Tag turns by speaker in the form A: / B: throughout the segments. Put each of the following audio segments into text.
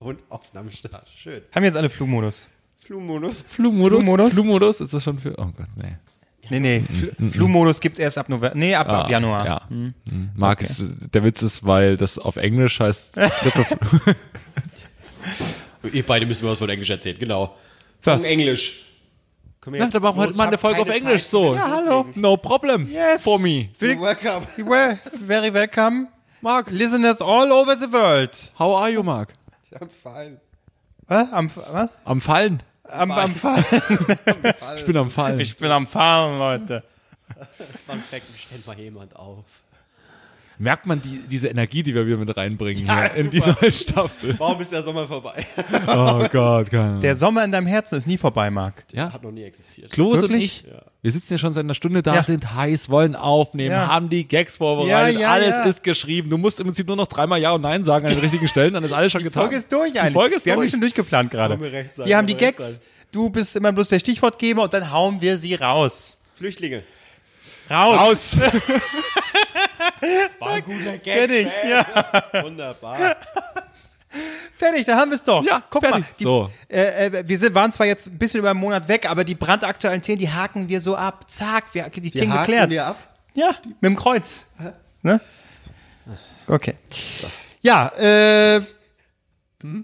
A: und Aufnahmestart. Schön.
B: Haben jetzt alle Flugmodus.
A: Flugmodus.
C: Flugmodus?
B: Flugmodus?
C: Flugmodus? Ist das schon für. Oh Gott, nee.
B: Nee, nee. Fl Flugmodus gibt's erst ab November. Nee, ab, ab
C: Ah,
B: Januar.
C: Ja. Mhm. Marc, ist, der Witz ist, weil das auf Englisch heißt. Triple-
A: Ihr beide müssen mir was von Englisch erzählen, genau.
C: Was?
A: Von Englisch. Komm
C: Na, dann machen wir heute mal eine Folge auf Englisch. So.
A: Ja,
B: hallo.
C: No problem.
B: Yes.
C: For me.
B: Will-
A: Welcome.
B: Well, very welcome.
C: Marc,
B: Listeners all over the world.
C: how are you, Marc?
A: I'm fine.
B: Was? Am, was?
C: Am Fallen.
B: Am, am Fahren.
C: Ich bin am Fallen.
B: Ich bin am Fahren, Leute.
A: Fun Fact, stellt mal jemand auf.
C: Merkt man die, diese Energie, die wir wieder mit reinbringen
A: Ja,
C: hier in die
A: super.
C: neue Staffel?
A: Warum ist der Sommer vorbei?
C: Oh Gott, keine Ahnung.
B: Der Sommer in deinem Herzen ist nie vorbei, Marc.
C: Ja,
A: Hat noch nie existiert.
C: Klose und
B: Wirklich?
C: ich, wir sitzen ja schon seit einer Stunde da,
B: Ja.
C: sind heiß, wollen aufnehmen,
B: Ja.
C: haben die Gags vorbereitet,
B: Ja, ja,
C: alles
B: ja.
C: ist geschrieben. Du musst im Prinzip nur noch dreimal Ja und Nein sagen an den richtigen Stellen, dann ist alles schon getan.
B: Folge ist durch,
C: Die
B: eigentlich.
C: Folge ist
B: wir haben die
C: durch.
B: schon durchgeplant gerade.
A: Wollen wir recht sein,
B: Wir haben die
A: wollen wir recht
B: Gags.
A: sein.
B: Du bist immer bloß der Stichwortgeber und dann hauen wir sie raus.
A: Flüchtlinge.
B: Raus.
C: Aus!
A: War ein guter Gag.
B: Fertig. Ja.
A: Wunderbar.
B: Fertig, da haben wir es doch.
C: Ja,
B: guck
C: fertig.
B: mal. Die,
C: So.
B: äh, äh, wir sind, waren zwar jetzt ein bisschen über einen Monat weg, aber die brandaktuellen Themen, die haken wir so ab. Zack, wir die, Themen
A: haken
B: geklärt.
A: wir ab.
B: Ja, mit dem Kreuz. Ne? Okay. Ja, äh.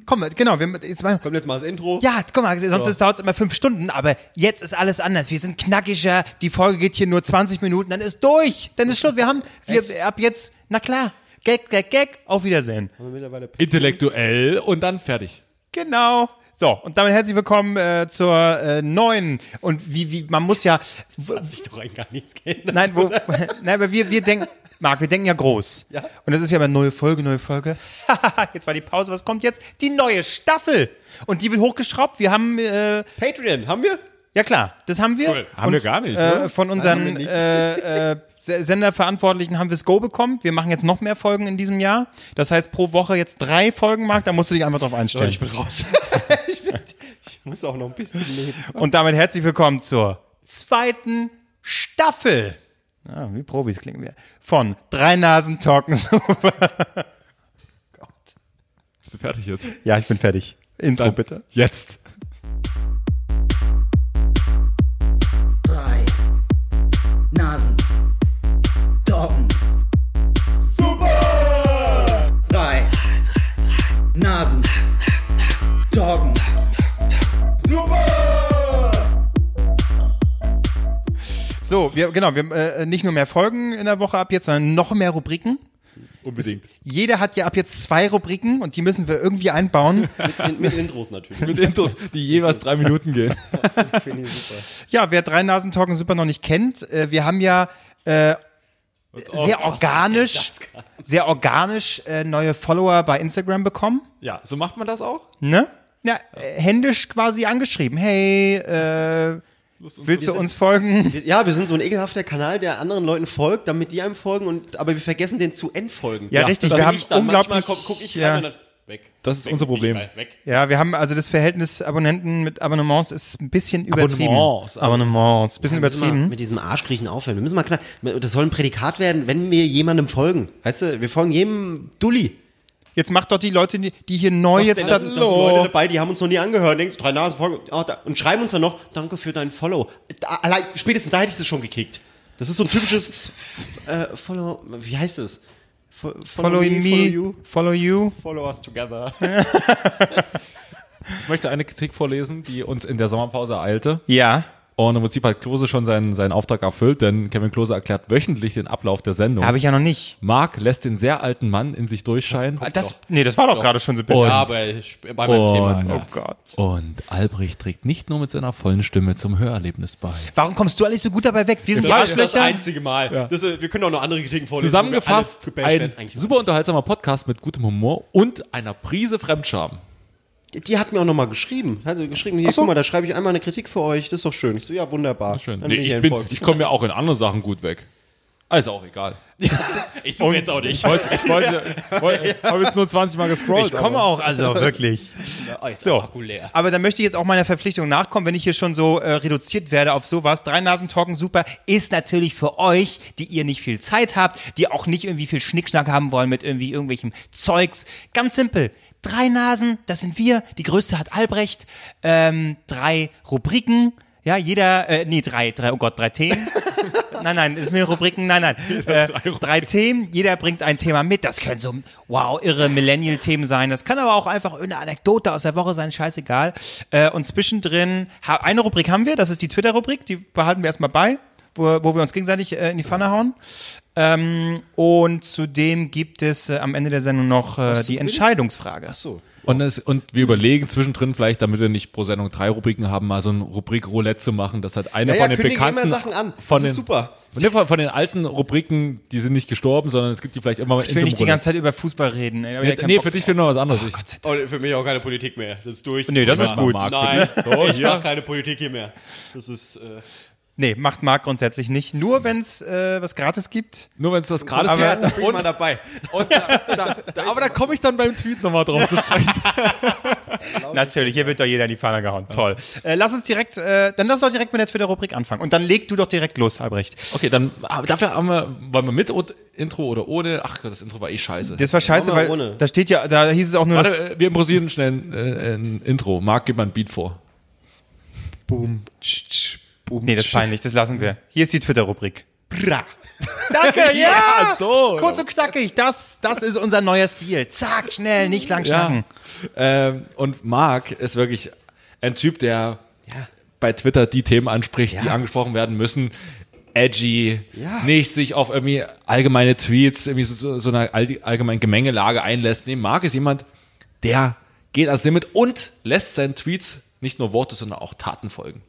B: Komm, genau, wir, jetzt mal,
A: Kommt jetzt mal das Intro.
B: Ja, guck mal, sonst
A: Ja.
B: ja. dauert es immer fünf Stunden, aber jetzt ist alles anders. Wir sind knackiger, die Folge geht hier nur 20 Minuten, dann ist durch, dann ist Schluss. Wir haben wir, ab jetzt, na klar, Gag, Gag, Gag, auf Wiedersehen.
A: Haben wir mittlerweile Pe-
C: Intellektuell und dann fertig.
B: Genau. So, und damit herzlich willkommen äh, zur äh, neuen. Und wie, wie, man muss ja. w-
A: Hat sich doch eigentlich gar nichts geändert.
B: Nein, wo, nein aber wir, wir denken, Marc, wir denken ja groß.
A: Ja.
B: Und das ist ja immer neue Folge, neue Folge. jetzt war die Pause, was kommt jetzt? Die neue Staffel. Und die wird hochgeschraubt. Wir haben, äh,
A: Patreon, haben wir?
B: ja klar, das haben wir.
C: Haben wir gar nicht.
B: äh,
A: haben
B: von
A: wir
B: unseren
A: nicht.
B: äh, äh, Se- Senderverantwortlichen haben wir das Go bekommen. Wir machen jetzt noch mehr Folgen in diesem Jahr. Das heißt, pro Woche jetzt drei Folgen, Marc, da musst du dich einfach drauf einstellen.
A: bin raus. ich, bin, ich muss auch noch ein bisschen leben.
B: Und damit herzlich willkommen zur zweiten Staffel. Ah, wie Profis klingen wir. Von Drei Nasen Talken.
C: Bist du fertig jetzt?
B: ja, ich bin fertig. Intro
C: Dann
B: Oh, bitte.
C: Jetzt.
D: drei Nasen Doggen Super! Drei Nasen Doggen
B: So, wir, genau, wir äh, nicht nur mehr Folgen in der Woche ab jetzt, sondern noch mehr Rubriken.
C: Unbedingt.
B: Jeder hat ja ab jetzt zwei Rubriken und die müssen wir irgendwie einbauen.
A: Mit, mit Intros natürlich.
C: Mit Intros, die jeweils drei Minuten gehen.
A: Finde ich super.
B: Ja, wer drei Nasen Talken super noch nicht kennt, äh, wir haben ja äh, sehr organisch, sehr organisch äh, neue Follower bei Instagram bekommen.
C: Ja, so macht man das auch?
B: Ne? Ja, äh, händisch quasi angeschrieben. Hey, äh, willst du uns folgen?
A: Wir- Ja, wir sind so ein ekelhafter Kanal, der anderen Leuten folgt, damit die einem folgen, und, aber wir vergessen den zu entfolgen.
B: Ja, richtig, wir
A: bin
B: haben
A: ich dann. Manchmal
B: unglaublich-
A: komm- guck ich
B: ja.
A: rein und dann weg.
C: Das ist
A: weg,
C: unser Problem.
A: Ich, weg.
B: Ja, wir haben also das Verhältnis Abonnenten mit Abonnements ist ein bisschen übertrieben.
C: Abonnements, also-
B: Abonnements, bisschen
A: Wir müssen Mal
B: übertrieben.
A: mit diesem Arschkriechen aufhören. Wir müssen mal klar, das soll ein Prädikat werden, wenn wir jemandem folgen. Weißt du, wir folgen jedem Dulli.
B: Jetzt macht doch die Leute, die die hier neu
A: Was
B: jetzt
A: denn? Da sind da sind
B: so-
A: Leute dabei, die haben uns noch nie angehört. Denkst, du, drei Nasen folgen. Ah, da, und schreiben uns dann noch, danke für deinen Follow. Da, allein, spätestens da hätte ich es schon gekickt. Das ist so ein typisches äh, Follow, wie heißt es? Fo- Follow,
B: Follow me, follow you.
A: Follow us together.
C: Ich möchte eine Kritik vorlesen, die uns in der Sommerpause eilte.
B: Ja.
C: Und im Prinzip hat Klose schon seinen, seinen Auftrag erfüllt, denn Kevin Klose erklärt wöchentlich den Ablauf der Sendung.
B: Habe ich ja noch nicht. Ah,
C: Marc lässt den sehr alten Mann in sich durchscheinen.
B: Das, nee, das war doch gerade schon so ein bisschen.
C: Und-
A: ich bin bei
C: und,
B: Oh Gott.
C: und Albrecht trägt nicht nur mit seiner vollen Stimme zum Hörerlebnis bei.
B: Warum kommst du eigentlich so gut dabei weg? Wir sind die
A: Das ist das
B: Arschlöcher.
A: einzige Mal. Das, äh, wir können auch noch andere Kritiken vorlesen.
C: Zusammengefasst,
A: wo wir alles gebasht
C: ein
A: werden. Eigentlich-
C: super unterhaltsamer Podcast mit gutem Humor und einer Prise Fremdscham.
A: Die hat mir auch nochmal geschrieben. Hat sie geschrieben, hier, guck mal, da schreibe ich einmal eine Kritik für euch. Das ist doch schön. Ich so, ja, wunderbar. Dann
C: Nee,
A: bin ich
C: ich
A: ein
C: bin-
A: Volk.
C: ich komme ja auch in anderen Sachen gut weg. Also auch egal.
A: ich suche jetzt auch nicht.
C: Ich wollte, ich wollte, wollte habe jetzt nur 20 Mal gescrollt.
B: Ich komme auch, also wirklich.
A: so.
B: Aber dann möchte ich jetzt auch meiner Verpflichtung nachkommen, wenn ich hier schon so äh, reduziert werde auf sowas. Drei Nasen talken super ist natürlich für euch, die ihr nicht viel Zeit habt, die auch nicht irgendwie viel Schnickschnack haben wollen mit irgendwie irgendwelchem Zeugs. Ganz simpel. drei Nasen, das sind wir, die größte hat Albrecht, ähm, drei Rubriken, ja, jeder, äh, nee, drei, drei, oh Gott, drei Themen. nein, nein, das sind mehr Rubriken, nein, nein. Äh, drei Themen, jeder bringt ein Thema mit. Das können so, wow, irre Millennial-Themen sein. Das kann aber auch einfach eine Anekdote aus der Woche sein, scheißegal. Äh, und zwischendrin, ha- eine Rubrik haben wir, das ist die Twitter-Rubrik, die behalten wir erstmal bei, wo, wo wir uns gegenseitig äh, in die Pfanne hauen. Ähm, und zudem gibt es äh, am Ende der Sendung noch äh, die Entscheidungsfrage.
A: So.
C: Und, es, und wir überlegen zwischendrin vielleicht, damit wir nicht pro Sendung drei Rubriken haben, mal so ein Rubrik Roulette zu machen. Das hat eine
A: Ja, ja,
C: von den
A: kündige
C: bekannten.
A: immer Sachen an. Das
C: Von
A: ist
C: den,
A: super.
C: Von, den- von den alten Rubriken, die sind nicht gestorben, sondern es gibt die vielleicht immer
B: Ich will nicht die ganze Zeit über Fußball reden. ey, aber ich hab
C: Nee,
B: keinen
C: nee
B: Bock
C: für dich fehlt noch was anderes. Ich,
A: Und für mich auch keine Politik mehr. Das ist durch.
B: Nee, das ist gut.
A: Nein,
C: So,
A: ich mache
C: hier.
A: keine Politik hier mehr. Das ist. Äh,
B: Nee, macht Marc grundsätzlich nicht. Nur wenn es äh, was gratis gibt.
C: Nur wenn es das gerade
A: aber
C: ist.
A: da bin ich mal dabei.
C: Und da, da, da, aber da komme ich dann beim Tweet nochmal drauf zu sprechen.
B: Natürlich, hier wird doch jeder in die Pfanne gehauen. Toll. Äh, lass uns direkt, äh, dann lass doch direkt mit der Twitter-Rubrik anfangen. Und dann leg du doch direkt los, Albrecht.
C: Okay, dann aber dafür haben wir, wollen wir mit und, Intro oder ohne? Ach Gott, das Intro war eh scheiße.
B: Das war scheiße,
A: Machen wir
B: weil
A: ohne.
B: da steht ja, da hieß es auch nur das
C: Warte, äh, wir improvisieren schnell ein, äh, ein Intro. Marc, gib mal ein Beat vor.
B: Boom. tsch, tsch, Boom. Uh, Nee, das ist peinlich, das lassen wir. Hier ist die Twitter-Rubrik. Danke, ja!
C: Ja, so.
B: Kurz und knackig, das, das ist unser neuer Stil. Zack, schnell, nicht lang schnacken.
C: Ähm, und Marc ist wirklich ein Typ, der bei Twitter die Themen anspricht, die angesprochen werden müssen. Edgy, nicht sich auf irgendwie allgemeine Tweets, irgendwie so- so, so eine all- allgemeine Gemengelage einlässt. Nee, Marc ist jemand, der geht ans Limit und lässt seinen Tweets nicht nur Worte, sondern auch Taten folgen.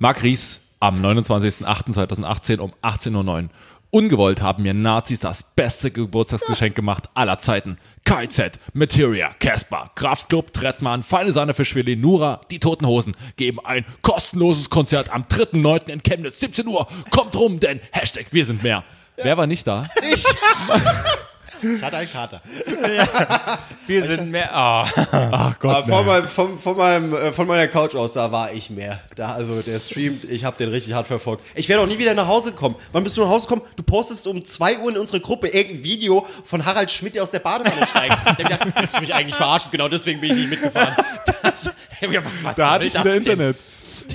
C: Marc Ries am 29.08.2018 um 18.09 Uhr. Ungewollt haben mir Nazis das beste Geburtstagsgeschenk gemacht aller Zeiten. KZ, Materia, Casper, Kraftclub, Trettmann, Feine Sahne für Schwilli, Nura, die Toten Hosen geben ein kostenloses Konzert am 3.9. in Chemnitz, 17 Uhr. Kommt rum, denn Hashtag wir sind mehr. Wer war nicht da?
A: Ich hatte einen Kater.
B: Wir sind mehr. ah.
C: Ach
A: Aber von, meinem, von, von, meinem, äh, von meiner Couch aus, da war ich mehr. Da, also der streamt, ich habe den richtig hart verfolgt. Ich werde auch nie wieder nach Hause kommen. Wann bist du nach Hause gekommen? Du postest um 2 Uhr in unsere Gruppe irgendein Video von Harald Schmidt, der aus der Badewanne steigt. Der hat gedacht, willst du mich eigentlich verarschen? Genau deswegen bin ich nicht mitgefahren. Das, ich hab gedacht, was
C: Da
A: soll
C: hatte ich
A: das
C: wieder
A: denn?
C: Internet.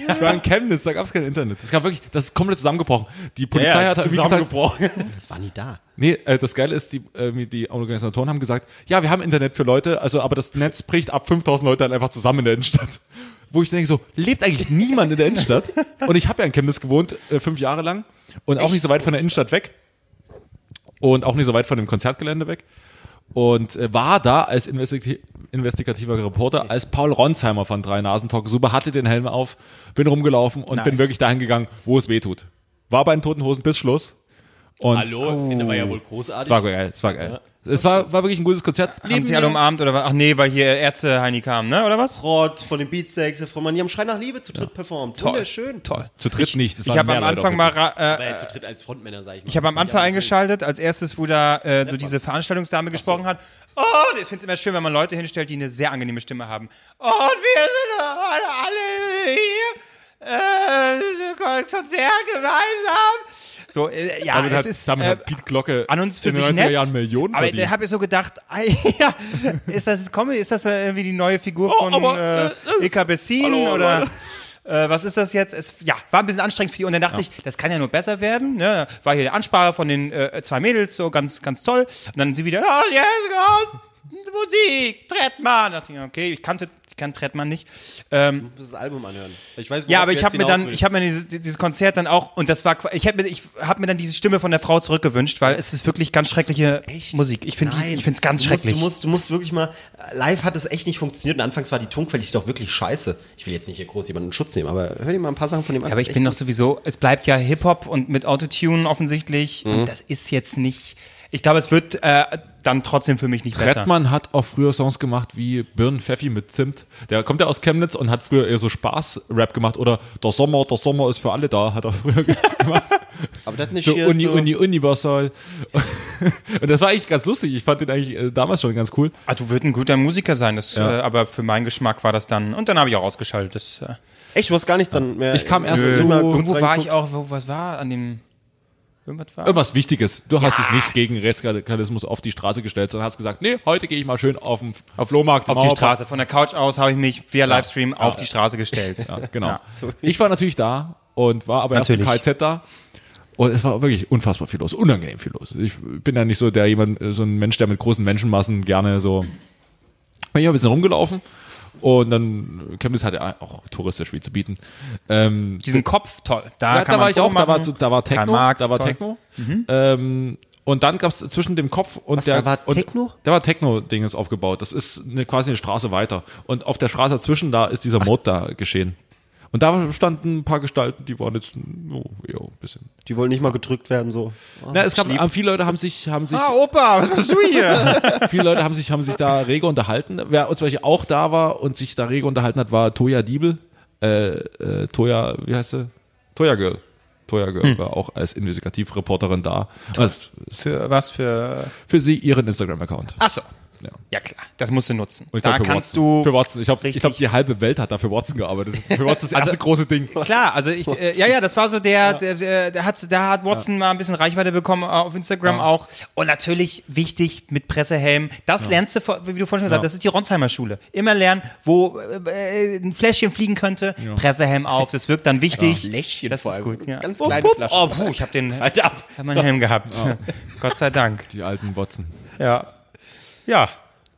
C: Ich war in Chemnitz, da gab es kein Internet. Das, gab wirklich, das ist komplett zusammengebrochen. Die Polizei
A: Ja,
C: hat wie gesagt,
A: zusammengebrochen. Das war nie da.
C: Nee, äh, das Geile ist, die, äh, die Organisatoren haben gesagt, ja, wir haben Internet für Leute, also aber das Netz bricht ab 5000 Leute halt einfach zusammen in der Innenstadt. Wo ich denke so, lebt eigentlich niemand in der Innenstadt? Und ich habe ja in Chemnitz gewohnt, äh, fünf Jahre lang und auch nicht so weit von der Innenstadt weg und auch nicht so weit von dem Konzertgelände weg und äh, war da als investigati- investigativer Reporter, als Paul Ronsheimer von Drei Nasen Talk Super hatte den Helm auf, bin rumgelaufen und bin
B: Nice.
C: wirklich dahin gegangen, wo es weh tut. War bei den Toten Hosen bis Schluss. Und
A: Hallo,
E: Oh.
A: das Ende war ja wohl großartig.
C: es war geil, es war geil. Es war, war wirklich ein gutes Konzert.
B: Haben
C: Neben
B: sie alle um
C: mir-
B: umarmt oder was? Ach nee, weil hier Ärzte Heini kamen, ne? Oder was?
A: Rott von den Beatsex, von man, die haben Schrei nach Liebe zu dritt performt. Wunderschön.
C: Toll. Zu dritt nicht. Es
B: Ich
C: waren
B: habe
C: mehr
B: am
C: Leute
B: Anfang
C: auf
B: mal
C: jeden
B: ra- äh,
A: Aber ja, zu dritt als Frontmänner, sag ich mal.
B: Ich habe am Anfang
A: Ja,
B: eingeschaltet, als erstes, wo da äh, so diese Veranstaltungsdame gesprochen hat. Oh, ich finde es immer schön, wenn man Leute hinstellt, die eine sehr angenehme Stimme haben. Oh, Und wir sind heute alle hier. Äh, Konzert gemeinsam. So, äh, ja,
C: Fall. Damit
B: es
C: hat,
B: ist
C: damit
B: äh,
C: hat Pete Glocke
B: an uns für
C: in den
B: sich
C: 90er
B: nett.
C: Jahren Millionen
B: aber
C: verdient.
B: da habe ich so gedacht, ei, ja, ist das Comedy? Ist das äh, irgendwie die neue Figur
C: Oh,
B: von
C: aber,
B: äh,
C: äh, äh,
B: Ilka Bessin
C: hallo,
B: oder
C: Leute.
B: äh, was ist das jetzt? Es, ja, war ein bisschen anstrengend für die und dann dachte ich, das kann ja nur besser werden. Ne? War hier der Ansprache von den äh, zwei Mädels, so ganz, ganz toll. Und dann sie wieder, oh, yes, God, Musik, Trettmann. Da dachte ich, okay, ich kannte, ich kann Trettmann nicht. Ähm,
A: Du musst das Album anhören. Ich weiß,
B: ja,
A: worauf
B: aber
A: du
B: ich
A: jetzt
B: habe mir
A: hinaus
B: dann,
A: willst.
B: ich habe mir dieses, dieses Konzert dann auch und das war, qua- ich habe mir, ich habe mir dann diese Stimme von der Frau zurückgewünscht, weil es ist wirklich ganz schreckliche Musik. Ich finde,
A: Nein.
B: ich finde es ganz
A: du musst,
B: schrecklich.
A: Du musst, du musst wirklich mal, live hat es echt nicht funktioniert und anfangs war die Tonqualität doch wirklich scheiße. Ich will jetzt nicht hier groß jemanden in Schutz nehmen, aber hör dir mal ein paar Sachen von dem an.
B: Ja, aber
A: Das
B: ich
A: ist
B: bin
A: echt
B: doch sowieso, es bleibt ja Hip-Hop und mit Autotune offensichtlich.
A: Mhm.
B: Und das ist jetzt nicht, ich glaube, es wird äh, dann trotzdem für mich nicht besser.
C: Trettmann hat auch früher Songs gemacht wie Birnen Pfeffi mit Zimt. Der kommt ja aus Chemnitz und hat früher eher so Spaß-Rap gemacht oder Der Sommer, der Sommer ist für alle da, hat er früher gemacht.
A: gut. Aber das nicht
C: so
A: hier
C: Uni,
A: so-
C: Uni, Universal. Und, und das war eigentlich ganz lustig. Ich fand den eigentlich äh, damals schon ganz cool.
B: Ah, du wirst ein guter Musiker sein, das, äh, aber für meinen Geschmack war das dann, und dann habe ich auch ausgeschaltet. Das, äh,
A: Echt, du hast gar nichts dann mehr.
C: Ich kam erst
A: Nö.
C: so-
A: Mal kurz
B: irgendwo war
A: reingeguckt.
B: ich auch, wo, was war an dem, Irgendwas war.
C: Irgendwas Wichtiges. Du hast dich nicht gegen Rechtsradikalismus auf die Straße gestellt, sondern hast gesagt, nee, heute gehe ich mal schön auf den auf Flohmarkt.
B: auf die
C: Mauerpark.
B: Straße. Von der Couch aus habe ich mich via Livestream auf die Straße gestellt.
C: Ja, genau.
B: Ja.
C: Ich war natürlich da und war aber erst
B: Natürlich.
C: zum KZ da. Und es war wirklich unfassbar viel los, unangenehm viel los. Ich bin ja nicht so der jemand, äh, so ein Mensch, der mit großen Menschenmassen gerne so. Bin ich ein bisschen rumgelaufen und dann Chemnitz hat ja auch touristisch viel zu bieten. Ähm,
B: Diesen Kopf, toll. Da,
C: ja,
B: Ah, kann
C: da
B: man
C: war ich auch,
B: Foto
C: da war,
B: machen.
C: zu- da war
B: Karl
C: Techno,
B: Marx,
C: da war
B: toll. Mhm.
C: Techno. Ähm, und dann gab es zwischen dem Kopf und
A: Was,
C: der
A: da war
C: und,
A: Techno?
C: Da war Techno-Ding ist aufgebaut. Das ist eine, quasi eine Straße weiter. Und auf der Straße dazwischen da ist dieser Mord da geschehen. Und da standen ein paar Gestalten, die waren jetzt oh, ja, ein bisschen.
A: Die wollen nicht mal gedrückt werden, so. Ah,
C: Na, es gab viele Leute haben sich haben sich
B: Ah, Opa, was machst du hier?
C: viele Leute haben sich haben sich da rege unterhalten. Wer zum Beispiel auch da war und sich da rege unterhalten hat, war Toya Diebel. Äh, äh, Toya, wie heißt sie? Toya Girl. Toya Girl
B: Hm.
C: war auch als Investigativreporterin da. Also,
B: für was für.
C: für sie ihren Instagram-Account.
B: Achso.
C: Ja.
B: Ja. klar, das musst du nutzen.
C: Und ich
B: da
C: glaub, für
B: kannst du.
C: Watson. Für Watson. Ich glaube,
B: richtig- Also
C: glaub, die halbe Welt hat da für Watson gearbeitet. Für Watson das erste große Ding.
B: Klar, also ich, äh, ja, ja, das war so der, der, der, der hat, da hat Watson mal ein bisschen Reichweite bekommen äh, auf Instagram auch. Und natürlich wichtig mit Pressehelm. Das lernst du, vor- wie du vorhin schon gesagt hast, das ist die Ronsheimer Schule. Immer lernen, wo äh, äh, ein Fläschchen fliegen könnte, Pressehelm auf, das wirkt dann wichtig.
A: Fläschchen
B: Das
A: vor
B: ist
A: allem.
B: gut, ja.
A: Ganz
B: Wupp,
A: kleine
B: wupp.
A: Flaschen.
B: Oh, puh, ich habe den, hab
A: Halt ab!
B: meinen Helm gehabt. Gott sei Dank.
C: Die alten Watson.
B: Ja. Ja,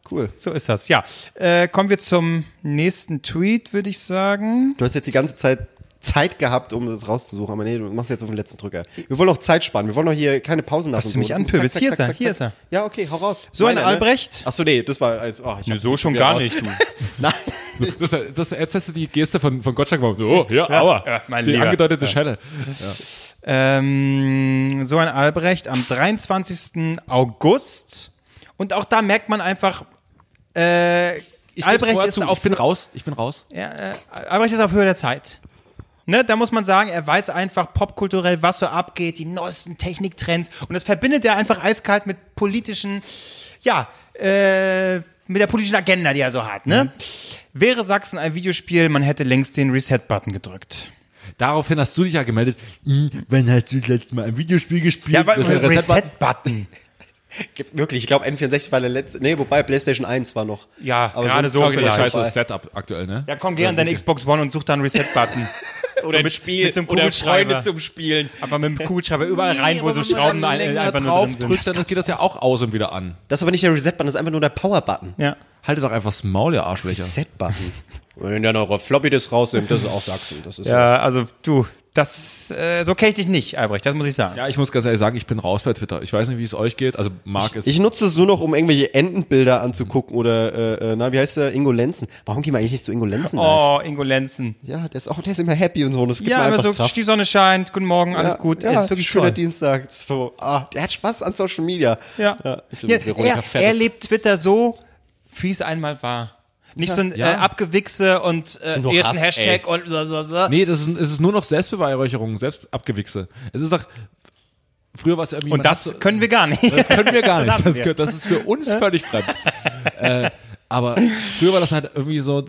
A: Cool.
B: so ist das. Ja. Äh, kommen wir zum nächsten Tweet, würde ich sagen.
A: Du hast jetzt die ganze Zeit Zeit gehabt, um das rauszusuchen, aber nee, du machst jetzt auf den letzten Drücker. Wir wollen auch Zeit sparen, wir wollen auch hier keine Pausen lassen.
B: du
A: so.
B: mich
A: Das muss
B: anpöbelst.
A: zack,
B: Hier
A: zack,
B: ist er,
A: zack,
B: hier
A: zack.
B: ist er.
A: Ja, okay, hau raus.
B: So ein
A: Meiner,
B: Albrecht?
A: Ne? Achso, nee, das war als. ach, ich hab-
B: schon
A: gar
B: nicht, du.
C: Das, das, jetzt hast du die Geste von, von Gottschalk gemacht. Oh, ja, aua.
B: ja, mein
C: die
B: Lieber.
C: angedeutete Schelle.
B: Ähm, so ein Albrecht am 23. August. Und auch da merkt man einfach, äh,
C: Ich geb's
B: Albrecht
C: vorher
B: ist,
C: zu.
B: auf,
C: Ich bin raus. Ich bin raus.
B: ja, äh, Albrecht ist auf Höhe der Zeit. Ne, da muss man sagen, er weiß einfach popkulturell, was so abgeht, die neuesten Techniktrends. Und das verbindet er einfach eiskalt mit politischen, ja, äh, mit der politischen Agenda, die er so hat. Ne? Wäre Sachsen ein Videospiel, man hätte längst den Reset-Button gedrückt.
C: Daraufhin hast du dich ja gemeldet. Hm, wann hast du das letzte Mal ein Videospiel gespielt?
B: Ja,
C: Das ist ein Reset-Button.
B: Reset-Button.
A: Gibt- Wirklich, ich glaube, N64 war der letzte. Nee, wobei PlayStation 1 war noch.
B: Ja, gerade
A: sonst-
B: so
C: Sorry, das
B: vielleicht.
C: scheiße das Setup aktuell, ne?
B: Ja, komm, geh an deine Xbox One und such da einen Reset-Button.
A: Oder mit Spiel, oder Freunde zum Spielen.
B: Aber mit dem Kugelschreiber überall rein, wo so Schrauben ein, äh,
C: Länger
B: einfach nur
C: drauf
B: drin sind.
C: drückt, dann geht das ja auch aus und wieder an.
A: Das ist aber nicht der Reset-Button, das ist einfach nur der Power-Button.
B: Ja.
C: Halte doch einfach das Maul, ihr Arschlöcher.
A: Reset-Button. Wenn ihr dann eure Floppy das rausnimmt, das ist auch Sachsen. Das ist
B: ja, also du, das, äh, so kenne ich dich nicht, Albrecht, das muss ich sagen.
C: Ja, ich muss ganz ehrlich sagen, ich bin raus bei Twitter. Ich weiß nicht, wie es euch geht. Also, Marc ist.
A: Ich nutze es nur noch, um irgendwelche Entenbilder anzugucken oder, äh, äh, na, wie heißt der? Ingo Lenzen. Warum gehen wir eigentlich nicht zu Ingo Lenzen? live?
B: Oh, Ingo Lenzen.
A: Ja, der ist auch, der ist immer happy und so. Und das gibt mir
B: Ja, immer
A: einfach
B: so,
A: Kraft.
B: die Sonne scheint, guten Morgen, alles
A: Ja,
B: gut.
A: Ja,
B: ist wirklich
A: schöner
B: toll.
A: Dienstag. So, ah, der hat Spaß an Social Media.
B: Ja.
A: ich so
B: ja
A: Veronika
B: er,
A: Ferris.
B: er lebt Twitter so, wie es einmal war. Nicht so ein
C: Ja.
B: äh, Abgewichse und äh,
A: nur
B: ersten
A: Hass, ey.
B: Hashtag und blablabla.
C: Nee, das ist, es ist nur noch Selbstbeweihräucherung, Selbstabgewichse. Es ist doch. Früher war es irgendwie.
B: Und
C: man hat
B: das
C: so-
B: können wir gar nicht.
C: das können wir gar
B: Das
C: nicht.
B: haben
C: Das,
B: wir.
C: gehört- das ist für uns völlig fremd. äh, aber früher war das halt irgendwie so.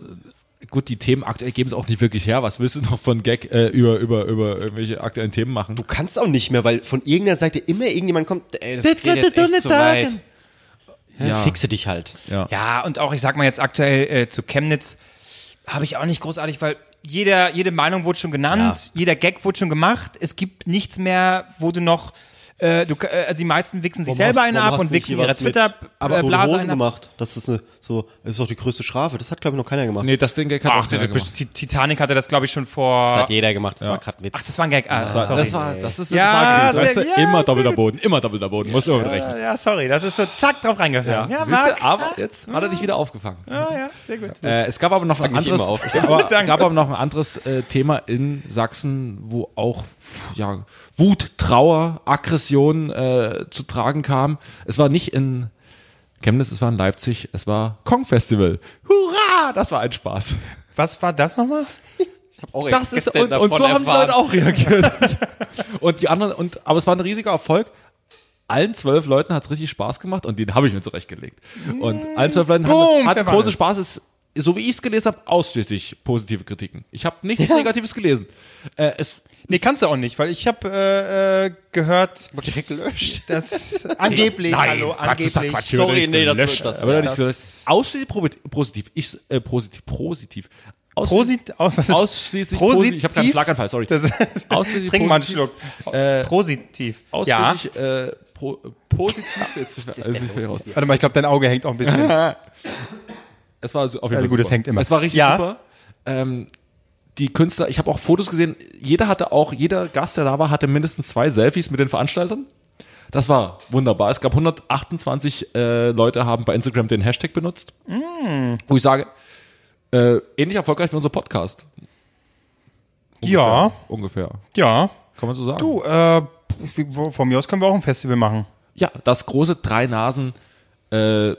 C: Gut, die Themen aktuell geben es auch nicht wirklich her. Was willst du noch von Gag äh, über, über, über irgendwelche aktuellen Themen machen?
A: Du kannst auch nicht mehr, weil von irgendeiner Seite immer irgendjemand kommt, ey, das geht jetzt echt zu weit.
C: Ja.
A: Fixe dich halt.
C: Ja.
B: Ja, und auch, ich sag mal jetzt aktuell äh, zu Chemnitz, habe ich auch nicht großartig, weil jeder, jede Meinung wurde schon genannt, jeder Gag wurde schon gemacht. Es gibt nichts mehr, wo du noch. Äh, du, äh, also die meisten wichsen sich selber einen ab und wichsen äh, ihre
A: aber
B: Twitter-Blase
A: Hosen
B: einen ab.
A: gemacht. Das ist eine, so, das ist doch die größte Strafe. Das hat, glaube ich, noch keiner gemacht.
C: Nee, das Ding Gag hat
B: Ach,
C: auch
B: der-
C: keiner gemacht.
B: Ti- Titanic hatte das, glaube ich, schon vor.
A: jeder gemacht. Das war gerade ein Witz.
B: Ach, das war ein Gag. Ah,
C: Das war-
B: sorry.
C: Das war, das ist
B: Ja,
C: Marketing.
B: sehr-
C: Weißt du,
B: ja,
C: immer
B: sehr
C: doppelter
B: gut.
C: Boden, immer doppelter Boden. Musst du immer mit rechnen.
B: ja, sorry, das ist so zack drauf reingefallen. Ja,
C: Siehst
B: Marc. Ah.
C: du, aber jetzt hat er dich wieder aufgefangen.
B: ja, ja, sehr gut.
C: Äh, es gab aber noch ein
A: mich
C: anderes,
A: immer auf.
C: es aber,
B: danke.
C: gab aber noch ein anderes äh, Thema in Sachsen, wo auch ja, Wut, Trauer, Aggression äh, zu tragen kam. Es war nicht in Chemnitz, es war in Leipzig, es war Kong Festival. Hurra! Das war ein Spaß.
B: Was war das nochmal?
A: Oh, ey,
C: Das ist
A: gestern
C: und, und
A: davon
C: so haben die
A: erfahren.
C: Leute auch reagiert. und die anderen und aber es war ein riesiger Erfolg. Allen zwölf Leuten hat es richtig Spaß gemacht und den habe ich mir zurechtgelegt. Und allen zwölf Leuten
B: Boom,
C: hat, hat
B: wer war
C: großen
B: das?
C: Spaß. Es, so wie ich es gelesen habe, ausschließlich positive Kritiken. Ich habe nichts Negatives gelesen. Äh, es
B: Nee, kannst du auch nicht, weil ich habe äh, äh, gehört,
A: Direkt gelöscht.
B: dass angeblich,
C: Nein,
B: hallo,
C: Quatsch, das
B: angeblich.
C: ist doch Quatsch.
A: Sorry, nee, das
C: Löscht.
A: wird das.
C: Aber
A: ja.
C: doch nicht
B: das-
C: gelöscht. Ausschließlich provi- positiv. Ich, äh, positiv, positiv. Aus-
B: Prosit, oh, was ist
C: Ausschließlich positiv. Ich habe keinen Schlaganfall, sorry.
B: Das ist,
C: Ausschließlich
B: trink mal einen
C: positiv.
B: Schluck.
C: Äh,
B: Positiv. Ja.
C: Ausschließlich äh, pro, positiv. Jetzt, also, ich will raus.
B: Warte mal, ich glaube, dein Auge hängt auch ein bisschen.
C: Es war so- auf jeden Fall
B: Also gut,
C: super.
B: es hängt immer.
C: Es war richtig
B: Ja.
C: super. Ähm, die Künstler, ich habe auch Fotos gesehen. Jeder hatte auch, jeder Gast, der da war, hatte mindestens zwei Selfies mit den Veranstaltern. Das war wunderbar. Es gab 128 äh, Leute, haben bei Instagram den Hashtag benutzt.
B: Mm.
C: Wo ich sage, äh, ähnlich erfolgreich wie unser Podcast.
B: ja,
C: Ungefähr.
B: ja.
C: Kann man so sagen.
B: Du, äh, wie- von mir aus können wir auch ein Festival machen.
C: Ja, das große drei Nasen äh,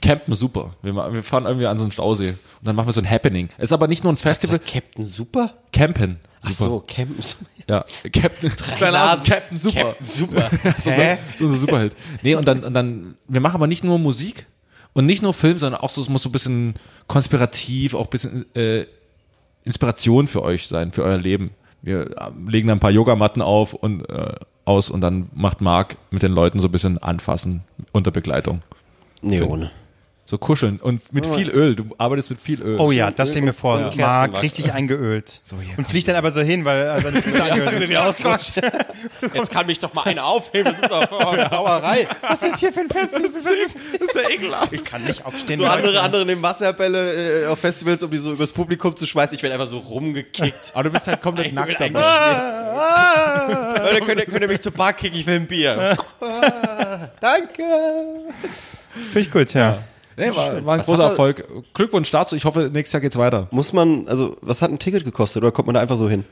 C: campen super. Wir, ma- wir fahren irgendwie an so einen Stausee und dann machen wir so ein Happening. Es ist aber nicht nur ein Festival,
A: Captain Super?
C: campen.
A: Ach so, Captain Super.
C: Ja, Captain, drei Nasen, Captain Super.
A: Captain Super.
C: So unser, so unser Superheld. Nee, und dann, und dann, wir machen aber nicht nur Musik und nicht nur Film, sondern auch so, es muss so ein bisschen konspirativ, auch ein bisschen äh, Inspiration für euch sein, für euer Leben. Wir äh, legen dann ein paar Yogamatten auf und äh, aus und dann macht Marc mit den Leuten so ein bisschen anfassen unter Begleitung.
A: nee, ohne.
C: So kuscheln und mit viel Öl. Du arbeitest mit viel Öl.
B: Oh ja, das stelle ich mir vor. So Marc,
A: Kerzenwachs.
B: richtig eingeölt.
C: hier,
B: Und fliegt dann aber so hin, weil äh, seine Füße angeölt sind.
A: Jetzt kann mich doch mal einer aufheben, das ist doch eine Sauerei.
B: Was ist hier für ein Fest? Das ist,
C: ja ekelhaft.
B: ich kann nicht aufstehen.
A: So andere, andere nehmen Wasserbälle äh, auf Festivals, um die so übers Publikum zu schmeißen. Ich werde einfach so rumgekickt.
C: Aber du bist halt komplett
A: will
C: nackt
A: eigentlich-
C: dabei.
A: Leute, könnt ihr, könnt ihr mich zur Bar kicken? Ich will ein Bier. Ah,
B: Danke. Finde ich gut, ja.
C: Nee, war, war ein
A: Was
C: großer
A: hat er-
C: Erfolg. Glückwunsch dazu. Ich hoffe, nächstes Jahr geht's weiter.
A: Muss man, also, was hat ein Ticket gekostet? Oder kommt man da einfach so hin?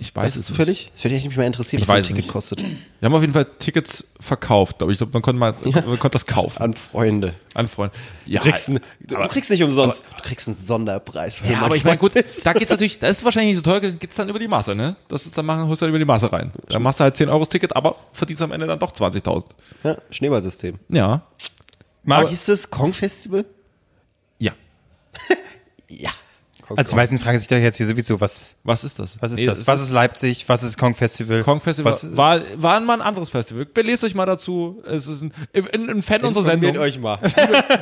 C: Ich weiß es nicht.
A: zufällig? Das würde mich mal interessieren, was
C: Ich
A: so ein
C: weiß
A: Ticket
C: nicht.
A: kostet.
C: Wir haben auf jeden Fall Tickets verkauft, glaube ich. Ich glaube, man konnte mal, man konnte das kaufen
A: An Freunde.
C: an Freunde. Ja,
A: Du kriegst, einen- du,
C: aber,
A: du kriegst nicht umsonst. du kriegst einen Sonderpreis.
C: ja, aber ich meine, gut, da geht's natürlich, da ist wahrscheinlich nicht so teuer, geht's dann über die Masse, ne? Das ist, dann machen, holst du dann über die Masse rein. Dann machst du halt 10 Euro das Ticket, aber verdienst am Ende dann doch 20.000.
A: Ja, Schneeballsystem.
C: Ja.
A: Aber
B: Marc,
A: hieß das Kong Festival?
C: Ja.
A: Ja. Kong
B: also die meisten fragen sich da jetzt hier sowieso, was,
C: Was ist das?
B: was ist
C: oh Nee,
B: das? Was ist Leipzig? Was ist Kong Festival?
C: Kong Festival
B: Was,
C: war, war mal ein anderes Festival. Belest euch mal dazu. Es ist ein, ein, ein Fan unserer Sendung.
A: euch mal.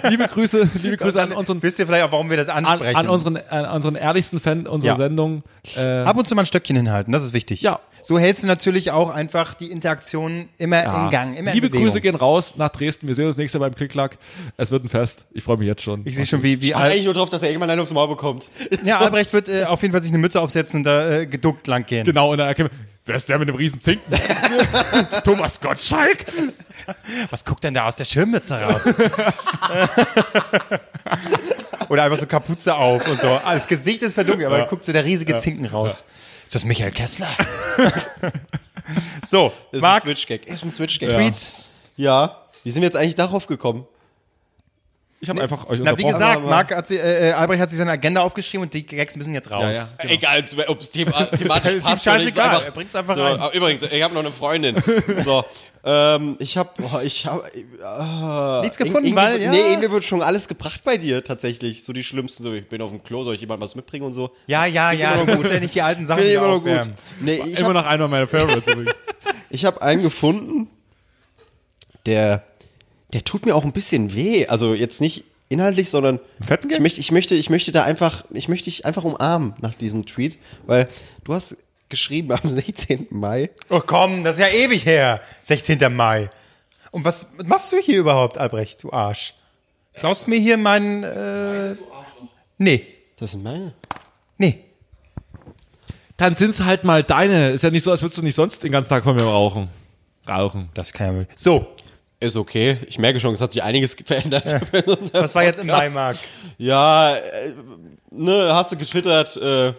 C: Liebe Grüße, liebe Grüße an unseren,
B: wisst ihr vielleicht auch, warum wir das
C: an,
B: ansprechen?
C: an unseren, an unseren ehrlichsten Fan unserer
B: Ja.
C: Sendung. Äh,
B: Ab und zu mal ein Stöckchen hinhalten, das ist wichtig.
C: Ja.
B: So hältst du natürlich auch einfach die Interaktion immer in Gang, immer
C: Liebe
B: in Bewegung.
C: Grüße gehen raus nach Dresden. Wir sehen uns nächstes Mal beim Klicklack. Es wird ein Fest. Ich freue mich jetzt schon.
B: Ich sehe schon, wie, wie
A: Ich
B: Al
A: eigentlich nur drauf, dass er irgendwann einen aufs Maul bekommt.
B: ja, Albrecht wird äh, auf jeden Fall sich eine Mütze aufsetzen und da äh, geduckt lang gehen.
C: genau, und dann erkennen wir, wer ist der mit dem riesen Zinken? Thomas Gottschalk?
B: Was guckt denn da aus der Schirmmütze raus? Oder einfach so Kapuze auf und so. Ah, das Gesicht ist verdunkelt, aber dann guckt so der riesige Zinken raus. Ist das Michael Kessler? so,
A: Ist
B: Marc,
A: ein Switch-Gag. Ist ein Switch-Gag.
B: Tweet.
A: Ja. Wie sind wir jetzt eigentlich darauf gekommen?
C: Ich habe einfach euch
B: Na, wie
C: unterbrochen.
B: gesagt,
A: aber-
B: Marc hat sie, äh, äh, Albrecht hat sich seine Agenda aufgeschrieben und die Gags müssen jetzt raus.
C: Ja, ja.
A: Äh, Egal, ob es thema,
B: Das
A: thematisch
B: ist
A: passt
B: ihm
A: oder nicht, ist
B: scheißegal.
A: einfach-
B: Er bringt's einfach
A: so,
B: rein.
A: ah, Übrigens, ich habe noch eine Freundin. So, ähm, ich habe, oh, ich habe
B: Nichts gefunden, weil, ja.
A: nee, irgendwie wird schon alles gebracht bei dir tatsächlich. So die schlimmsten, so ich bin auf dem Klo, soll ich jemand was mitbringen und so.
B: Ja, ja, ja,
A: immer
B: du
A: noch
B: musst ja nicht die alten Sachen
A: Finde ich
B: wieder
A: immer noch
B: aufwärmen.
A: gut. Nee, ich
C: Immer
A: habe
C: noch einer meiner Favorites übrigens.
A: ich hab einen gefunden, der, der tut mir auch ein bisschen weh. Also jetzt nicht inhaltlich, sondern
C: fetten
A: ich
C: Gag?
A: möchte, ich möchte, ich möchte da einfach, ich möchte dich einfach umarmen nach diesem Tweet, weil du hast geschrieben am 16. Mai.
B: Oh komm, das ist ja ewig her. 16. Mai. Und was machst du hier überhaupt, Albrecht, du Arsch? Klaust mir hier meinen. Äh, nee,
A: Das sind meine.
B: nee.
C: Dann sind's halt mal deine. Ist ja nicht so, als würdest du nicht sonst den ganzen Tag von mir rauchen. Rauchen.
B: Das kann ja wohl- So,
A: Ist okay. Ich merke schon, es hat sich einiges verändert.
B: was war jetzt im Mai, Marc?
A: Ja, äh, ne, hast du getwittert, äh,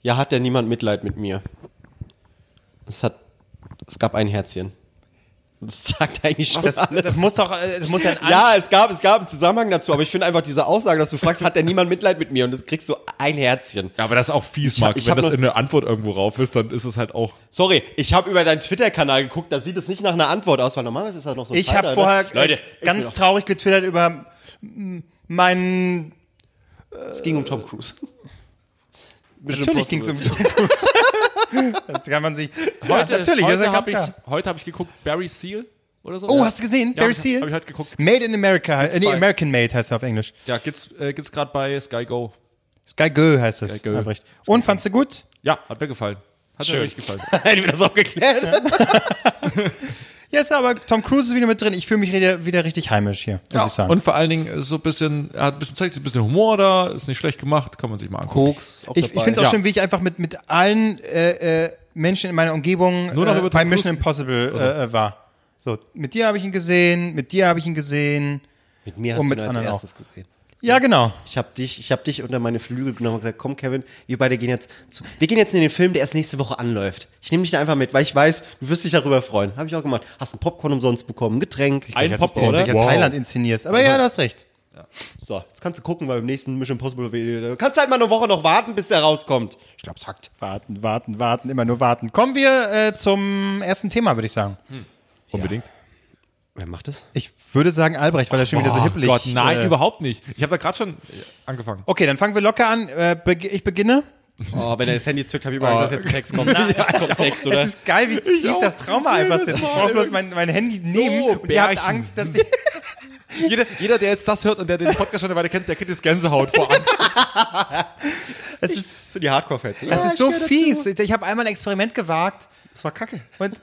A: ja, hat ja niemand Mitleid mit mir. Es hat, es gab ein Herzchen. Das sagt eigentlich schon
B: Das,
A: alles.
B: das muss doch. äh, Das muss ja ein
A: ja, es gab, es gab einen Zusammenhang dazu, aber ich finde einfach diese Aussage, dass du fragst, hat ja niemand Mitleid mit mir und das kriegst du ein Herzchen.
C: Ja, aber das ist auch fies,
A: Ich hab-
C: Marc.
A: ich
C: Wenn
A: hab
C: das
A: noch-
C: in der Antwort irgendwo rauf ist, dann ist es halt auch.
A: Sorry, ich habe über deinen Twitter-Kanal geguckt, da sieht es nicht nach einer Antwort aus, weil normalerweise ist das noch so ein
B: Ich habe
A: Falter,
B: vorher
A: ne?
B: äh,
A: Leute,
B: ganz
A: ist mir
B: traurig getwittert über mm, meinen.
A: doch- es ging um Tom Cruise. Mission
B: Natürlich ging es um
A: Impossible.
B: Tom Cruise. Das kann man sich.
C: Heute,
B: ja, natürlich, das ist ja
C: heute
B: ganz
C: habe ich,
B: klar.
C: heute hab ich geguckt, Barry Seal oder so.
B: Oh, hast du gesehen?
C: Ja,
B: Barry
C: hab ich-
B: Seal?
C: Hab ich heute geguckt.
B: Made in America. Äh, nee,
C: bei-
B: American Made heißt er auf Englisch.
C: Ja, gibt's, äh, gibt's gerade bei Sky Go.
B: Sky Go heißt es.
C: Sky Go.
B: Albrecht. Und fandst du gut?
C: Ja, hat mir gefallen. Hat mir wirklich gefallen.
A: Hätten wir das auch geklärt.
B: Ja, yes, aber Tom Cruise ist wieder mit drin. Ich fühle mich wieder, wieder richtig heimisch hier, muss ich sagen.
C: Und vor allen Dingen ist so ein bisschen, er hat ein bisschen zeigt, ein bisschen Humor da, ist nicht schlecht gemacht, kann man sich mal angucken.
A: Koks auch
B: ich ich
A: dabei.
B: finde es auch
C: Ja.
B: schön, wie ich einfach mit, mit allen äh, äh, Menschen in meiner Umgebung
C: Nur noch
B: äh,
C: über
B: bei
C: Tom Cruise-
B: Mission Impossible äh, äh, war. So, mit dir habe ich ihn gesehen, mit dir habe ich ihn gesehen.
A: Mit mir hast
B: Und
A: du
B: Oh, mit
A: ihn als
B: anderen auch.
A: erstes gesehen.
B: Ja, genau.
A: Ich habe dich, ich hab dich unter meine Flügel genommen und gesagt, komm Kevin, wir beide gehen jetzt zu, wir gehen jetzt in den Film, der erst nächste Woche anläuft. Ich nehme dich da einfach mit, weil ich weiß, du wirst dich darüber freuen. Habe ich auch gemacht. Hast ein Popcorn umsonst bekommen, ein Getränk.
C: Ein Popcorn,
B: Oder? Also
C: oder?
B: Dich als Heiland inszenierst. Aber ja, du hast recht.
A: So, jetzt kannst du gucken, weil beim nächsten Mission Impossible Video, du kannst halt mal eine Woche noch warten, bis der rauskommt. Ich glaube, es hackt.
B: Warten, warten, warten, immer nur warten. Kommen wir äh, zum ersten Thema, würde ich sagen.
C: Unbedingt.
A: Wer macht das?
B: Ich würde sagen Albrecht, weil er schon wieder so hippelig
C: Oh Gott, nein,
B: äh,
C: überhaupt nicht. Ich habe da gerade schon äh, angefangen.
B: Okay, dann fangen wir locker an. Äh, beg- ich beginne.
A: Oh, wenn er das Handy zückt, habe ich immer Angst, dass jetzt ein Text kommt. ja, kommt Text,
B: Es ist geil, wie tief
C: auch.
B: das Trauma einfach sitzt. Ich brauche bloß mein, mein Handy nehmen und ihr habt
C: Bärchen.
B: Angst, dass ich...
C: Jeder, jeder, der jetzt das hört und der den Podcast schon eine Weile kennt, der kriegt jetzt Gänsehaut vor Angst.
B: Es ist,
A: Das sind die Hardcore-Fans.
B: das
A: Ja,
B: ist so fies. Ich habe einmal ein Experiment gewagt.
A: das war kacke.
B: Und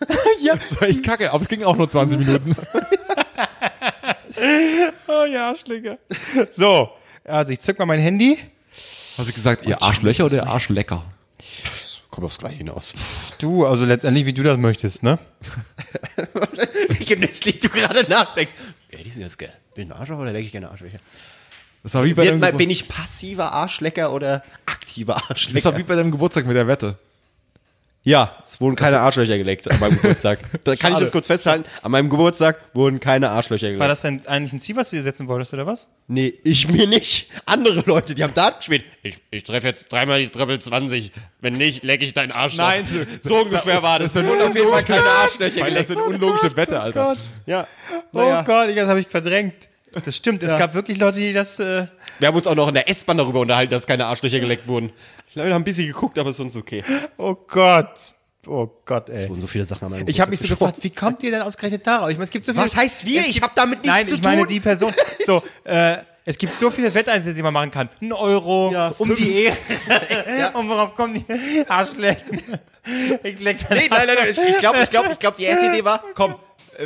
C: Das war echt kacke, aber es ging auch nur 20 Minuten.
B: oh, ihr Arschlöcher. So, also ich zück mal mein Handy.
C: Hast du gesagt, ihr Arschlöcher oder ihr Arschlecker?
A: Kommt aufs Gleiche hinaus.
B: Du, also letztendlich, wie du das möchtest, ne?
A: Wie genüsslich du gerade nachdenkst. Ja, die sind jetzt geil. Bin ich ein Arschloch oder lege ich gerne Arschlöcher?
C: Das war wie bei
A: Wird
C: deinem
A: mal, bin
C: Gebur-
A: ich passiver Arschlecker oder aktiver
C: das war
A: Arschlecker?
C: wie bei deinem Geburtstag mit der Wette.
A: Ja, es wurden keine Arschlöcher geleckt an meinem Geburtstag. Da kann ich das kurz festhalten. An meinem Geburtstag wurden keine Arschlöcher geleckt.
B: War das denn eigentlich ein Ziel, was du dir setzen wolltest, oder was?
A: Nee, ich mir nicht. Andere Leute, die haben Dart gespielt.
E: Ich, ich treffe jetzt dreimal die Triple 20. Wenn nicht, lecke ich deinen Arsch.
C: so,
A: ungefähr war das. Es wurden auf jeden Fall keine Arschlöcher
C: das
A: geleckt.
C: sind unlogische Wette, Alter.
A: Ja.
B: Oh Gott, ich, das habe ich verdrängt. Das stimmt, es gab wirklich Leute, die das... Äh,
A: Wir haben uns auch noch in der S-Bahn darüber unterhalten, dass keine Arschlöcher geleckt wurden. Die Leute haben ein bisschen geguckt, aber ist uns okay.
B: oh Gott. Oh Gott, ey.
A: so viele Sachen an meinem
B: Ich habe mich so gefragt, wie kommt ihr denn ausgerechnet darauf? Ich meine, es gibt so viele.
A: Was heißt wir?
B: Es
A: Ich
B: gibt-
A: hab damit nichts
B: Nein,
A: zu
B: ich meine
A: tun.
B: die Person. So, äh, es gibt so viele Wetteinsätze, die man machen kann. Ein Euro,
A: Ja,
B: um
A: fünf.
B: die Ehre. Und worauf kommen die Arschlecken? Ich leck dann
A: Nee, nein, nein, nein. Ich, ich glaube, ich glaub, ich glaub, die erste Idee war, komm, äh,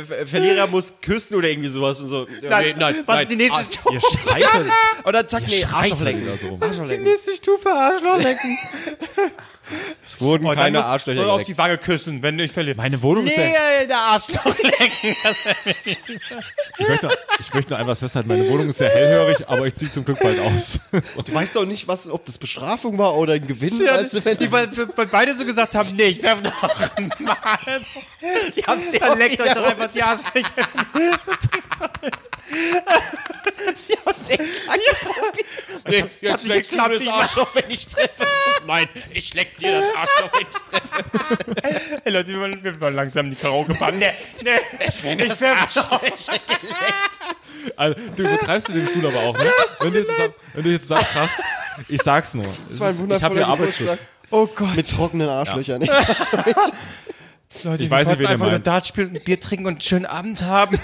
A: Ver- Verlierer muss küssen oder irgendwie sowas und so. Nein, Ah,
B: was ist die nächste Stufe?
C: Ihr scheitert.
A: Und dann zack, nee,
C: Arschloch
A: Arschloch
C: lecken
A: lecken.
C: oder so.
B: Was ist die nächste Stufe? Arschloch lecken.
A: Es wurden
B: Und Oh, dann
A: keine
B: muss-
A: Arschlöcher
B: Auf
A: geleckt.
B: die Wange küssen, wenn ich verliere.
C: Meine Wohnung ist der.
B: Nee, der Arschloch lecken.
C: Ich möchte, ich möchte nur einfach festhalten, meine Wohnung ist sehr hellhörig, aber ich ziehe zum Glück bald aus.
A: Du weißt doch nicht, was, ob das Bestrafung war oder ein Gewinn.
B: Ja,
A: weißt du, wenn
B: die, weil, weil beide so gesagt haben, nee, ich werfe das auf den Mars.
A: die haben sie
B: Dann leckt euch doch einfach die Arschlöcher.
E: Nee,
A: Jetzt leckst du das Arschloch, wenn ich treffe.
E: Nein, ich leck dir das Arschloch. wenn ich-
B: Hey Leute, wir wollen, wir wollen langsam die Karaoke-Bahn. Nee, nee, ich werf doch.
C: Also, du übertreibst du den Stuhl aber auch, ne? Wenn du jetzt zusammen, wenn du jetzt sagst, krass, ich sag's nur. Es
A: war ein
C: ist, ich habe hier
A: wundervoller
C: Arbeitsschutz.
A: Geburtstag.
B: Oh Gott,
A: Mit trockenen Arschlöchern.
B: Leute,
C: ich weiß
B: wollten
C: nicht, wen ihr
B: einfach nur
C: meint.
B: Dart spielen, ein Bier trinken und einen schönen Abend haben.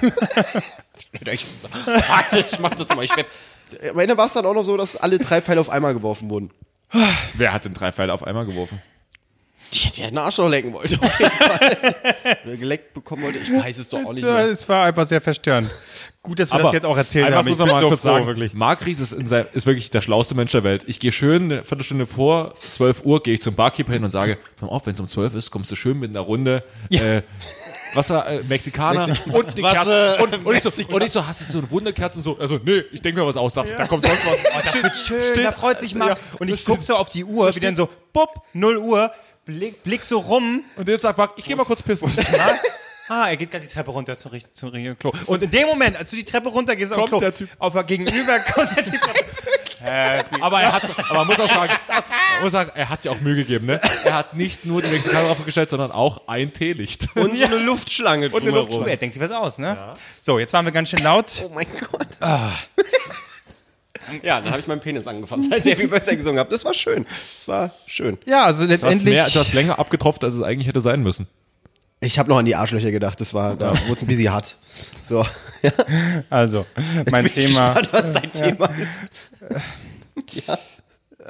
A: Warte, ich mach das mal. Ich werd- Am Ende war es dann auch noch so, dass alle drei Pfeile auf einmal geworfen wurden.
C: Wer hat denn drei Pfeile auf einmal geworfen?
A: Die hätte ja einen Arschloch lecken wollte. Auf jeden Fall. Oder geleckt bekommen wollte. Ich weiß es doch auch nicht mehr.
B: Es war einfach sehr verstörend. Gut, dass wir das jetzt auch erzählt
C: einfach
B: haben.
C: muss man mal kurz sagen, Marc Ries ist, in sein, ist wirklich der schlauste Mensch der Welt. Ich gehe schön eine Viertelstunde vor 12 Uhr, gehe ich zum Barkeeper hin und sage, komm auf, wenn es um 12 ist, kommst du schön mit einer Runde äh, Wasser, äh, Mexikaner und eine
A: Wasser-
C: Kerze. Und, und, ich so, und ich so, hast du so eine Wunderkerze und so? Also, nee, ich denke mir was aus, da, da kommt sonst was. Oh, das wird
B: Schön, da freut sich Marc.
C: Ja,
B: und
C: das
B: ich gucke so auf die Uhr, wie dann so, bupp, 0 Uhr, blick, blick so rum.
C: Und jetzt sagt Marc, ich gehe mal kurz pissen.
B: Ah, er geht gerade die Treppe runter zum, richt- zum richtigen Klo. Und in dem Moment, als du die Treppe runter gehst,
C: Kommt
B: auf Klo,
C: der Typ.
B: auf der Gegenüber kommt der Typ.
C: Aber er hat, aber man muss auch sagen, man muss sagen, er hat sich auch Mühe gegeben, ne? Er hat nicht nur die Mexikaner aufgestellt, sondern auch ein Teelicht.
A: Und so eine Luftschlange
B: Puh, er denkt sich was aus, ne? So, jetzt waren wir ganz schön laut.
A: Oh mein Gott. Ja, dann habe ich meinen Penis angefasst, als ich Happy Birthday gesungen habe. Das war schön. Das war schön.
B: Ja, also
C: Du hast,
B: letztendlich.
C: mehr, du hast länger abgetropft, als es eigentlich hätte sein müssen.
A: Ich habe noch an die Arschlöcher gedacht. Das war, da wurde es ein bisschen hart. So. Ja.
B: also, mein
A: Bin ich
B: Thema.
A: Gespannt, was dein Thema ist.
C: Ich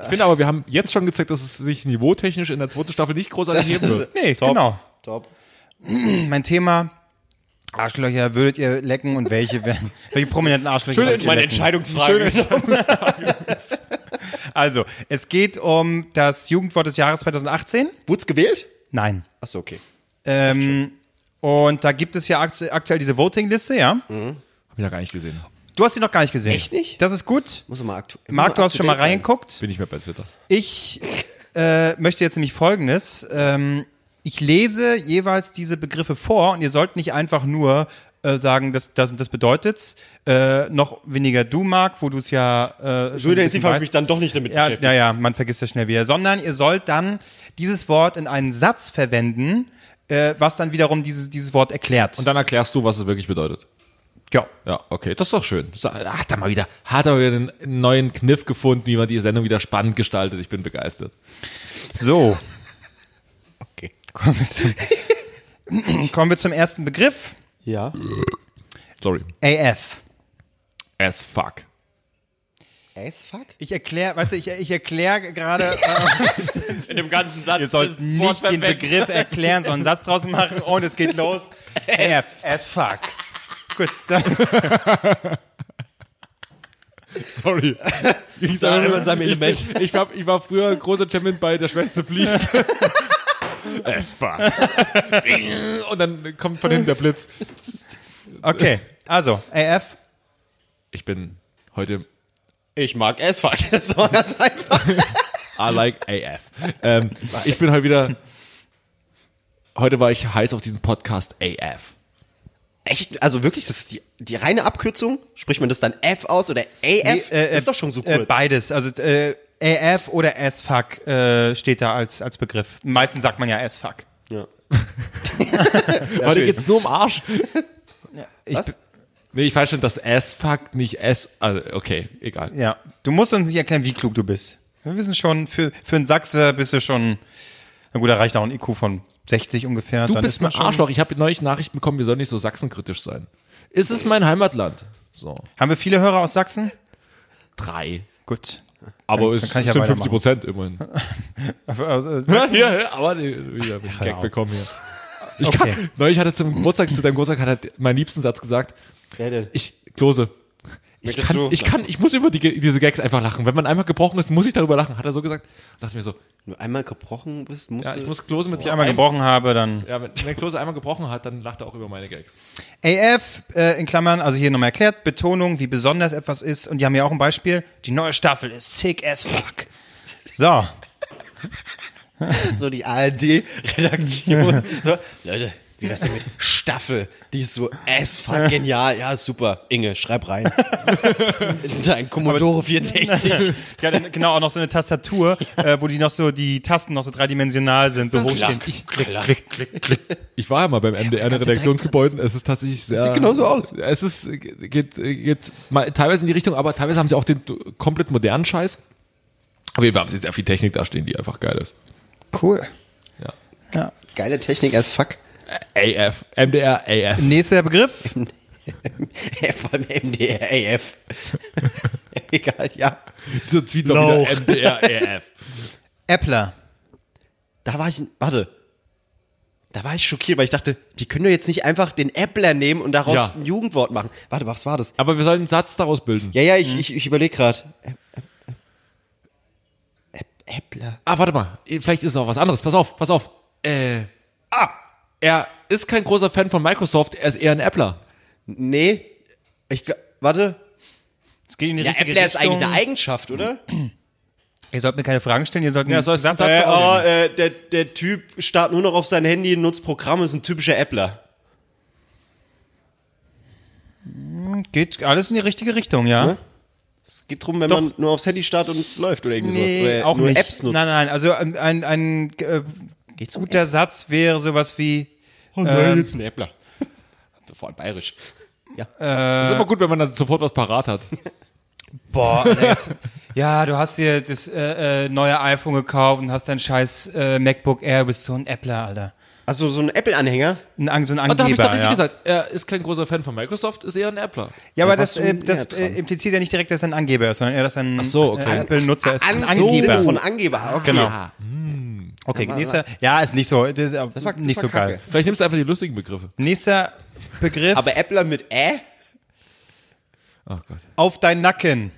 C: finde aber, wir haben jetzt schon gezeigt, dass es sich niveautechnisch in der zweiten Staffel nicht großartig
A: Das
C: heben
A: ist-
C: wird.
B: Nee,
C: Top.
B: genau.
A: Top.
B: Mein Thema. Arschlöcher würdet ihr lecken und welche werden, welche prominenten Arschlöcher
C: Schöne-
B: würdet ihr
C: meine
B: lecken?
A: Entscheidungsfrage.
B: Also, es geht um das Jugendwort des Jahres 2018.
A: Wurde es gewählt?
B: Nein.
A: Achso, okay.
B: Ähm, und da gibt es ja aktu aktuell diese Voting-Liste, ja?
C: Hab ich ja gar nicht gesehen.
B: Du hast sie noch gar nicht gesehen.
A: Hm. Echt nicht?
B: Das ist gut.
A: Muss mal aktu-
B: Marc, du hast schon mal reingeguckt.
C: Bin ich mehr bei Twitter.
B: Ich äh, möchte jetzt nämlich Folgendes. Ähm, ich lese jeweils diese Begriffe vor und ihr sollt nicht einfach nur äh, sagen, das, das und das bedeutet's. Äh, noch weniger du, Marc, wo du es ja äh,
A: So
B: schon ein bisschen
A: intensiv habe ich
B: weißt.
A: mich dann doch nicht damit
B: Ja,
A: beschäftigt.
B: ja, ja, man vergisst das schnell wieder. Sondern ihr sollt dann dieses Wort in einen Satz verwenden, äh, was dann wiederum dieses, dieses Wort erklärt.
C: Und dann erklärst du, was es wirklich bedeutet.
B: ja.
C: Ja, okay, das ist doch schön. So, da Hat er mal wieder, hat er wieder einen neuen Kniff gefunden, wie man die Sendung wieder spannend gestaltet. Ich bin begeistert.
B: So,
A: Okay.
B: kommen wir zum, kommen wir zum ersten Begriff.
A: Ja.
C: Sorry.
B: AF.
C: As fuck.
A: As fuck?
B: Ich erkläre, weißt du, ich, ich erkläre gerade, äh,
E: In dem ganzen Satz.
B: ihr sollt nicht den Begriff erklären, sondern einen Satz draus machen und es geht los. AF, as fuck. Gut, dann,
C: Sorry. Ich,
A: war immer in seinem Element.
C: Ich, ich, hab, ich war früher großer Champion bei Der Schwester fliegt. As fuck. Und dann kommt von hinten der Blitz.
B: okay, also, AF,
C: Ich bin heute
A: Ich mag As fuck. Das war ganz einfach.
C: I like AF. Ähm, ich bin heute wieder. Heute war ich heiß auf diesen Podcast AF.
A: Echt? Also wirklich, das ist die, die reine Abkürzung? Spricht man das dann F aus oder AF?
B: äh,
A: das ist doch schon so
B: äh,
A: kurz.
B: beides, also äh, AF oder as fuck äh, steht da als, als Begriff. Meistens sagt man ja as fuck.
A: ja.
C: heute geht's nur um Arsch.
B: Ich,
A: Was?
C: Nee, ich weiß schon, das S fuck nicht S. Also, okay, egal.
B: Ja, du musst uns nicht erklären, wie klug du bist. Wir wissen schon, für, für einen Sachse bist du schon, na gut, da reicht auch ein IQ von 60 ungefähr.
C: Du
B: dann ist
C: bist ein
B: man schon-
C: Arschloch. Ich habe neulich Nachrichten bekommen, wir sollen nicht so sachsenkritisch sein. Es ist mein Heimatland. So.
B: Haben wir viele Hörer aus Sachsen?
C: Drei.
B: Gut.
C: Aber
B: dann
C: es
B: kann ich ja
C: sind
B: weitermachen.
C: 50 Prozent immerhin.
B: Also,
C: ja, ja, aber äh, ich habe einen Gag bekommen hier. Ich
B: Okay.
C: kann, neulich hatte zum Geburtstag, zu deinem Geburtstag hat er meinen liebsten Satz gesagt.
A: Wer denn?
C: Ich, Klose. Ich
A: Möchtest
C: kann,
A: du?
C: ich kann, ich muss über die, diese Gags einfach lachen. Wenn man einmal gebrochen ist, muss ich darüber lachen. Hat er so gesagt. Dachte mir so,
A: Nur einmal gebrochen bist, musst
C: ja,
A: du-
C: ich muss Klose mit
B: wenn
A: Oh,
B: ich einmal gebrochen habe, dann.
C: Ja, wenn, wenn Klose einmal gebrochen hat, dann lacht er auch über meine Gags.
B: AF, äh, in Klammern, also hier nochmal erklärt, Betonung, wie besonders etwas ist. Und die haben ja auch ein Beispiel. Die neue Staffel ist sick as fuck. So.
A: so die ARD-Redaktion. So, Leute, wie wär's denn mit Staffel? Die ist so as fuck genial. Ja, super. Inge, schreib rein. Dein Commodore 64.
B: Ja, dann genau, auch noch so eine Tastatur, äh, wo die noch so, die Tasten noch so dreidimensional sind, so hochstehen.
A: Klick, klick, klick, klick.
C: Ich war ja mal beim MDR in den Redaktionsgebäuden. Es ist tatsächlich sehr.
A: sieht genauso aus.
C: Es ist, geht, geht mal, teilweise in die Richtung, aber teilweise haben sie auch den t- komplett modernen Scheiß. Aber wir haben sie sehr viel Technik da stehen, die einfach geil ist.
B: Cool.
C: Ja. Äh,
B: Ja.
A: Geile Technik as fuck.
C: AF. MDR, AF.
B: Nächster Begriff.
A: Vor allem MDR, AF. Egal, ja.
C: Das Tweet war wieder MDR, AF.
B: Appler.
A: Da war ich, warte. Da war ich schockiert, weil ich dachte, die können doch jetzt nicht einfach den Appler nehmen und daraus
C: Ja.
A: ein Jugendwort machen. Warte, was war das?
C: Aber wir sollen einen Satz daraus bilden.
A: Ja, ja, ich, ich, ich überlege gerade. Appler.
C: Ah, warte mal. Vielleicht ist es auch was anderes. Pass auf, pass auf. Äh. Ah! Er ist kein großer Fan von Microsoft, er ist eher ein Appler.
A: Nee. Ich, gl- warte.
B: Es geht in die
A: Ja,
B: richtige
A: Äppler ist
B: Richtung.
A: eigentlich eine Eigenschaft, oder?
B: ihr sollt mir keine Fragen stellen, ihr sollt einen
C: sollst einen
B: Satz
C: Satz-
B: sagen.
A: Äh,
C: auch
A: oh, äh, der, der Typ starrt nur noch auf sein Handy, nutzt Programme, ist ein typischer Äppler.
B: Geht alles in die richtige Richtung, ja?
A: Ne? Es geht drum, wenn
B: Doch.
A: man nur aufs Handy starrt und läuft oder irgendwie sowas. Oder
B: auch
A: nur
B: nicht.
A: Apps nutzt.
B: Nein, nein, also ein, ein, ein äh,
A: Geht's um
B: guter Satz wäre sowas wie ähm,
A: Oh nein, jetzt ein Äppler. Vor allem bayerisch.
C: Äh. ist immer gut, wenn man dann sofort was parat hat.
B: Boah, Alex. ja, du hast dir das äh, äh, neue iPhone gekauft und hast dein scheiß äh, MacBook Air, du bist so ein Appler, Alter.
A: Also so ein Apple-Anhänger.
B: Ein, Ang- so ein Angeber,
C: Und da habe ich tatsächlich
B: ja.
C: gesagt, er ist kein großer Fan von Microsoft, ist eher ein Appler.
B: Ja, aber
A: Ja,
B: das,
A: was
B: äh,
A: du
B: das
A: näher
B: äh,
A: dran.
B: impliziert ja nicht direkt, dass er ein Angeber ist, sondern eher, dass er ein, dass
C: so,
B: er ein
C: okay.
B: Apple-Nutzer ist. Ein
A: Im Sinne
B: Angeber.
A: Von Angeber. Okay.
B: Genau.
A: Ja. Hm.
B: okay, nächster. Ja, ist nicht so. Das ist
A: war- das
B: nicht
A: war
B: so
A: Kacke.
B: geil.
C: Vielleicht nimmst du einfach die lustigen Begriffe.
B: Nächster Begriff.
A: Aber Appler mit Ä?
C: Oh Gott.
B: auf deinen Nacken.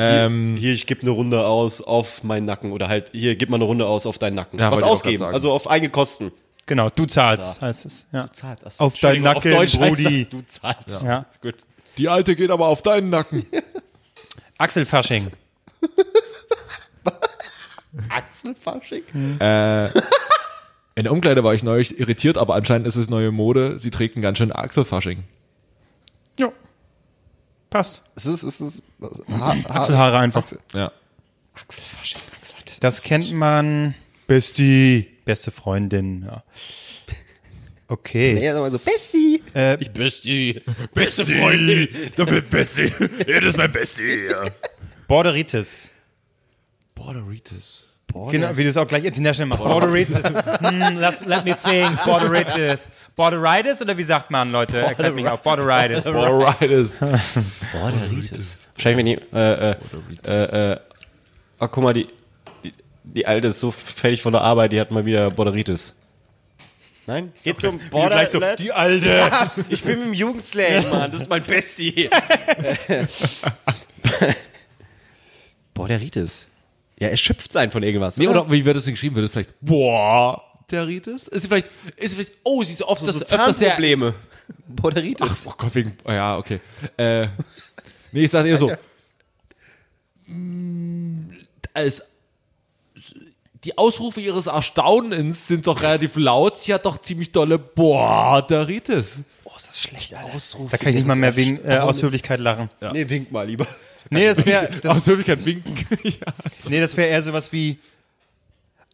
C: Ähm,
A: Hier, ich gebe eine Runde aus auf meinen Nacken. Oder halt, hier, gib mal eine Runde aus auf deinen Nacken.
C: Ja,
A: Was
C: wollte ich auch
A: ausgeben,
C: grad sagen.
A: also auf eigene Kosten.
B: Genau, du zahlst, heißt es. Ja.
A: Zahlst. Achso,
B: Auf deinen
A: Entschuldigung,
B: Nacken,
A: auf Deutsch heißt
B: Brudi.
A: Das, du zahlst.
B: Ja.
A: Gut.
C: die alte geht aber auf deinen Nacken.
B: Achselfasching.
A: Achselfasching?
C: In der Umkleide war ich neulich irritiert, aber anscheinend ist es neue Mode. Sie trägt einen ganz schönen Achselfasching.
B: Ja. Passt.
A: Es ist, es ist, ha, ha,
B: Achselhaare einfach.
C: Ja.
A: Achselfasching. Achselfasching.
B: Das kennt man. Bestie. Beste Freundin. Ja. Okay.
A: Ja, sag mal so, Besti.
E: Bestie, beste Freunde.
B: Borderitis.
C: Borderitis.
B: Genau, wie du es auch gleich international machst. Borderitis. hm, let, let me think. Borderitis. Borderitis oder wie sagt man, Leute? Erklärt mich auf. Borderitis.
C: Borderitis.
A: Borderitis. Wahrscheinlich, wenn die, äh, äh, äh, äh, oh, guck mal, die, die, die Alte ist so fertig von der Arbeit, die hat mal wieder Borderitis. Nein? Geht's um Border?
B: Gleich so, die alte.
A: ich bin im Jugendslang, Mann, das ist mein Bestie. Borderitis. Ja, erschöpft sein von irgendwas.
C: Nee, oder wie wird das denn geschrieben? Wird es vielleicht Borderitis? Ist sie vielleicht, ist sie vielleicht, oh, sie ist oft das
A: so
C: öfters der-
A: Zahnprobleme. Borderitis.
C: Oh Gott, wegen, oh ja, okay. Äh, nee, ich sage eher so, mm, als, die Ausrufe ihres Erstaunens sind doch relativ laut. Sie hat doch ziemlich dolle Borderitis.
A: Oh, ist das schlecht, Alter. Ausruf.
B: Da kann ich nicht mal mehr wegen äh, aus Höflichkeit lachen.
A: Nee, wink mal lieber.
B: Nee, das wäre
C: Aus Höflichkeit winken. ja.
B: Nee, das wäre eher sowas wie.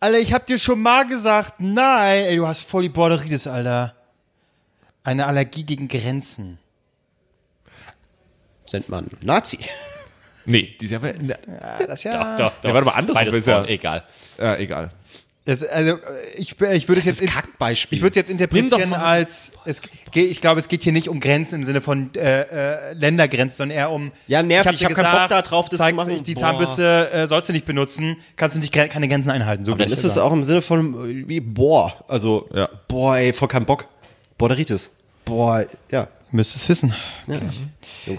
B: Alter, ich hab dir schon mal gesagt, nein, ey, du hast voll die Borderitis, Alter. Eine Allergie gegen Grenzen.
A: Sind man Nazi.
C: Nee, die ist aber, ne,
B: Ja, das ja.
E: Doch, doch.
C: Ja, warte mal, andersrum
E: Beides
C: ist ja-
E: Porn, egal.
C: ja, egal.
B: Das, also, ich, ich würde es jetzt, ins-
A: Kackbeispiel.
B: ich würd's jetzt
C: Nimm
B: interpretieren
C: doch mal-
B: als, es, ge- ich glaube, es geht hier nicht um Grenzen im Sinne von äh, äh, Ländergrenzen, sondern eher um,
A: Ja, nervig,
B: hab
A: ich hab
B: dir
A: keinen Bock
B: gesagt,
A: da drauf, das
B: zeig-
A: zu machen.
B: Die
A: Boah.
B: Zahnbürste äh, sollst du nicht benutzen, kannst du nicht gre- keine Grenzen einhalten. So
A: Dann
B: würd ich
A: ist es
B: sagen.
A: auch im Sinne von äh, wie boah, also
C: Ja.
A: boah, ey, voll kein Bock. Borderitis. Boah, ja.
B: Müsste es wissen.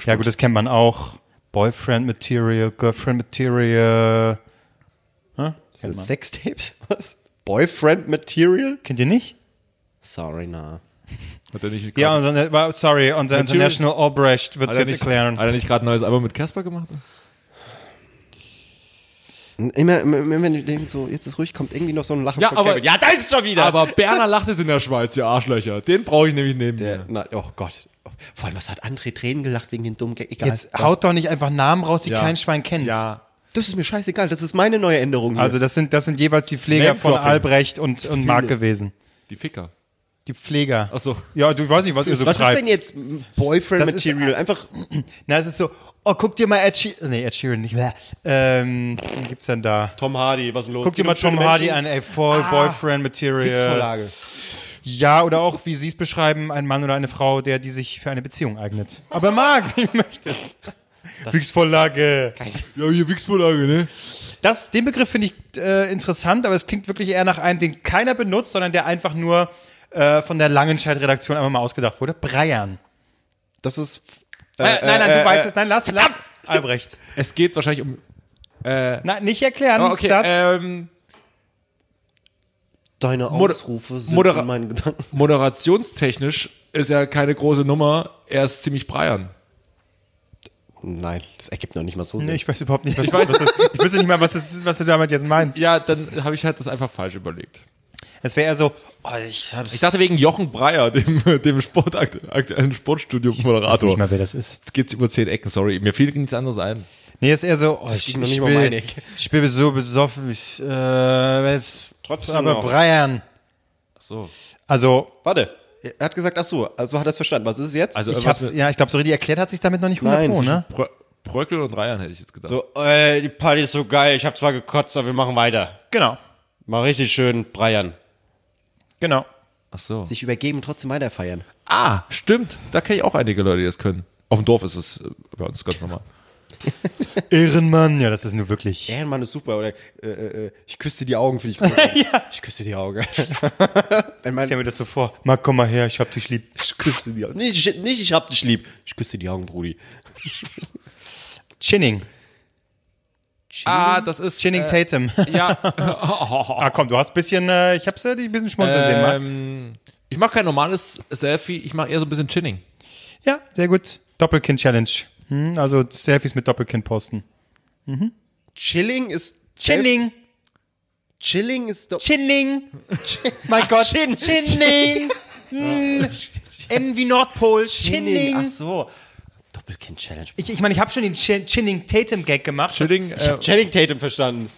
B: Ja, gut, das kennt man auch. Boyfriend Material, Girlfriend Material.
A: Sind das Sextapes? Was? Boyfriend Material?
B: Kennt ihr nicht?
A: Sorry, na.
C: Hat er nicht
B: Ja, unser, wow, sorry, unser
C: Material-
B: International Obrecht wird es
C: Hat er
B: jetzt
C: nicht,
B: erklären.
C: hat er nicht gerade ein neues Album mit Casper gemacht?
A: Immer, immer, immer wenn du denkst, so, jetzt ist ruhig, kommt irgendwie noch so ein Lachen
C: Ja,
A: von
C: aber-
A: Kevin. Ja, da ist es schon wieder!
C: Aber Berner lacht es in der Schweiz, ihr Arschlöcher. Den brauche ich nämlich neben
A: Der,
C: mir.
A: na, oh Gott. Vor allem, was hat André Tränen gelacht wegen dem dummen Gag? Egal.
B: Jetzt haut doch nicht einfach Namen raus, die
C: Ja.
B: kein Schwein kennt.
C: Ja.
A: das ist mir scheißegal, das ist meine neue Änderung hier.
B: Also das sind, das sind jeweils die Pfleger von
C: Name-Dropping.
B: Albrecht und, und Marc gewesen.
C: Die Ficker.
B: Die Pfleger.
C: Ach so.
B: Ja, du ich weiß nicht, was ihr so
A: was ist
B: treibt.
A: denn jetzt Boyfriend
B: Das ist-
A: Material? Einfach
B: Na, es ist so, oh, guck dir mal Ed Sheeran, nee, Ed Sheeran nicht, bäh. ähm, wen gibt's denn da?
A: Tom Hardy, was ist los?
B: Guck dir mal Tom Hardy an, ey, voll
A: Ah.
B: Boyfriend Material.
A: Verlage.
B: Ja, oder auch, wie Sie es beschreiben, ein Mann oder eine Frau, der die sich für eine Beziehung eignet. Aber mag, wie du möchtest. Wichsvorlage.
C: Ja, hier Wichsvorlage, ne?
B: Das, den Begriff finde ich äh, interessant, aber es klingt wirklich eher nach einem, den keiner benutzt, sondern der einfach nur äh, von der Langenscheid-Redaktion einmal mal ausgedacht wurde. Breiern.
A: Das ist.
B: Äh, nein, nein, du weißt es. Nein, lass, lass. Albrecht.
C: Es geht wahrscheinlich um.
B: Nein, nicht erklären.
C: Oh, okay,
B: Satz.
C: ähm,
A: Deine
C: Moder-
A: Ausrufe sind
C: Modera-
A: in meinen Gedanken.
C: moderationstechnisch ist er keine große Nummer. Er ist ziemlich breiern.
A: Nein, das ergibt noch nicht mal so
B: Nee,
A: Sinn.
B: ich weiß überhaupt nicht, was, ich was das, Ich wüsste nicht mal, was, das, was du damit jetzt meinst.
C: Ja, dann habe ich halt das einfach falsch überlegt.
B: Es wäre eher so, oh, ich hab's.
C: Ich dachte wegen Jochen Breyer, dem, dem Sport, aktuellen
B: nicht
C: Sportstudio-Moderator.
B: mal, wer das ist.
C: Es geht über zehn Ecken, sorry. Mir fiel nichts anderes ein.
B: Nee, ist eher so, oh, ich,
A: ging noch
B: ich,
A: nicht mal
B: bin,
A: meine
B: ich
A: Ecke.
B: bin so besoffen, ich, äh, jetzt,
A: Trotzdem
B: aber
A: noch.
B: Breiern.
C: So.
B: Also,
A: Warte. Er hat gesagt, ach so, also hat er es verstanden. Äh, Was ist es jetzt?
C: Also
B: Ich
C: irgendwas
B: hab's,
C: mit
B: ja, ich glaube, so richtig erklärt hat sich damit noch nicht 100
A: Nein,
B: Pro, ne?
C: Brö Bröckel und Reiern hätte ich jetzt gedacht.
A: so, äh, die Party ist so geil. Ich habe zwar gekotzt, aber wir machen weiter.
B: Genau,
A: Mal richtig schön breiern.
B: genau.
C: Ach so.
A: Sich übergeben, trotzdem weiterfeiern.
C: Ah, stimmt. Da kenne ich auch einige Leute, die das können. Auf dem Dorf ist es äh, bei uns ganz normal.
B: Ehrenmann, ja, das ist nur wirklich.
A: Ja, Mann, ist super. Oder äh, äh, ich küsse die Augen, finde ich großartig. Ich küsse die Augen. Wenn man,
B: Stell mir das so vor. Marc, komm mal her, ich hab dich lieb.
A: ich küsse die Augen. Nicht, ich- nicht, ich hab dich lieb. Ich küsse die Augen, Brudi.
B: Chinning.
C: Ah, das ist.
B: Chinning
C: äh,
B: Tatum.
C: Ja.
B: ah, komm, du hast bisschen, äh, ich hab's ja dich ein bisschen schmunzeln sehen, Marc.
C: ähm, ich mache kein normales Selfie, ich mache eher so ein bisschen Chinning.
B: Ja, sehr gut. Doppelkind-Challenge. Hm, also Selfies mit Doppelkind posten.
A: Chilling ist.
B: Chinning,
A: Chilling ist doch.
B: Chinning. Oh mein Gott. Chin. Chinning. Hm. N wie Nordpol. Chinning.
A: Ach so. Doppelkind-Challenge.
B: Ich, ich meine, ich habe schon den Chin Chinning Tatum Gag gemacht.
C: Chilling, äh,
A: Ich hab Channing Tatum verstanden.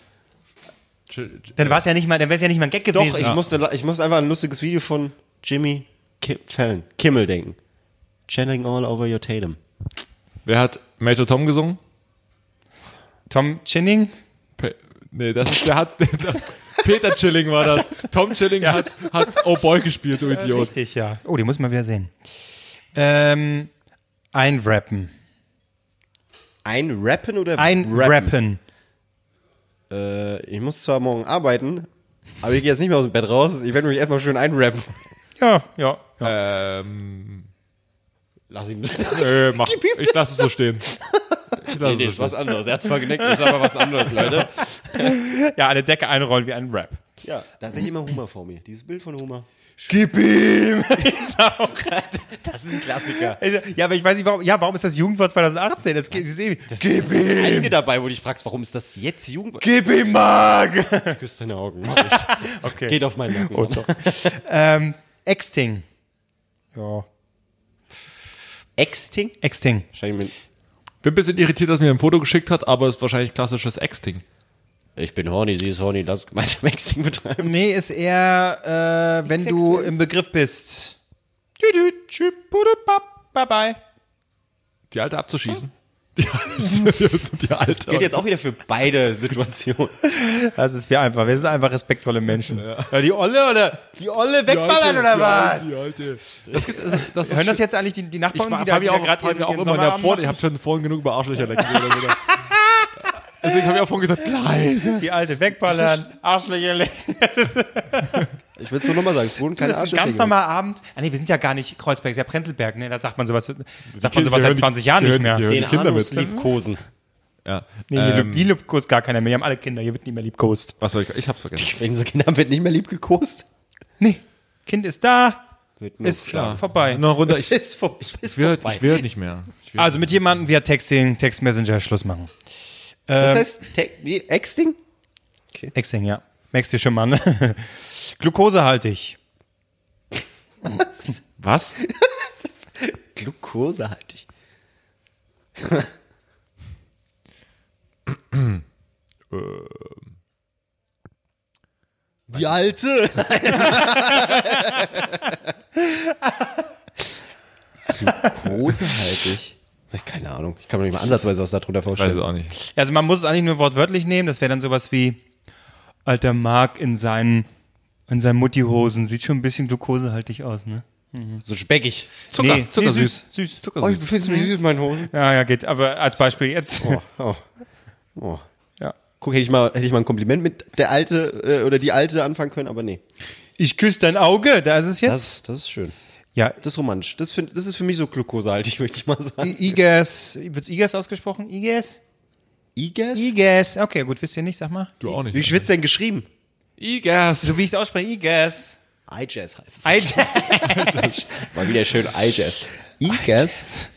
B: Dann war's ja nicht mal, dann wär's ja nicht mal ein Gag gewesen.
A: Doch, ich, musste, ich musste einfach ein lustiges Video von Jimmy Ki Fallon, Kimmel denken. Channing all over your Tatum.
C: wer hat Major Tom gesungen?
B: Tom Chinning.
C: Pe nee, das ist, der hat. Peter Chilling war das. Tom Chilling hat, hat Oh Boy gespielt, du Idiot.
B: Richtig, ja. Oh, die muss man wieder sehen. Ähm, einwrappen.
A: Ein Rappen oder
B: Einwrappen.
A: Äh, ich muss zwar morgen arbeiten, aber ich gehe jetzt nicht mehr aus dem Bett raus. Ich werde mich erstmal schön einrappen.
B: Ja, ja. ja.
C: Ähm,
A: Lass ihn.
C: äh, mach, ich lasse es so stehen. Ich lasse
A: Nee,
C: es
A: ist
C: so
A: was
C: stehen.
A: anderes. Er hat zwar genickt, ist aber was anderes, Leute.
B: Ja, eine Decke einrollen wie ein Rap.
A: Ja, da sehe ich immer Humor vor mir. Dieses Bild von Humor.
B: Gib ihm!
A: Das ist ein Klassiker.
B: Also, ja, aber ich weiß nicht, warum, ja, warum ist das Jugendwort 2018? Das, geht- das, das Gib ihm!
A: Einige dabei, wo du dich fragst, warum ist das jetzt Jugend?
B: Gib ihm, Marc!
A: Ich küsse deine Augen. Mach ich.
B: Okay.
A: Geht auf meinen Nacken.
B: Oh, sorry. ähm, Exting. Ja.
A: Exting?
B: Exting.
A: Wahrscheinlich
C: Bin ein bisschen irritiert, dass mir ein Foto geschickt hat, aber ist wahrscheinlich klassisches Ex-Ding.
A: mit Ich bin horny, sie ist horny, lass gemeinsam Exting betreiben.
B: Nee, ist eher, äh, wenn du im Begriff bist. Tüdü, tschüp, pudu, bap, Bye bye.
C: Die alte abzuschießen. Die, die alte.
A: Geht jetzt auch wieder für beide Situationen.
B: Das ist wir einfach. Wir sind einfach respektvolle Menschen. Ja. die Olle oder die Olle wegballern oder was?
C: Die alte. Das gibt's, das, das
B: Hören das jetzt eigentlich die, die
C: Ich
B: Nachbarn,
C: war,
B: die
C: die hab ich auch,
B: gerade
C: hab ich auch immer in der Vor ich habe schon vorhin genug über Arschlöcher weggeredet. oder? Deswegen habe ich auch vorhin gesagt, leise.
B: Die alte wegballern, Arschlöcher lecken.
A: Ich will es nur nochmal sagen, es wurden keine
B: Das ist ein ganz normaler Abend. Ah nee, wir sind ja gar nicht Kreuzberg, ist ja Prenzlberg, ne? Da sagt man sowas, sagt man
C: Wir
B: sowas
C: hören
B: seit
C: die-
B: 20 Jahren
C: wir
B: nicht
C: hören-
B: mehr.
C: wir hören
A: Den
C: die Kinder
A: Anus
C: mit.
A: liebkosen.
C: Ja.
B: Nee, die
C: Ähm,
B: lieb- die liebkost gar keiner mehr. Die haben alle Kinder, hier wird nicht mehr liebkost.
C: was soll ich? Ich hab's vergessen.
A: Wegen so Kindern wird nicht mehr lieb gekost.
B: Nee, Kind ist da,
A: Wird nur
B: ist vorbei.
C: Noch runter. Ich,
A: ist vorbei. Ist
C: ich, will,
A: vorbei.
C: ich will nicht mehr. Ich will
B: Also mit jemandem via Texting, Textmessenger Schluss machen.
A: das
B: ähm,
A: heißt, te- wie, Exting?
B: Texting, ja. Merkst du schon mal, ne? Glukosehaltig.
C: was? Äh,
A: Glukosehaltig. Die alte. Glukosehaltig? Keine Ahnung. Ich kann mir nicht mal ansatzweise was darunter vorstellen.
C: Weiß es auch nicht.
B: Also man muss es eigentlich nur wortwörtlich nehmen. Das wäre dann sowas wie alter Mark in seinen in seinen Muttihosen. Sieht schon ein bisschen glukosehaltig aus, ne?
A: So speckig.
C: Zucker,
B: Nee,
C: Zucker
B: nee,
C: süß.
B: süß.
C: Zucker
A: Oh,
C: süß.
A: ich befinde mich süß in meinen Hosen.
B: Ja, ja, geht. Aber als Beispiel jetzt.
A: Oh. Oh.
B: Ja.
A: Guck, hätte ich, mal, hätte ich mal ein Kompliment mit der Alte äh, oder die Alte anfangen können, aber nee.
B: Ich küsse dein Auge, da ist es jetzt.
A: Das, das ist schön.
B: ja.
A: Das ist romantisch. Das, find, das ist für mich so glukosehaltig, möchte ich mal sagen.
B: I- Iges, wird's Iges ausgesprochen? Iges?
A: Igas?
B: Iges. Okay, gut, wisst ihr nicht, sag mal.
C: Du auch nicht.
A: E Wie wird's denn geschrieben?
C: Igas.
B: So wie ich es ausspreche, Iges.
A: iJazz E heißt es.
B: Alter.
A: Mal wieder schön E iJazz. iJazz?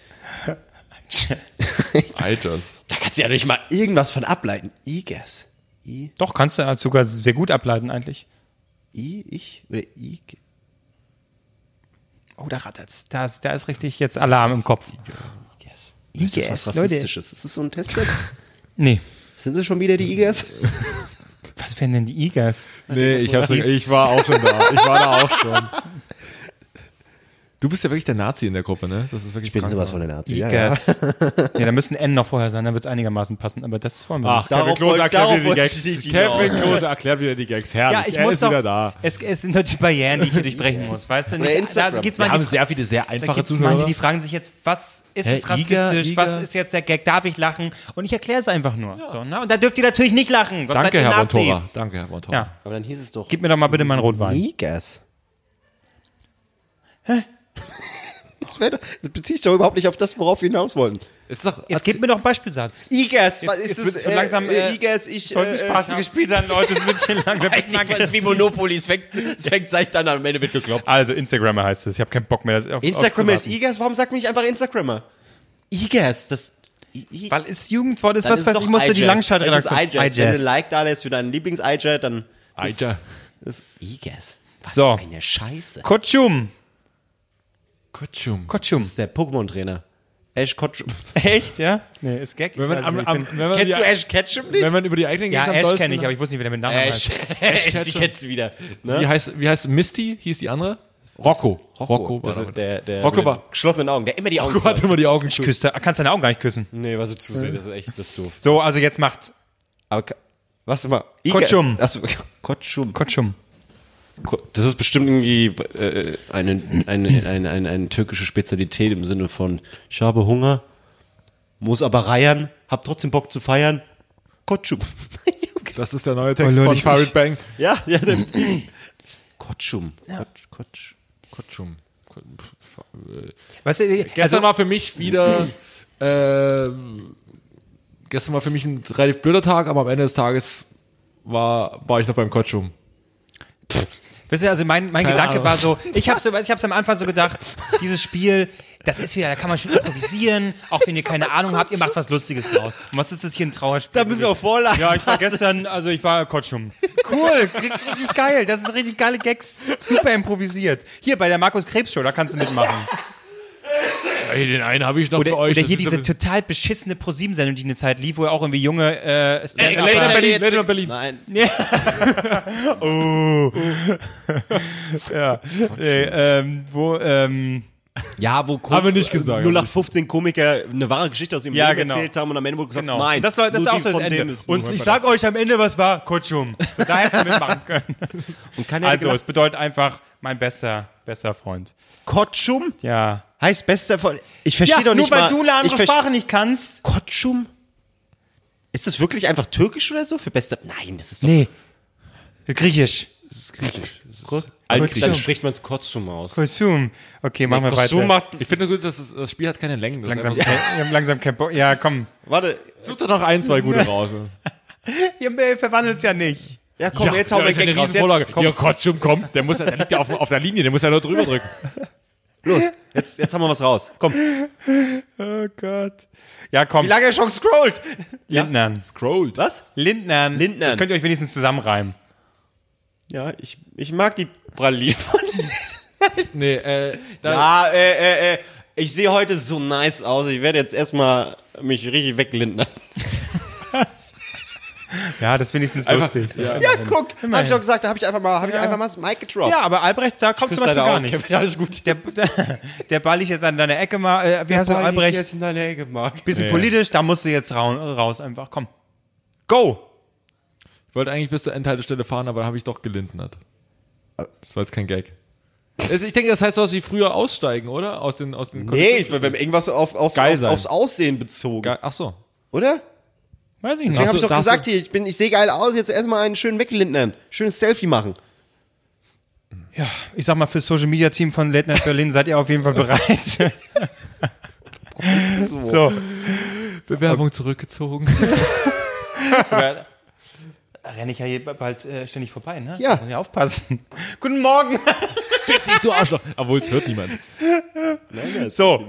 C: Alters.
A: Da kannst du ja nicht mal irgendwas von ableiten. iJazz. I,
B: Doch, kannst du halt sogar sehr gut ableiten eigentlich.
A: I, ich oder I. E
B: Oh, da rattert's. Da ist, da ist richtig jetzt Alarm im Kopf.
A: iJazz. Ist
B: IGS,
A: das was
B: Leute.
A: Rassistisches? Ist das so ein Test jetzt?
B: Nee.
A: Sind sie schon wieder die E iJazz?
B: Was wären denn die Igas?
C: Nee, ich, hab's,
B: Igas.
C: ich war auch schon da. Ich war da auch schon. Du bist ja wirklich der Nazi in der Gruppe, ne? Das ist wirklich
E: Ich bin
C: krank.
E: sowas von der Nazi. Ja, ja.
B: Ickes. Ja, da müssen N noch vorher sein, dann wird es einigermaßen passen, aber das wollen wir
C: Ach,
B: nicht.
E: Darauf
C: Kevin Klose
E: wollte-
C: erklärt
E: darauf
C: wieder die
E: wollte
C: Gags.
E: ich nicht
C: Kevin
E: hinaus.
C: Klose erklärt wieder die Gags. Herrlich,
B: Ja, ich
C: er
B: muss
C: ist
B: doch,
C: wieder da.
B: Es, es sind doch die Barrieren, die ich hier durchbrechen muss, weißt du?
E: Oder
B: Nicht, Also, da
E: Instagram.
B: gibt's
C: Wir haben
B: manche,
C: sehr viele sehr
B: da
C: einfache
B: gibt's manche,
C: Zuhörer.
B: die fragen sich jetzt, was ist
C: Hä,
B: es
C: Iga,
B: rassistisch,
C: Iga?
B: was ist jetzt der Gag, darf ich lachen? Und ich erkläre es einfach nur. So, ne? Und da dürft ihr natürlich nicht lachen, sonst seid
C: Danke,
B: ihr
C: Herr
B: Nazis.
C: Montora. Danke, Herr Montora.
B: Ja,
E: Aber dann hieß es doch.
B: gib mir doch mal bitte meinen Rotwein.
E: Nigas. Hä? Das, wär, doch- das bezieht sich doch überhaupt nicht auf das, worauf wir hinaus wollten.
C: Ist doch,
B: Jetzt gib mir doch einen Beispielsatz.
E: Igas, was
B: jetzt
E: ist
B: wird's
E: das?
B: schon langsam, äh,
E: Igas, ich.
B: Sollten spaßige Spiel sein, Leute, es wird hier langsam.
E: ich denke, es ist wie Monopoly. Es fängt, es fängt seicht an, am Ende wird gekloppt.
B: Also Instagrammer heißt es. Ich habe keinen Bock mehr. Das auf,
E: Instagrammer ist
B: aufzuwarten.
E: Igas. Warum sagt man nicht einfach Instagrammer? Igas, das. I, I,
B: Weil ist Jugendwort ist
E: dann
B: was,
E: ist
B: was
E: doch
B: ich musste die
E: iJazz.
B: Langschaltredaktion.
E: Das ist iJazz. Wenn du ein
B: iJazz.
E: Like da lässt für deinen Lieblings-iJazz, dann
C: Alter.
E: ist Igas. Was
B: So.
E: für eine Scheiße.
B: Kotschum.
C: Kutschum.
B: Kotschum.
E: Das ist der Pokémon-Trainer. Ash Ketchum.
B: Echt, ja? Nee, ist Gag.
C: Wenn man,
B: Also,
C: am,
B: ich
C: am,
B: bin-
C: wenn, man
E: Kennst
C: die,
E: du Ash Ketchum nicht?
C: wenn man über die eigenen
B: ja,
C: Gags am
B: Ash
C: dollsten-
B: kenne ich, aber ich wusste nicht, wie der mit Namen heißt.
E: Ash, Ash, die kennst du wieder. Ne?
C: Wie heißt, wie heißt Misty? Hieß die andere? Rocco. Rocco,
E: das
C: war
E: ist der, der
C: Rocco
E: mit
C: war-
E: geschlossenen Augen, der immer die Augen
C: Rocco hat
E: zu-
C: immer die Augen zu.
B: Küsst er- Kannst deine Augen gar nicht küssen.
C: Mhm.
E: Nee, was er zusieht, das ist echt das ist doof.
B: So, also jetzt macht
E: Aber ka- was immer.
B: Kotschum.
E: Achso, Kotschum.
B: Kotschum.
E: Ko- Das ist bestimmt irgendwie äh, eine, eine, eine, eine, eine türkische Spezialität im Sinne von ich habe Hunger, muss aber reiern, hab trotzdem Bock zu feiern. Kotschum.
C: Das ist der neue Text
B: Oh, Leute,
C: von
B: ich-
C: Pirate Bang.
E: ja, ja. dann- Kotschum. Kotsch, Kotsch.
C: Kutschum.
B: Weißt du,
C: Gestern
B: also,
C: war für mich wieder. ähm, gestern war für mich ein relativ blöder Tag, aber am Ende des Tages war, war ich noch beim Kotschum.
B: wisst ihr, also mein, mein
C: Keine
B: Gedanke
C: Ahnung.
B: war so, ich habe so, ich hab's am Anfang so gedacht, dieses Spiel, das ist wieder, da kann man schon improvisieren, auch wenn ihr keine Ahnung habt, ihr macht was Lustiges draus. Und was ist das hier ein Trauerspiel?
E: Da müssen wir auch vorladen.
B: Ja, ich war gestern, also ich war Kotschum. Cool, ri- richtig geil. Das sind richtig geile Gags. Super improvisiert. Hier bei der Markus Krebs Show, da kannst du mitmachen.
C: Ey, den einen habe ich noch
B: Oder,
C: für euch.
B: oder
C: das
B: hier
C: ist
B: diese
C: ja-
B: total beschissene ProSieben-Sendung, die eine Zeit lief, wo auch irgendwie junge äh, Stand-Upper-
C: Late Night Berlin,
E: jetzt-
C: Late Night Berlin.
E: Nein.
B: äh, ähm, wo, ähm,
E: Ja, wo Kom
C: Haben wir nicht gesagt.
E: 0815 Komiker eine wahre Geschichte aus ihrem
B: Ja,
E: Leben
B: genau.
E: erzählt haben und am Ende wurde gesagt,
B: genau.
E: nein,
B: das, läuft- das ist
E: nur
B: auch
E: die
B: so das
E: von dem
B: Ende.
E: ist
B: Und
E: nur-
B: ich sag euch am Ende, was war Kotschum. So, da hättest du mitmachen können.
E: und keiner hat
B: Also,
E: gedacht,
B: es bedeutet einfach, mein bester, bester Freund.
E: Kotschum
B: Ja.
E: heißt bester von ich verstehe
B: ja,
E: doch
B: nur
E: nicht
B: weil
E: mal,
B: du eine
E: ich
B: andere
E: verste-
B: Sprache nicht kannst.
E: Kotschum? Ist das wirklich einfach türkisch oder so für bester? Nein, das ist doch
B: Nee. Griechisch.
E: altgriechisch.
B: Kotschum.
E: Dann spricht man es Kotschum aus.
B: Konsum. Okay, machen wir weiter.
E: Kotschum macht
C: Ich finde gut, dass es, das Spiel hat keine Längen. Das ist
B: langsam,
C: einfach
B: wir haben langsam kein Bock. Ja, komm.
E: Warte.
C: so- Such doch noch ein, zwei gute raus.
B: Ihr verwandelt's ja nicht.
E: Ja, komm, jetzt hauen wir
C: ist ja
E: Gag
C: eine
E: raus.
C: riesen
E: Jetzt,
C: Vorlage. Ja, Kotschum kommt. Der, muss, der liegt ja auf, auf der Linie. Der muss ja nur drüber drücken.
E: los. Jetzt, jetzt haben wir was raus. Komm. Wie
B: Oh Gott. Ja, komm.
E: lange er schon scrollt?
B: Lindnern.
C: Scrollt.
E: Was?
B: Lindnern.
E: Lindnern.
B: Das könnt ihr euch wenigstens zusammenreimen.
E: Ja, ich, ich mag die Praline.
C: Nee, äh, da,
E: ah, äh, äh, äh. Ich sehe heute so nice aus. Ich werde jetzt erstmal mich richtig weglindern.
B: Ja, das ist wenigstens
C: Einfach-
B: lustig. Ja.
E: Ja, guck. Hab ich doch gesagt, da habe ich einfach mal, hab ich einfach mal das Mic getroppt.
B: aber Albrecht, da kommt
E: Küss
B: zum Beispiel
E: deine
B: gar
E: Augen,
B: nichts.
E: Kevin, alles gut.
B: Der, der, der Ball ich jetzt an deiner Ecke mal. Äh, wie heißt du, Albrecht?
E: in deine Ecke, Marc.
B: Bisschen
C: Nee.
B: politisch, da musst du jetzt raun, raus einfach. Komm. Go!
C: Ich wollte eigentlich bis zur Endhaltestelle fahren, aber da habe ich doch gelindnert. Das war jetzt kein Gag. Also ich denke, das heißt sowas wie früher aussteigen, oder? Aus den, aus den
E: Nee, ich, wir haben irgendwas auf, auf,
C: Geil
E: auf,
C: sein.
E: aufs Aussehen bezogen.
C: Ge- Ach so.
E: Oder?
B: Weiß ich
E: Deswegen
B: nicht.
E: habe ich
C: du-
E: doch
C: darfst
E: gesagt, hier, ich, bin, ich sehe geil aus, jetzt erstmal einen schönen weglindern. Schönes Selfie machen.
B: Ich sag mal, fürs Social Media Team von Late Night Berlin seid ihr auf jeden Fall bereit. so.
C: Bewerbung zurückgezogen.
B: Da renne ich ja hier bald äh, ständig vorbei, ne?
E: Ja.
B: Muss ich aufpassen. Guten Morgen.
C: du Arschloch. Obwohl, es hört niemand.
B: So.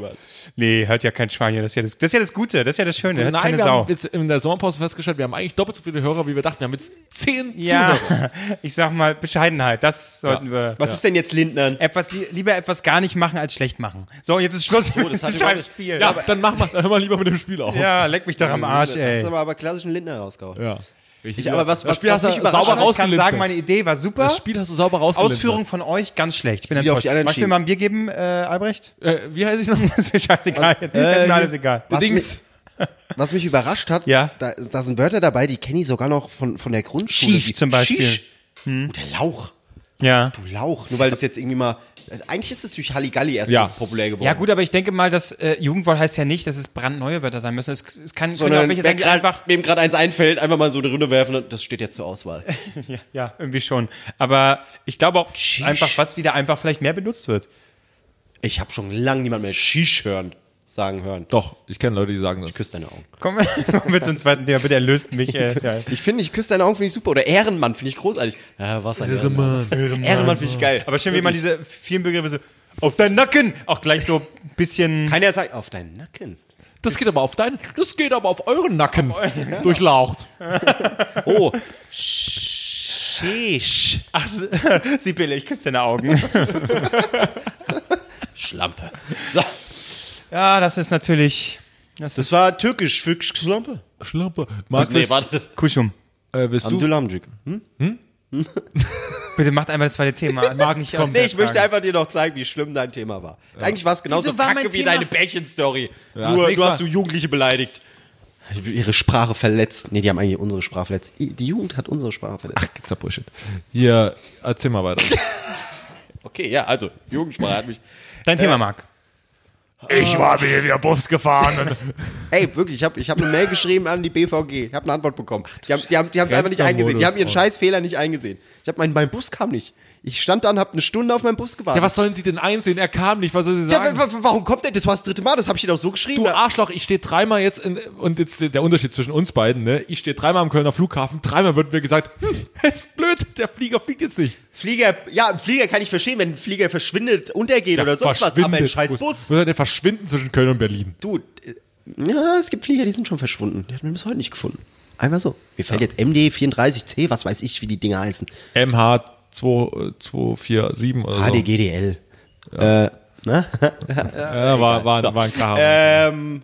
B: Nee, hört ja kein Schwein hier. Das ist ja das, das, ist ja das Gute, das ist ja das Schöne. Hört keine
C: wir
B: Sau.
C: haben jetzt in der Sommerpause festgestellt, wir haben eigentlich doppelt so viele Hörer, wie wir dachten. Wir haben jetzt zehn
B: Ja,
C: Zuhörer.
B: ich sag mal, Bescheidenheit, das sollten wir.
E: Was ist denn jetzt Lindnern?
B: Etwas, li- lieber etwas gar nicht machen als schlecht machen. So, jetzt ist Schluss mit
E: das
B: dem
E: hatte
B: scheiß
E: ich-
B: Spiel.
C: Ja, dann mach mal, dann hör mal lieber mit dem Spiel auf.
B: Ja, leck mich doch am Arsch,
E: Das ist
B: ey.
E: aber, aber klassischen Lindner rausgehauen.
C: Ja. Richtig.
A: Ich, aber was,
C: das
A: was,
C: Spiel
A: was
C: hast
A: mich
C: du
A: überrascht
C: sauber
A: hat,
B: Ich kann
C: rausgelimpt.
B: sagen, meine Idee war super.
C: das Spiel hast du sauber rausgelegt.
B: Ausführung von euch ganz schlecht. Ich bin
A: Wie auf
B: enttäuscht.
A: die anderen
B: Magst du mir
A: schieben.
B: mal ein Bier geben, äh, Albrecht?
C: Äh, wie heißt ich noch?
B: ist mir scheißegal. jetzt. ist mir alles egal.
A: was
C: Dings.
A: Mich, was mich überrascht hat,
B: Ja.
A: da, da sind Wörter dabei, die kenne ich sogar noch von, von der Grundschule.
B: Schisch zum Beispiel.
A: Hm. Der Lauch.
B: Ja.
A: Du Lauch. Nur weil das jetzt irgendwie mal. Eigentlich ist es durch Halligalli erst
C: Ja.
A: so populär geworden.
B: Ja, gut, aber ich denke mal, dass äh, Jugendwort heißt ja nicht, dass es brandneue Wörter sein müssen. Es, es kann, können ja auch
A: Sondern
B: Genau, welche
A: wenn
B: sein, die
A: grad,
B: einfach.
A: wem gerade eins einfällt, einfach mal so eine Runde werfen, und das steht jetzt zur Auswahl.
B: Ja, ja, irgendwie schon. Aber ich glaube auch
A: Schisch.
B: einfach, was wieder einfach vielleicht mehr benutzt wird.
A: Ich habe schon lange niemand mehr Schisch hören, sagen hören.
C: Doch, ich kenne Leute, die sagen das.
A: Küss deine Augen.
B: Komm, kommen wir zum zweiten Thema. Bitte erlöst mich. Äh, ist ja,
A: Ich finde, ich küsse deine Augen, finde ich super. Oder Ehrenmann, finde ich großartig. Ja, was ein Ehrenmann. Ehrenmann, finde ich geil.
B: aber schön, wie man diese vielen Begriffe so auf deinen Nacken auch gleich so ein bisschen.
A: Keiner sagt, auf deinen Nacken.
C: Das geht aber auf deinen, das geht aber auf euren Nacken. Durchlaucht.
A: Oh. Schisch.
B: Ach, Sibylle, ich küsse deine Augen.
A: Schlampe. So.
B: Ja, das ist natürlich. Das,
A: Das war Ah, türkisch für Schlampe.
C: Schlampe. Markus,
E: Nee, warte, das
B: Kuschum.
C: äh, bist du?
A: Amdulamjik.
B: Bitte macht einmal das zweite Thema. Es ist nicht
A: Nee, ich möchte
B: auszutragen.
A: einfach dir noch zeigen, wie schlimm dein Thema war. Eigentlich war es genauso
B: Wieso war
A: kacke
B: mein
A: wie
B: Thema-
A: deine Bärchen-Story.
C: Ja, das
A: Nur
C: nächste
A: du hast
C: Mal.
A: du Jugendliche beleidigt. Ihre Sprache verletzt. Nee, die haben eigentlich unsere Sprache verletzt. Die Jugend hat unsere Sprache verletzt.
C: Gibt's da Bullshit. Hier, erzähl mal weiter.
A: Okay, ja, also, Jugendsprache hat mich.
B: Dein Thema, Marc.
C: Ich war mir wieder Buffs gefahren.
A: Ey, wirklich, ich habe ich hab eine Mail geschrieben an die BVG. Ich habe eine Antwort bekommen. Die haben die haben, die haben's einfach nicht eingesehen. Die haben
C: Oh.
A: ihren Scheißfehler nicht eingesehen. Ich habe meinen, mein Bus kam nicht. Ich stand da und habe eine Stunde auf meinen Bus
C: ja,
A: gewartet.
C: was sollen sie denn einsehen? Er kam nicht, was soll sie
A: Ja,
C: sagen?
A: wa- wa- warum kommt der? Das war das dritte Mal, das habe ich dir doch so geschrieben.
C: du Arschloch, ich stehe dreimal jetzt in, und jetzt der Unterschied zwischen uns beiden, ne? Ich stehe dreimal am Kölner Flughafen, dreimal wird mir gesagt, hm, ist blöd, der Flieger fliegt jetzt nicht.
A: Flieger, ja, ein Flieger kann ich verstehen, wenn ein Flieger verschwindet, untergeht oder sonst was, aber ein scheiß Bus.
C: Muss er denn verschwinden zwischen Köln und Berlin?
A: Du, äh, ja, es gibt Flieger, die sind schon verschwunden. Die hat man bis heute nicht gefunden. Einmal so. Mir fällt jetzt MD34C, was weiß ich, wie die Dinger heißen.
C: äh, MH247 oder so.
A: HDGDL.
C: Ja, war, war, war ein Kracher.
A: Ähm,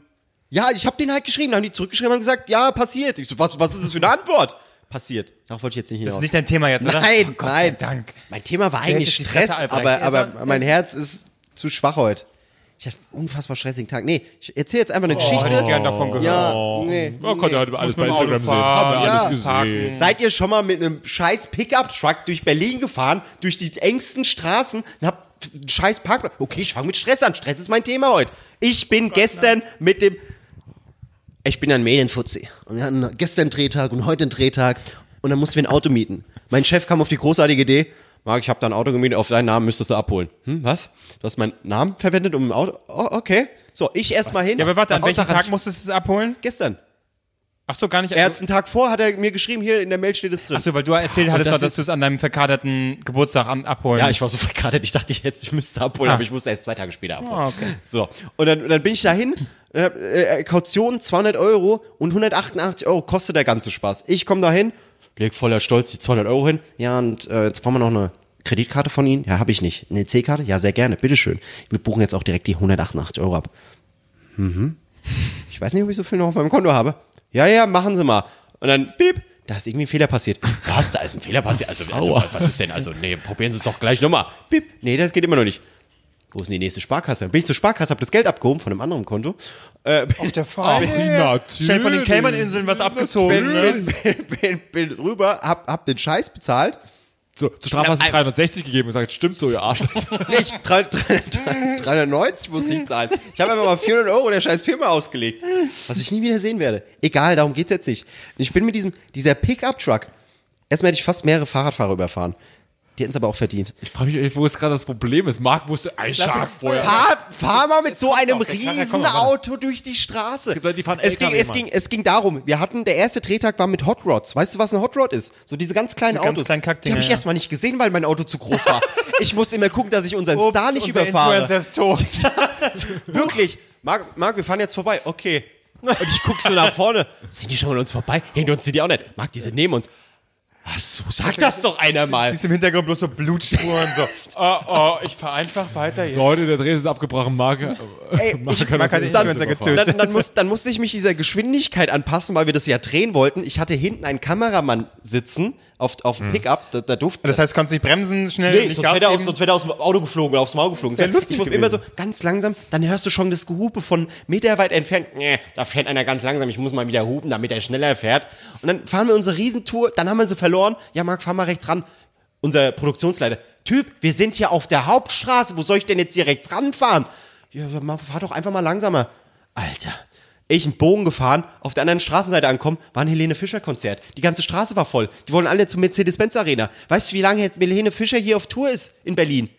A: ja, ich habe den halt geschrieben, dann haben die zurückgeschrieben und gesagt, ja, passiert. Ich so, was, was ist das für eine Antwort? Passiert. Darauf wollte ich jetzt nicht hinaus.
B: Das ist nicht dein Thema jetzt, oder? Oh,
A: Nein,
B: Gott
A: nein.
B: sei Dank.
A: Mein Thema war
B: jetzt
A: eigentlich
B: die
A: Stress,
B: Fresse, Albrecht.
A: aber,
B: Er
A: aber
B: soll-
A: mein Herz ist zu schwach heute. Ich hatte einen unfassbar stressigen Tag. Nee, ich erzähle jetzt einfach eine
B: hätte ich
A: Geschichte.
B: gern davon gehört.
A: Ja, nee.
C: Ja, konnte
A: nee.
C: halt alles bei
B: mit dem Auto
C: Instagram sehen.
B: fahren,
C: Haben wir
A: ja,
C: alles gesehen.
A: Seid ihr schon mal mit einem scheiß Pickup-Truck durch Berlin gefahren, durch die engsten Straßen und habt einen scheiß Parkplatz? Okay, ich fange mit Stress an. Stress ist mein Thema heute. Ich bin gestern mit dem... Ich bin ein Medienfuzzi. Und wir hatten gestern einen Drehtag und heute einen Drehtag. Und dann mussten wir ein Auto mieten. Mein Chef kam auf die großartige Idee, Marc, ich habe da ein Auto gemietet, auf deinen Namen müsstest du abholen. Hm, was? Du hast meinen Namen verwendet, um ein Auto... Oh, okay. So, ich erst mal hin.
B: Ja, aber warte, an
A: Was
B: welchem
A: daran-
B: Tag musstest du es abholen?
A: Gestern.
B: Ach so, gar nicht.
A: Er hat's einen Tag vor, hat er mir geschrieben, hier in der Mail steht es drin.
B: Ach so, weil du erzählt hattest,
A: das
B: doch, dass
A: ist-
B: du es an deinem verkaderten Geburtstag am- abholen.
A: Ja, ich war so verkartet, ich dachte, ich, hätte, ich müsste abholen,
B: Ah.
A: aber ich musste erst zwei Tage später abholen.
B: Ah, okay.
A: So, und dann, dann bin ich dahin, äh, äh, Kaution 200 Euro und 188 Euro kostet der ganze Spaß. Ich komme dahin, leg voller Stolz die 200 Euro hin. Ja, und äh, jetzt brauchen wir noch eine Kreditkarte von Ihnen. Ja, habe ich nicht. Eine EC-Karte? Ja, sehr gerne, bitteschön. Wir buchen jetzt auch direkt die 188 Euro ab.
B: Mhm.
A: ich weiß nicht, ob ich so viel noch auf meinem Konto habe. Ja, ja, machen Sie mal. Und dann, piep, da ist irgendwie ein Fehler passiert. Was, da ist ein Fehler passiert? Also, also was ist denn? Also, nee, probieren Sie es doch gleich nochmal. Piep, nee, das geht immer noch nicht. Wo ist denn die nächste Sparkasse? Dann bin ich zur Sparkasse, habe das Geld abgehoben von einem anderen Konto. Äh, bin,
B: der Fall. Schnell von den Cayman-Inseln was abgezogen.
A: bin,
B: Ne?
A: bin, bin, bin, bin rüber, hab, hab den Scheiß bezahlt.
C: So, zur Strafe hast du 360 gegeben und gesagt, stimmt so, ihr Arschloch.
A: Nee, ich, 3, 3, 390 muss ich zahlen. Ich habe einfach mal 400 Euro der scheiß Firma ausgelegt. Was ich nie wieder sehen werde. Egal, darum geht's jetzt nicht. Ich bin mit diesem, dieser Pickup-Truck. Erstmal hätte ich fast mehrere Fahrradfahrer überfahren. Die hätten es aber auch verdient.
C: Ich frage mich, wo jetzt gerade das Problem ist. Marc musste ein Schaf vorher.
A: Fahr, fahr mal mit so einem
C: Karre,
A: riesen
C: komm mal,
A: Auto durch die Straße. Es,
C: gibt Leute, die fahren
A: es, ging,
C: LKW,
A: es,
C: Mann.
A: ging, es ging darum, wir hatten, der erste Drehtag war mit Hot Rods. Weißt du, was ein Hot Rod ist? So diese ganz kleinen
B: Diese ganz
A: Autos.
B: kleinen
A: die
B: Kackdinger,
A: habe ich
B: ja.
A: erstmal nicht gesehen, weil mein Auto zu groß war. ich musste immer gucken, dass ich unseren Star nicht
B: unser
A: überfahre.
B: Influencer ist tot.
A: Wirklich. Marc, Marc, wir fahren jetzt vorbei. Okay. Und ich guck so nach vorne. Sind die schon an uns vorbei? Hinter uns sind die auch nicht. Marc, die sind neben uns. Ach so, sag das doch einer mal.
B: Siehst im Hintergrund bloß so Blutspuren, so. Oh, oh, ich fahr einfach weiter jetzt.
C: Leute, der Dres ist abgebrochen, äh, Marke.
B: Ey, ich, man kann
A: dann,
B: Influencer getötet.
A: dann, dann, muss, dann musste ich mich dieser Geschwindigkeit anpassen, weil wir das ja drehen wollten. Ich hatte hinten einen Kameramann sitzen auf, auf
B: Hm.
A: dem Pickup, da, da durfte
B: Das heißt, konntest nicht bremsen, schnell
A: Nee,
B: nicht
A: sonst wäre
B: Gas
A: der aus,
B: geben?
A: sonst wär der aus dem Auto geflogen oder aufs Maul geflogen.
B: Wär lustig
A: ich muss
B: gewesen.
A: immer so ganz langsam, dann hörst du schon das Gehupe von meterweit entfernt. Nee, da fährt einer ganz langsam, ich muss mal wieder hupen, damit er schneller fährt. Und dann fahren wir unsere Riesentour, dann haben wir sie verloren. Ja, Marc, fahr mal rechts ran. Unser Produktionsleiter. Typ, wir sind hier auf der Hauptstraße, wo soll ich denn jetzt hier rechts ranfahren? Ja, ma- fahr doch einfach mal langsamer. Alter. Ich einen Bogen gefahren, auf der anderen Straßenseite ankommen, war ein Helene Fischer Konzert. Die ganze Straße war voll. Die wollen alle zur Mercedes-Benz Arena. Weißt du, wie lange jetzt Helene Fischer hier auf Tour ist in Berlin?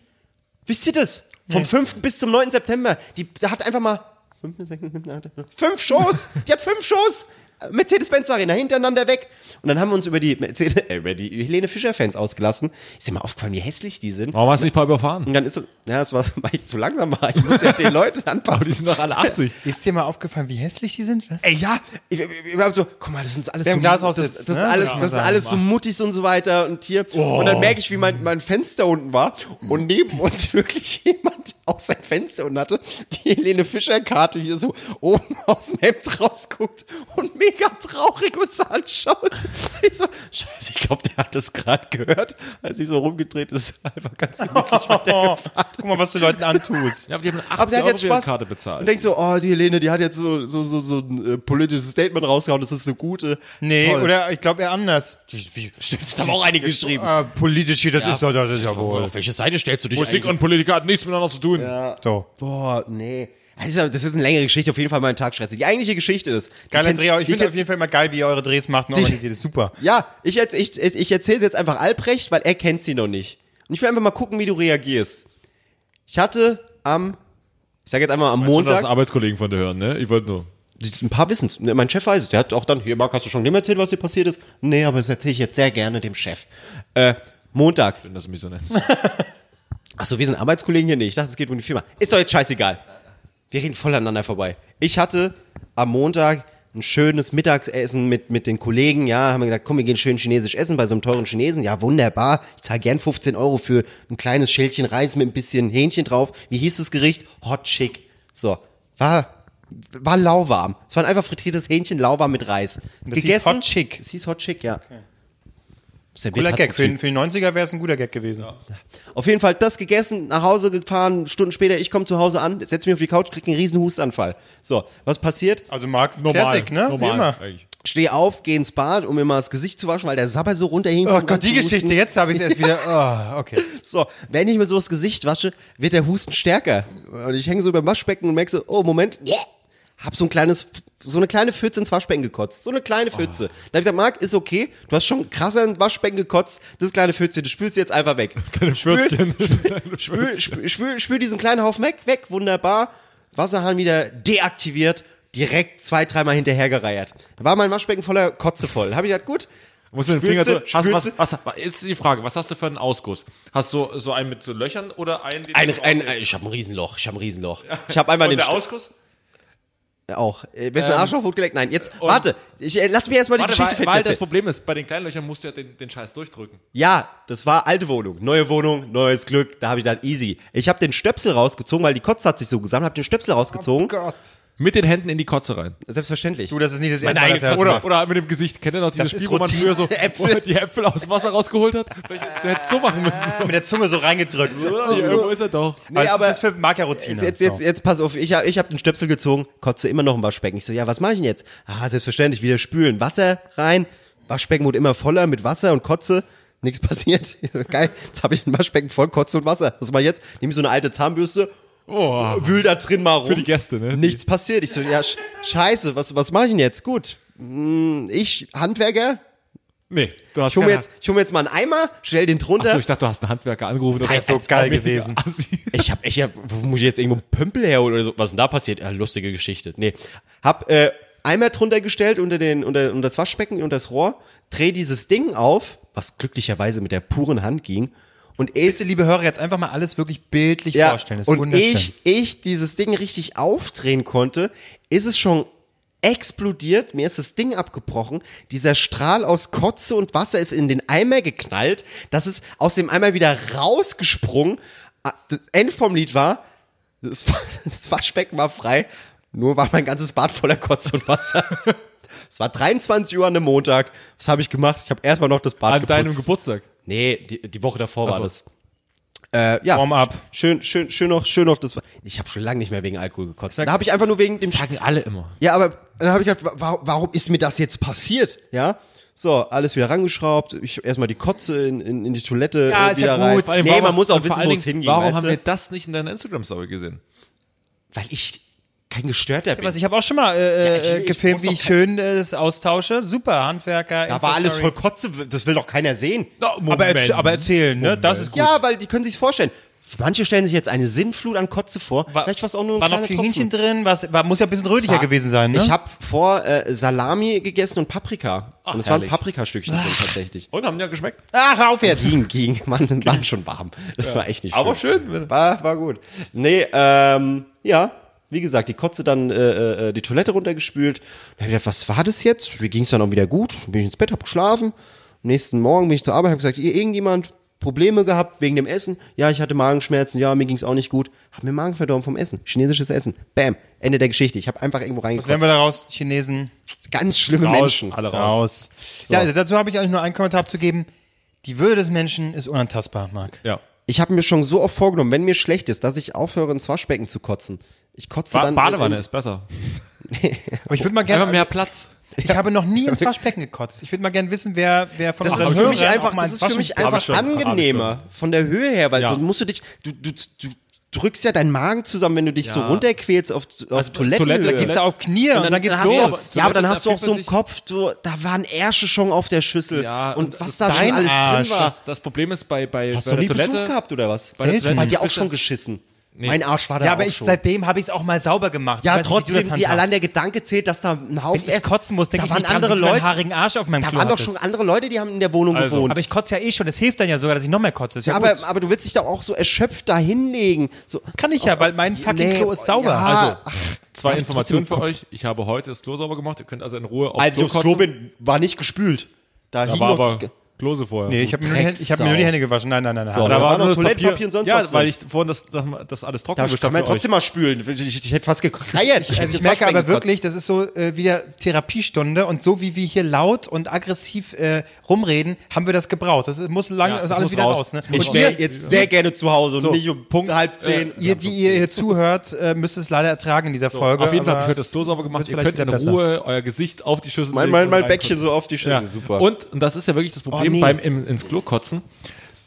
A: Wisst ihr das? Vom 5. bis zum 9. September. Die, da hat einfach mal fünf, sechs, sieben, acht, fünf Shows. Die hat fünf Shows. Mercedes-Benz Arena hintereinander weg. Und dann haben wir uns über die, Mercedes, äh, über die Helene Fischer-Fans ausgelassen. Ist dir mal aufgefallen, wie hässlich die sind.
C: Warum hast du nicht mal überfahren?
A: Und dann ist so, ja, es war, weil ich zu langsam war. Ich muss ja den Leuten anpassen.
C: Die sind doch alle 80.
B: Ist dir mal aufgefallen, wie hässlich die sind? Was?
A: Ey, ja, ich, ich, ich hab so, guck mal, das sind alles
B: Wer
A: so,
B: im Glashaus
A: das,
B: sitzt,
A: das,
B: ne?
A: ist alles,
B: Ja.
A: das ist alles so Muttis und so weiter und hier. Und dann merke ich, wie mein, mein Fenster unten war und neben uns wirklich jemand auf sein Fenster unten hatte, die Helene Fischer-Karte hier so oben aus dem Hemd rausguckt und mega traurig uns anschaut. Ich so, scheiße, ich glaube, der hat das gerade gehört, als ich so rumgedreht ist, einfach ganz gemütlich weiter
B: Oh, guck mal, was du Leuten antust.
C: Ja, aber die haben 80
A: aber der hat
C: Euro
A: jetzt
C: für ihre
A: Spaß
C: Karte
A: und
C: bezahlt.
A: denkt so, oh, die Helene, die hat jetzt so, so, so, so ein äh, politisches Statement rausgehauen, das ist eine gute.
B: Nee,
A: Toll.
B: oder ich glaube eher anders.
A: Stimmt, das haben auch einige geschrieben.
B: Ah, politisch hier, das ist doch, das ist ja wohl.
E: Auf welche Seite stellst du dich
C: Musik
E: eigentlich?
C: und Politiker hat nichts miteinander zu tun.
B: So.
A: Boah, nee. Also, das ist eine längere Geschichte, auf jeden Fall mein Tag stressig. Die eigentliche Geschichte ist.
B: Geiler
A: kennst-
B: Dreh, ich
A: die
B: finde auf
A: kennst-
B: jeden Fall immer geil, wie ihr eure Drehs macht und organisiert. Ist super.
A: Ja, ich, jetzt- ich, ich, ich erzähle jetzt einfach Albrecht, weil er kennt sie noch nicht. Und ich will einfach mal gucken, wie du reagierst. Ich hatte am, ich sage jetzt einmal am
C: Montag.
A: Montag.
C: das Arbeitskollegen von dir hören, ne? Ich wollte nur.
A: Die- Ein paar wissen Mein Chef weiß es. Der hat auch dann, hier, Marc, hast du schon dem erzählt, was dir passiert ist? Nee, aber das erzähle ich jetzt sehr gerne dem Chef. Äh, Montag.
C: Wenn das mich so nennst.
A: Achso, wir sind Arbeitskollegen hier nicht. Ich dachte, es geht um die Firma. Ist doch jetzt scheißegal. Wir reden voll aneinander vorbei. Ich hatte am Montag ein schönes Mittagsessen mit, mit den Kollegen. Ja, haben wir gesagt, komm, wir gehen schön chinesisch essen bei so einem teuren Chinesen. Ja, wunderbar. Ich zahle gern 15 Euro für ein kleines Schälchen Reis mit ein bisschen Hähnchen drauf. Wie hieß das Gericht? Hot Chick. So, war, war lauwarm. Es war ein einfach frittiertes Hähnchen, lauwarm mit Reis.
B: hieß Hot Chick.
A: Es hieß Hot Chick, ja. Serviert
B: Cooler
A: hat's
B: Gag.
A: ein
B: Für,
A: Typ.
B: den- für die 90er wäre es ein guter Gag gewesen.
A: Auf jeden Fall das gegessen, nach Hause gefahren, Stunden später, ich komme zu Hause an, setze mich auf die Couch, krieg einen riesen Hustanfall. So, was passiert?
B: Also Mark, Classic, ne? Wie immer.
C: eigentlich.
A: Stehe auf, gehe ins Bad, um mir mal das Gesicht zu waschen, weil der Sabber so runterhing.
B: Oh
A: vom
B: Gott, die
A: ganzen Husten.
B: Geschichte, jetzt habe ich es erst wieder. Oh, okay.
A: So, wenn ich mir so das Gesicht wasche, wird der Husten stärker. Und ich hänge so über dem Waschbecken und merke so, oh, Moment, hab so ein kleines, so eine kleine Pfütze ins Waschbecken gekotzt. So eine kleine Pfütze.
E: Ah.
A: Da habe ich gesagt, Marc, ist okay, du hast schon krasser ins Waschbecken gekotzt, das kleine Pfütze, du spülst sie jetzt einfach weg.
C: Keine Schwürzchen.
A: Spül, spül, spül, spül diesen kleinen Haufen weg, weg, wunderbar. Wasserhahn wieder deaktiviert, direkt zwei, dreimal hinterhergereiert. Da war mein Waschbecken voller Kotze voll. Hab ich gedacht, gut.
C: Muss mit dem Finger
A: Spülze,
C: drücken. Hast-
A: Spülze.
C: was, was, was, jetzt die Frage, was hast du für einen Ausguss? Hast du so einen mit so Löchern oder einen, den
E: Ein,
C: du
E: ein,
C: aushebst?
E: ein, ich habe ein Riesenloch, ich habe ein Riesenloch.
A: Ich habe einmal
C: Und
A: den
C: der
A: Sta-
C: Ausguss?
A: auch. Äh, bisschen Arsch auf Hut gelegt. Nein, jetzt warte. Ich äh, lass mich erstmal die
C: Ähm,
A: Geschichte
C: Warte, weil,
A: fertig
C: weil das
A: erzählen.
C: Problem ist, bei den kleinen Löchern musst du ja den, den Scheiß durchdrücken.
A: Ja, das war alte Wohnung, neue Wohnung, neues Glück. Da habe ich dann easy. Ich habe den Stöpsel rausgezogen, weil die Kotze hat sich so gesammelt. Habe den Stöpsel
C: Oh
A: rausgezogen.
B: Oh Gott.
C: Mit den Händen in die Kotze rein.
A: Selbstverständlich.
B: Du, das ist nicht das erste
A: Meine
B: Mal,
A: eigene
B: dass er das
C: Oder,
B: macht.
C: oder mit dem Gesicht. Kennt ihr noch dieses
A: Das
C: Spiel,
A: ist
C: wo man
A: Routine.
C: früher so
A: Äpfel.
C: die Äpfel aus Wasser rausgeholt hat? Vielleicht- Du hättest so machen müssen.
B: Mit der Zunge so reingedrückt. Oh.
C: So, hier, irgendwo ist er doch.
A: Nee,
B: aber
A: aber-
B: Also, das ist für Mark ja Routine.
C: Genau,
A: Jetzt, jetzt,
B: So.
A: jetzt, jetzt pass auf, ich habe ich hab den Stöpsel gezogen, kotze immer noch im Waschbecken. Ich so, ja, was mache ich denn jetzt? Ah, selbstverständlich, wieder spülen. Wasser rein, Waschbecken wurde immer voller mit Wasser und Kotze. Nichts passiert. Ich so, Geil, jetzt habe ich ein Waschbecken voll Kotze und Wasser. Was mach ich jetzt? Nehme ich so eine alte Zahnbürste,
C: Oh,
A: wühl da drin mal rum.
C: für die Gäste, ne?
A: Nichts passiert. Ich so, ja, sch- scheiße, was, was mache ich denn jetzt? Gut, hm, ich, Handwerker,
C: Nee, du hast
A: ich hole mir,
C: keine-
A: jetzt- ich hol mir jetzt mal einen Eimer, stell den drunter.
C: Achso, ich dachte, du hast einen Handwerker angerufen.
B: Das wäre so geil gewesen.
C: Assi.
A: Ich hab, ich hab, wo muss ich jetzt irgendwo einen Pömpel herholen oder so? Was ist denn da passiert? Ja, lustige Geschichte. Nee. Hab, äh, Eimer drunter gestellt unter den, unter, unter das Waschbecken, unter das Rohr, dreh dieses Ding auf, was glücklicherweise mit der puren Hand ging, und ich,
B: liebe Hörer, jetzt einfach mal alles wirklich bildlich
A: ja,
B: vorstellen. Das ist
A: und
B: wunderschön.
A: ich, ich dieses Ding richtig aufdrehen konnte, ist es schon explodiert, mir ist das Ding abgebrochen, dieser Strahl aus Kotze und Wasser ist in den Eimer geknallt, das ist aus dem Eimer wieder rausgesprungen, Ah, das End vom Lied war, das, Wa- das Waschbecken war frei, nur war mein ganzes Bad voller Kotze und Wasser. Es war 23 Uhr an einem Montag. Was habe ich gemacht? Ich habe erstmal noch das Bad
C: An
A: geputzt.
C: deinem Geburtstag.
A: Nee, die, die Woche davor war
C: so.
A: das. Äh, ja,
B: Warm-up.
A: schön, schön, schön noch, schön noch. Das war, ich habe schon lange nicht mehr wegen Alkohol gekotzt. da habe ich einfach nur wegen dem. Sch-
C: Sagen alle immer.
A: Ja, aber dann habe ich gedacht, wa- wa- warum ist mir das jetzt passiert? Ja, so alles wieder rangeschraubt. Ich erstmal die Kotze in, in, in die Toilette
B: Ja,
A: äh,
B: ist
A: wieder
B: ja
A: rein.
B: gut.
C: Vor allem,
A: Nee,
C: warum-
A: man muss auch
C: und vor
A: wissen,
C: allen
A: wo es
C: Dingen,
A: hinging.
C: Warum
A: weißt
C: haben
A: du?
C: wir das nicht in deiner Instagram-Story gesehen?
A: Weil ich kein gestörter bin.
B: Was, ich habe auch schon mal äh,
A: Ja, ich-
B: äh,
A: ich
B: gefilmt,
A: muss
B: wie
A: doch
B: ich
A: kein-
B: schön äh, das austausche. Super, Handwerker.
A: da war alles voll
B: Insta-Story.
A: Kotze. Das will doch keiner sehen.
B: Aber, erzäh- aber erzählen, ne? Das ist gut.
A: Ja, weil die können sich's vorstellen. Manche stellen sich jetzt eine Sinnflut an Kotze vor.
B: War-
A: Vielleicht war's auch nur ein
B: war noch
A: kleiner
B: viel
A: Tropfen.
B: Hähnchen drin, was, war, muss ja ein bisschen rötlicher
A: Zwar-
B: gewesen sein, ne?
A: Ich habe vor äh, Salami gegessen und Paprika. und es
C: herrlich. Ah,
A: waren Paprikastückchen drin tatsächlich. Also,
C: Und haben ja geschmeckt.
B: Ach, Ah, hör auf jetzt!
A: Ging, ging, man, waren schon warm. Das war echt nicht
C: Aber
A: schön.
C: Oh, schön.
A: War, war gut. Nee, ähm, ja, wie gesagt, die Kotze dann äh, äh, die Toilette runtergespült. Dann hab ich gedacht, was war das jetzt? Mir ging's dann auch wieder gut. Dann Bin ich ins Bett, hab geschlafen. Am nächsten Morgen bin ich zur Arbeit, hab gesagt, ihr, irgendjemand Probleme gehabt wegen dem Essen? Ja, ich hatte Magenschmerzen. Ja, mir ging's auch nicht gut. Hab mir Magen verdorben vom Essen. Chinesisches Essen. Bam. Ende der Geschichte. Ich habe einfach irgendwo
B: Was lernen
A: reingekotzt.
B: wir daraus? Chinesen.
A: Ganz schlimme Menschen.
C: Alle raus.
B: Raus. Ja, dazu habe ich eigentlich nur einen Kommentar abzugeben. Die Würde des Menschen ist unantastbar, Marc.
C: Ja.
A: Ich habe mir schon so oft vorgenommen, wenn mir schlecht ist, dass ich aufhöre, ins Waschbecken zu kotzen. Ich kotze
C: Ba
A: dann. äh,
C: Badewanne ist besser.
B: Aber ich würde mal
C: Einfach
B: gerne.
C: mehr Platz.
B: Ich habe noch nie ins Waschbecken gekotzt. Ich würde mal gerne wissen, wer, wer von
A: Das
B: unseren
A: ist für mich
B: Hörern auch
A: einfach,
B: mal
A: das
B: ins
A: ist für mich
B: Waschbecken-
A: einfach
C: schon, hab ich
A: angenehmer von der Höhe her, weil
C: Ja.
A: sonst musst du dich, du, du, du drückst ja deinen Magen zusammen, wenn du dich so runterquälst auf, auf Toilette.
C: Toilette
A: Toilette
C: geht's
B: Gehst du auf Knie und, dann geht's
A: hast du
B: los.
A: Aber, ja, aber dann
C: Toilette,
A: hast du
C: da
A: auch
C: fühlt
A: so
C: man
A: im
C: sich-
A: Kopf, du, da waren Ärsche schon auf der Schüssel
C: Ja,
A: und,
C: und
A: was
C: das
A: da schon
B: dein
A: alles
B: Arsch,
A: drin war.
C: Das, das Problem ist bei, bei,
A: Hast
C: bei
A: du nie
C: der
A: Besuch
C: Toilette.
A: gehabt oder was?
C: Bei der
A: Bei
C: Toilette.
A: dir auch schon geschissen. Mein Arsch war da
B: Ja, aber
A: auch
B: ich,
A: schon.
B: seitdem habe ich es auch mal sauber gemacht.
A: ja,
B: Ich weiß nicht, wie du das
A: trotzdem, die,
B: handhabst.
A: allein der Gedanke zählt, dass da ein Haufen...
B: Wenn ich kotzen muss,
A: da
B: denke ich
A: waren
B: nicht dran,
A: andere
B: wie du einen
A: Leute,
B: haarigen Arsch auf meinem
A: da
B: Klo
A: waren doch
B: hattest.
A: schon andere Leute, die haben in der Wohnung
C: Also,
A: gewohnt.
B: Aber ich kotze ja eh schon. Das hilft dann ja sogar, dass ich noch mehr kotze. Ist ja,
A: Ja, aber,
B: gut.
A: aber du willst dich doch auch so erschöpft da hinlegen. So,
B: Kann ich ja, weil mein fucking Klo ist sauber.
A: Ja,
C: Also,
A: ach,
C: Zwei Informationen für euch. Ich habe heute das Klo sauber gemacht. Ihr könnt also in Ruhe aufs
A: als ich
C: Klo
A: aufs
C: kotzen.
A: Klo bin, war nicht gespült. Da,
C: Da
A: hing
C: war
A: noch
C: aber
A: ge-
C: Klose vorher.
B: Nee, ich habe mir, nur die Hände- ich hab mir nur die Hände gewaschen. Nein, nein, nein. nein.
A: So,
B: Aber
A: da
C: Da
A: war
C: war
A: noch
C: nur
A: Toilettenpapier
C: Toilettenpapier
A: und sonst
C: ja,
A: was
C: weil
A: drin.
C: ich vorhin das, das alles trocken
A: da
C: gewischt
A: kann man
C: habe für
A: trotzdem
C: euch.
A: mal spülen. Ich, ich, ich hätte fast gekreiert.
B: Also ich merke aber wirklich, das ist so äh, wieder Therapiestunde und so wie wir hier laut und aggressiv äh, rumreden, haben wir das gebraucht. Das ist- muss lang,
C: Ja,
B: das ist
C: das
B: alles
C: muss
B: wieder
C: raus.
B: raus. ne?
C: Das muss
B: Und
A: ich
C: raus.
B: ihr,
A: wäre jetzt sehr gerne zu Hause und nicht um Punkt
B: äh,
A: halb zehn.
B: ihr, die ihr hier zuhört, äh, müsst es leider ertragen in dieser Folge.
C: Auf jeden Fall
B: aber
C: habe ich heute das
B: es
C: Klo sauber
B: wird
C: gemacht. Ihr
B: vielleicht
C: könnt in
B: wieder besser.
C: Ruhe euer Gesicht auf die Schüssel
A: mein
C: legen
A: mein,
C: und
A: mein
C: reinkotzen.
A: Bäckchen so auf die Schüssel.
C: Ja.
A: Super.
C: Und, und das ist ja wirklich das Problem
A: Oh, nee.
C: beim im, ins Klo kotzen.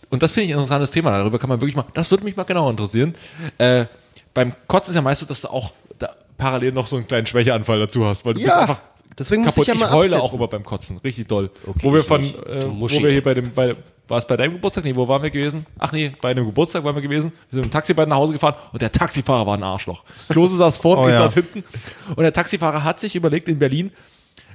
C: Und das finde ich ein interessantes Thema. Darüber kann man wirklich mal, das würde mich mal genauer interessieren. Äh, beim Kotzen ist ja meist so, dass du auch da parallel noch so einen kleinen Schwächeanfall dazu hast, weil du bist
A: Ja.
C: einfach
A: Deswegen muss
C: kaputt.
A: ich ja mal
C: heule
A: absetzen.
C: auch immer beim Kotzen. Richtig doll.
A: Okay,
C: wo wir
A: ich
C: von,
A: nicht.
C: äh,
A: Du
C: wo
A: Muschi.
C: wir hier bei dem, bei, war es bei deinem Geburtstag? Nee, wo waren wir gewesen? Ach nee, bei einem Geburtstag waren wir gewesen. Wir sind im Taxi beide nach Hause gefahren und der Taxifahrer war ein Arschloch. Klose saß vorne,
B: Oh,
C: ich
B: ja.
C: saß hinten. Und der Taxifahrer hat sich überlegt in Berlin,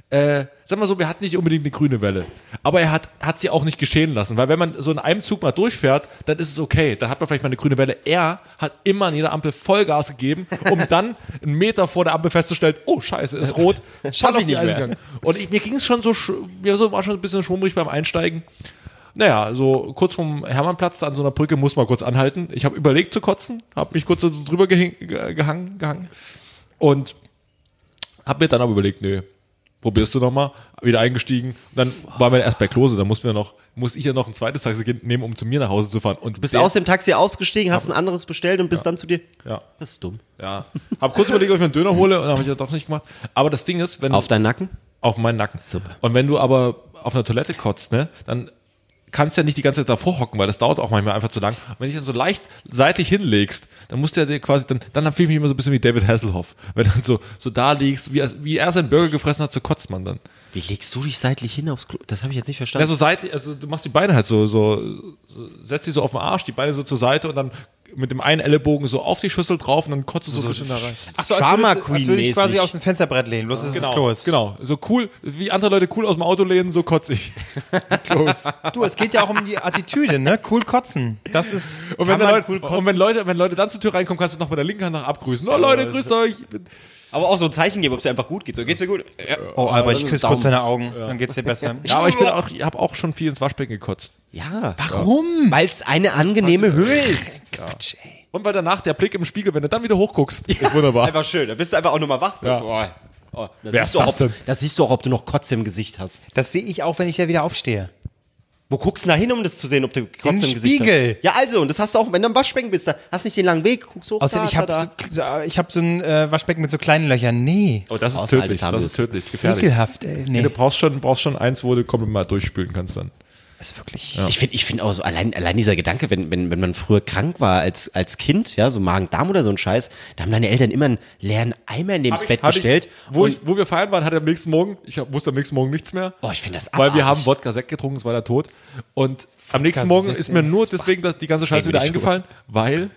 C: äh, sag mal so, wir hatten nicht unbedingt eine grüne Welle. Aber er hat, hat sie auch nicht geschehen lassen. Weil wenn man so in einem Zug mal durchfährt, dann ist es okay. Dann hat man vielleicht mal eine grüne Welle. Er hat immer an jeder Ampel Vollgas gegeben, um dann einen Meter vor der Ampel festzustellen, oh scheiße, ist rot. Schaff ich nicht mehr. Und ich, mir ging es schon so, sch- mir so, war schon ein bisschen schwummrig beim Einsteigen. Naja, so kurz vom Hermannplatz an so einer Brücke muss man kurz anhalten. Ich habe überlegt zu kotzen, habe mich kurz so drüber gehing, ge- gehangen, gehangen und habe mir dann aber überlegt, nö, probierst du nochmal, wieder eingestiegen. Und dann waren wir erst bei Klose, dann mussten wir noch, muss ich ja noch ein zweites Taxi nehmen, um zu mir nach Hause zu fahren. Und
A: bist aus dem Taxi ausgestiegen, hast ein anderes bestellt und bist dann zu dir.
C: ja,
A: Das ist dumm.
C: ja. Hab kurz überlegt, ob ich mir einen Döner hole und habe ich ja doch nicht gemacht. Aber das Ding ist, wenn
A: Auf deinen Nacken?
C: auf meinen Nacken. Und wenn du aber auf einer Toilette kotzt, ne, dann kannst du ja nicht die ganze Zeit davor hocken, weil das dauert auch manchmal einfach zu lang. Und wenn du dich dann so leicht seitlich hinlegst, dann musst du ja dir quasi, dann, dann fühle ich mich immer so ein bisschen wie David Hasselhoff. Wenn du dann so, so da liegst, wie, er- wie er seinen Burger gefressen hat, so kotzt man dann.
A: Wie legst du dich seitlich hin aufs Klo? Das habe ich jetzt nicht
C: Ja,
A: verstanden.
C: so seitlich, also du machst die Beine halt so, so, so setzt die so auf den Arsch, die Beine so zur Seite und dann mit dem einen Ellebogen so auf die Schüssel drauf und dann kotzt du so, so da rein.
B: Ach so, als
A: Drama
B: würdest du- als würde ich
A: Queen-mäßig.
B: quasi aus dem Fensterbrett lehnen, bloß dass es das Klo ist.
C: genau. So cool, wie andere Leute cool aus dem Auto lehnen, so kotze ich. Klos.
B: Du, es geht ja auch um die Attitüde, ne? Cool kotzen. Das ist.
C: Und wenn,
B: kann man
C: Leute, und wenn Leute, wenn Leute dann zur Tür reinkommen, kannst du noch mit der linken Hand noch abgrüßen. Oh Leute, grüßt euch. Ich bin-
A: Aber auch so ein Zeichen geben, ob es dir einfach gut geht. So, geht's dir gut? Ja.
B: Oh, Albrecht,
A: ist
B: küss
A: Daumen.
B: kurz deine Augen, dann geht's dir besser.
C: Ja, aber ich bin auch, ich habe auch schon viel ins Waschbecken gekotzt.
B: Warum?
A: Weil es eine angenehme Höhe ist.
C: Und weil danach der Blick im Spiegel, wenn du dann wieder hochguckst, ist wunderbar.
A: Einfach schön. Da bist du einfach auch nochmal wach. So.
C: Ja.
A: Boah. Oh, das
C: Wer
A: siehst
C: ist
A: du auch,
C: das
A: ob-
C: denn?
A: Das siehst du auch, ob du noch Kotze im Gesicht hast.
B: Das sehe ich auch, wenn ich ja wieder aufstehe.
A: Wo guckst du da hin, um das zu sehen, ob du Kotze im,
B: Im
A: Gesicht
B: Spiegel.
A: hast? Ja, also, und das hast du auch, wenn du am Waschbecken bist, da hast nicht den langen Weg, guckst hoch.
B: Außerdem,
A: da,
B: ich habe
A: da,
B: so,
A: da.
B: so- ich hab so ein äh, Waschbecken mit so kleinen Löchern. Nee.
C: Oh, das ist
A: Aus
C: tödlich.
A: Alexander
C: Das ist tödlich. ist Gefährlich.
B: Ekelhaft, ey.
C: Nee,
B: Nee.
C: Du brauchst schon, brauchst schon eins, wo du komplett mal durchspülen kannst dann.
B: Das ist wirklich.
A: Ich finde ich find auch so, allein, allein dieser Gedanke, wenn, wenn, wenn man früher krank war als, als Kind, ja, so Magen-Darm oder so ein Scheiß, da haben deine Eltern immer einen leeren Eimer in dem Bett
C: Hab
A: gestellt.
C: Ich, wo,
A: und,
C: ich, wo wir feiern waren, hat er am nächsten Morgen, ich hab, wusste am nächsten Morgen nichts mehr.
A: oh, ich finde das
C: Weil wir
A: abartig.
C: haben Wodka Sekt getrunken, es war der Tod. Und am nächsten Morgen
B: Sekt,
C: ist mir
B: ey,
C: nur deswegen das, die ganze Scheiße wieder eingefallen, weil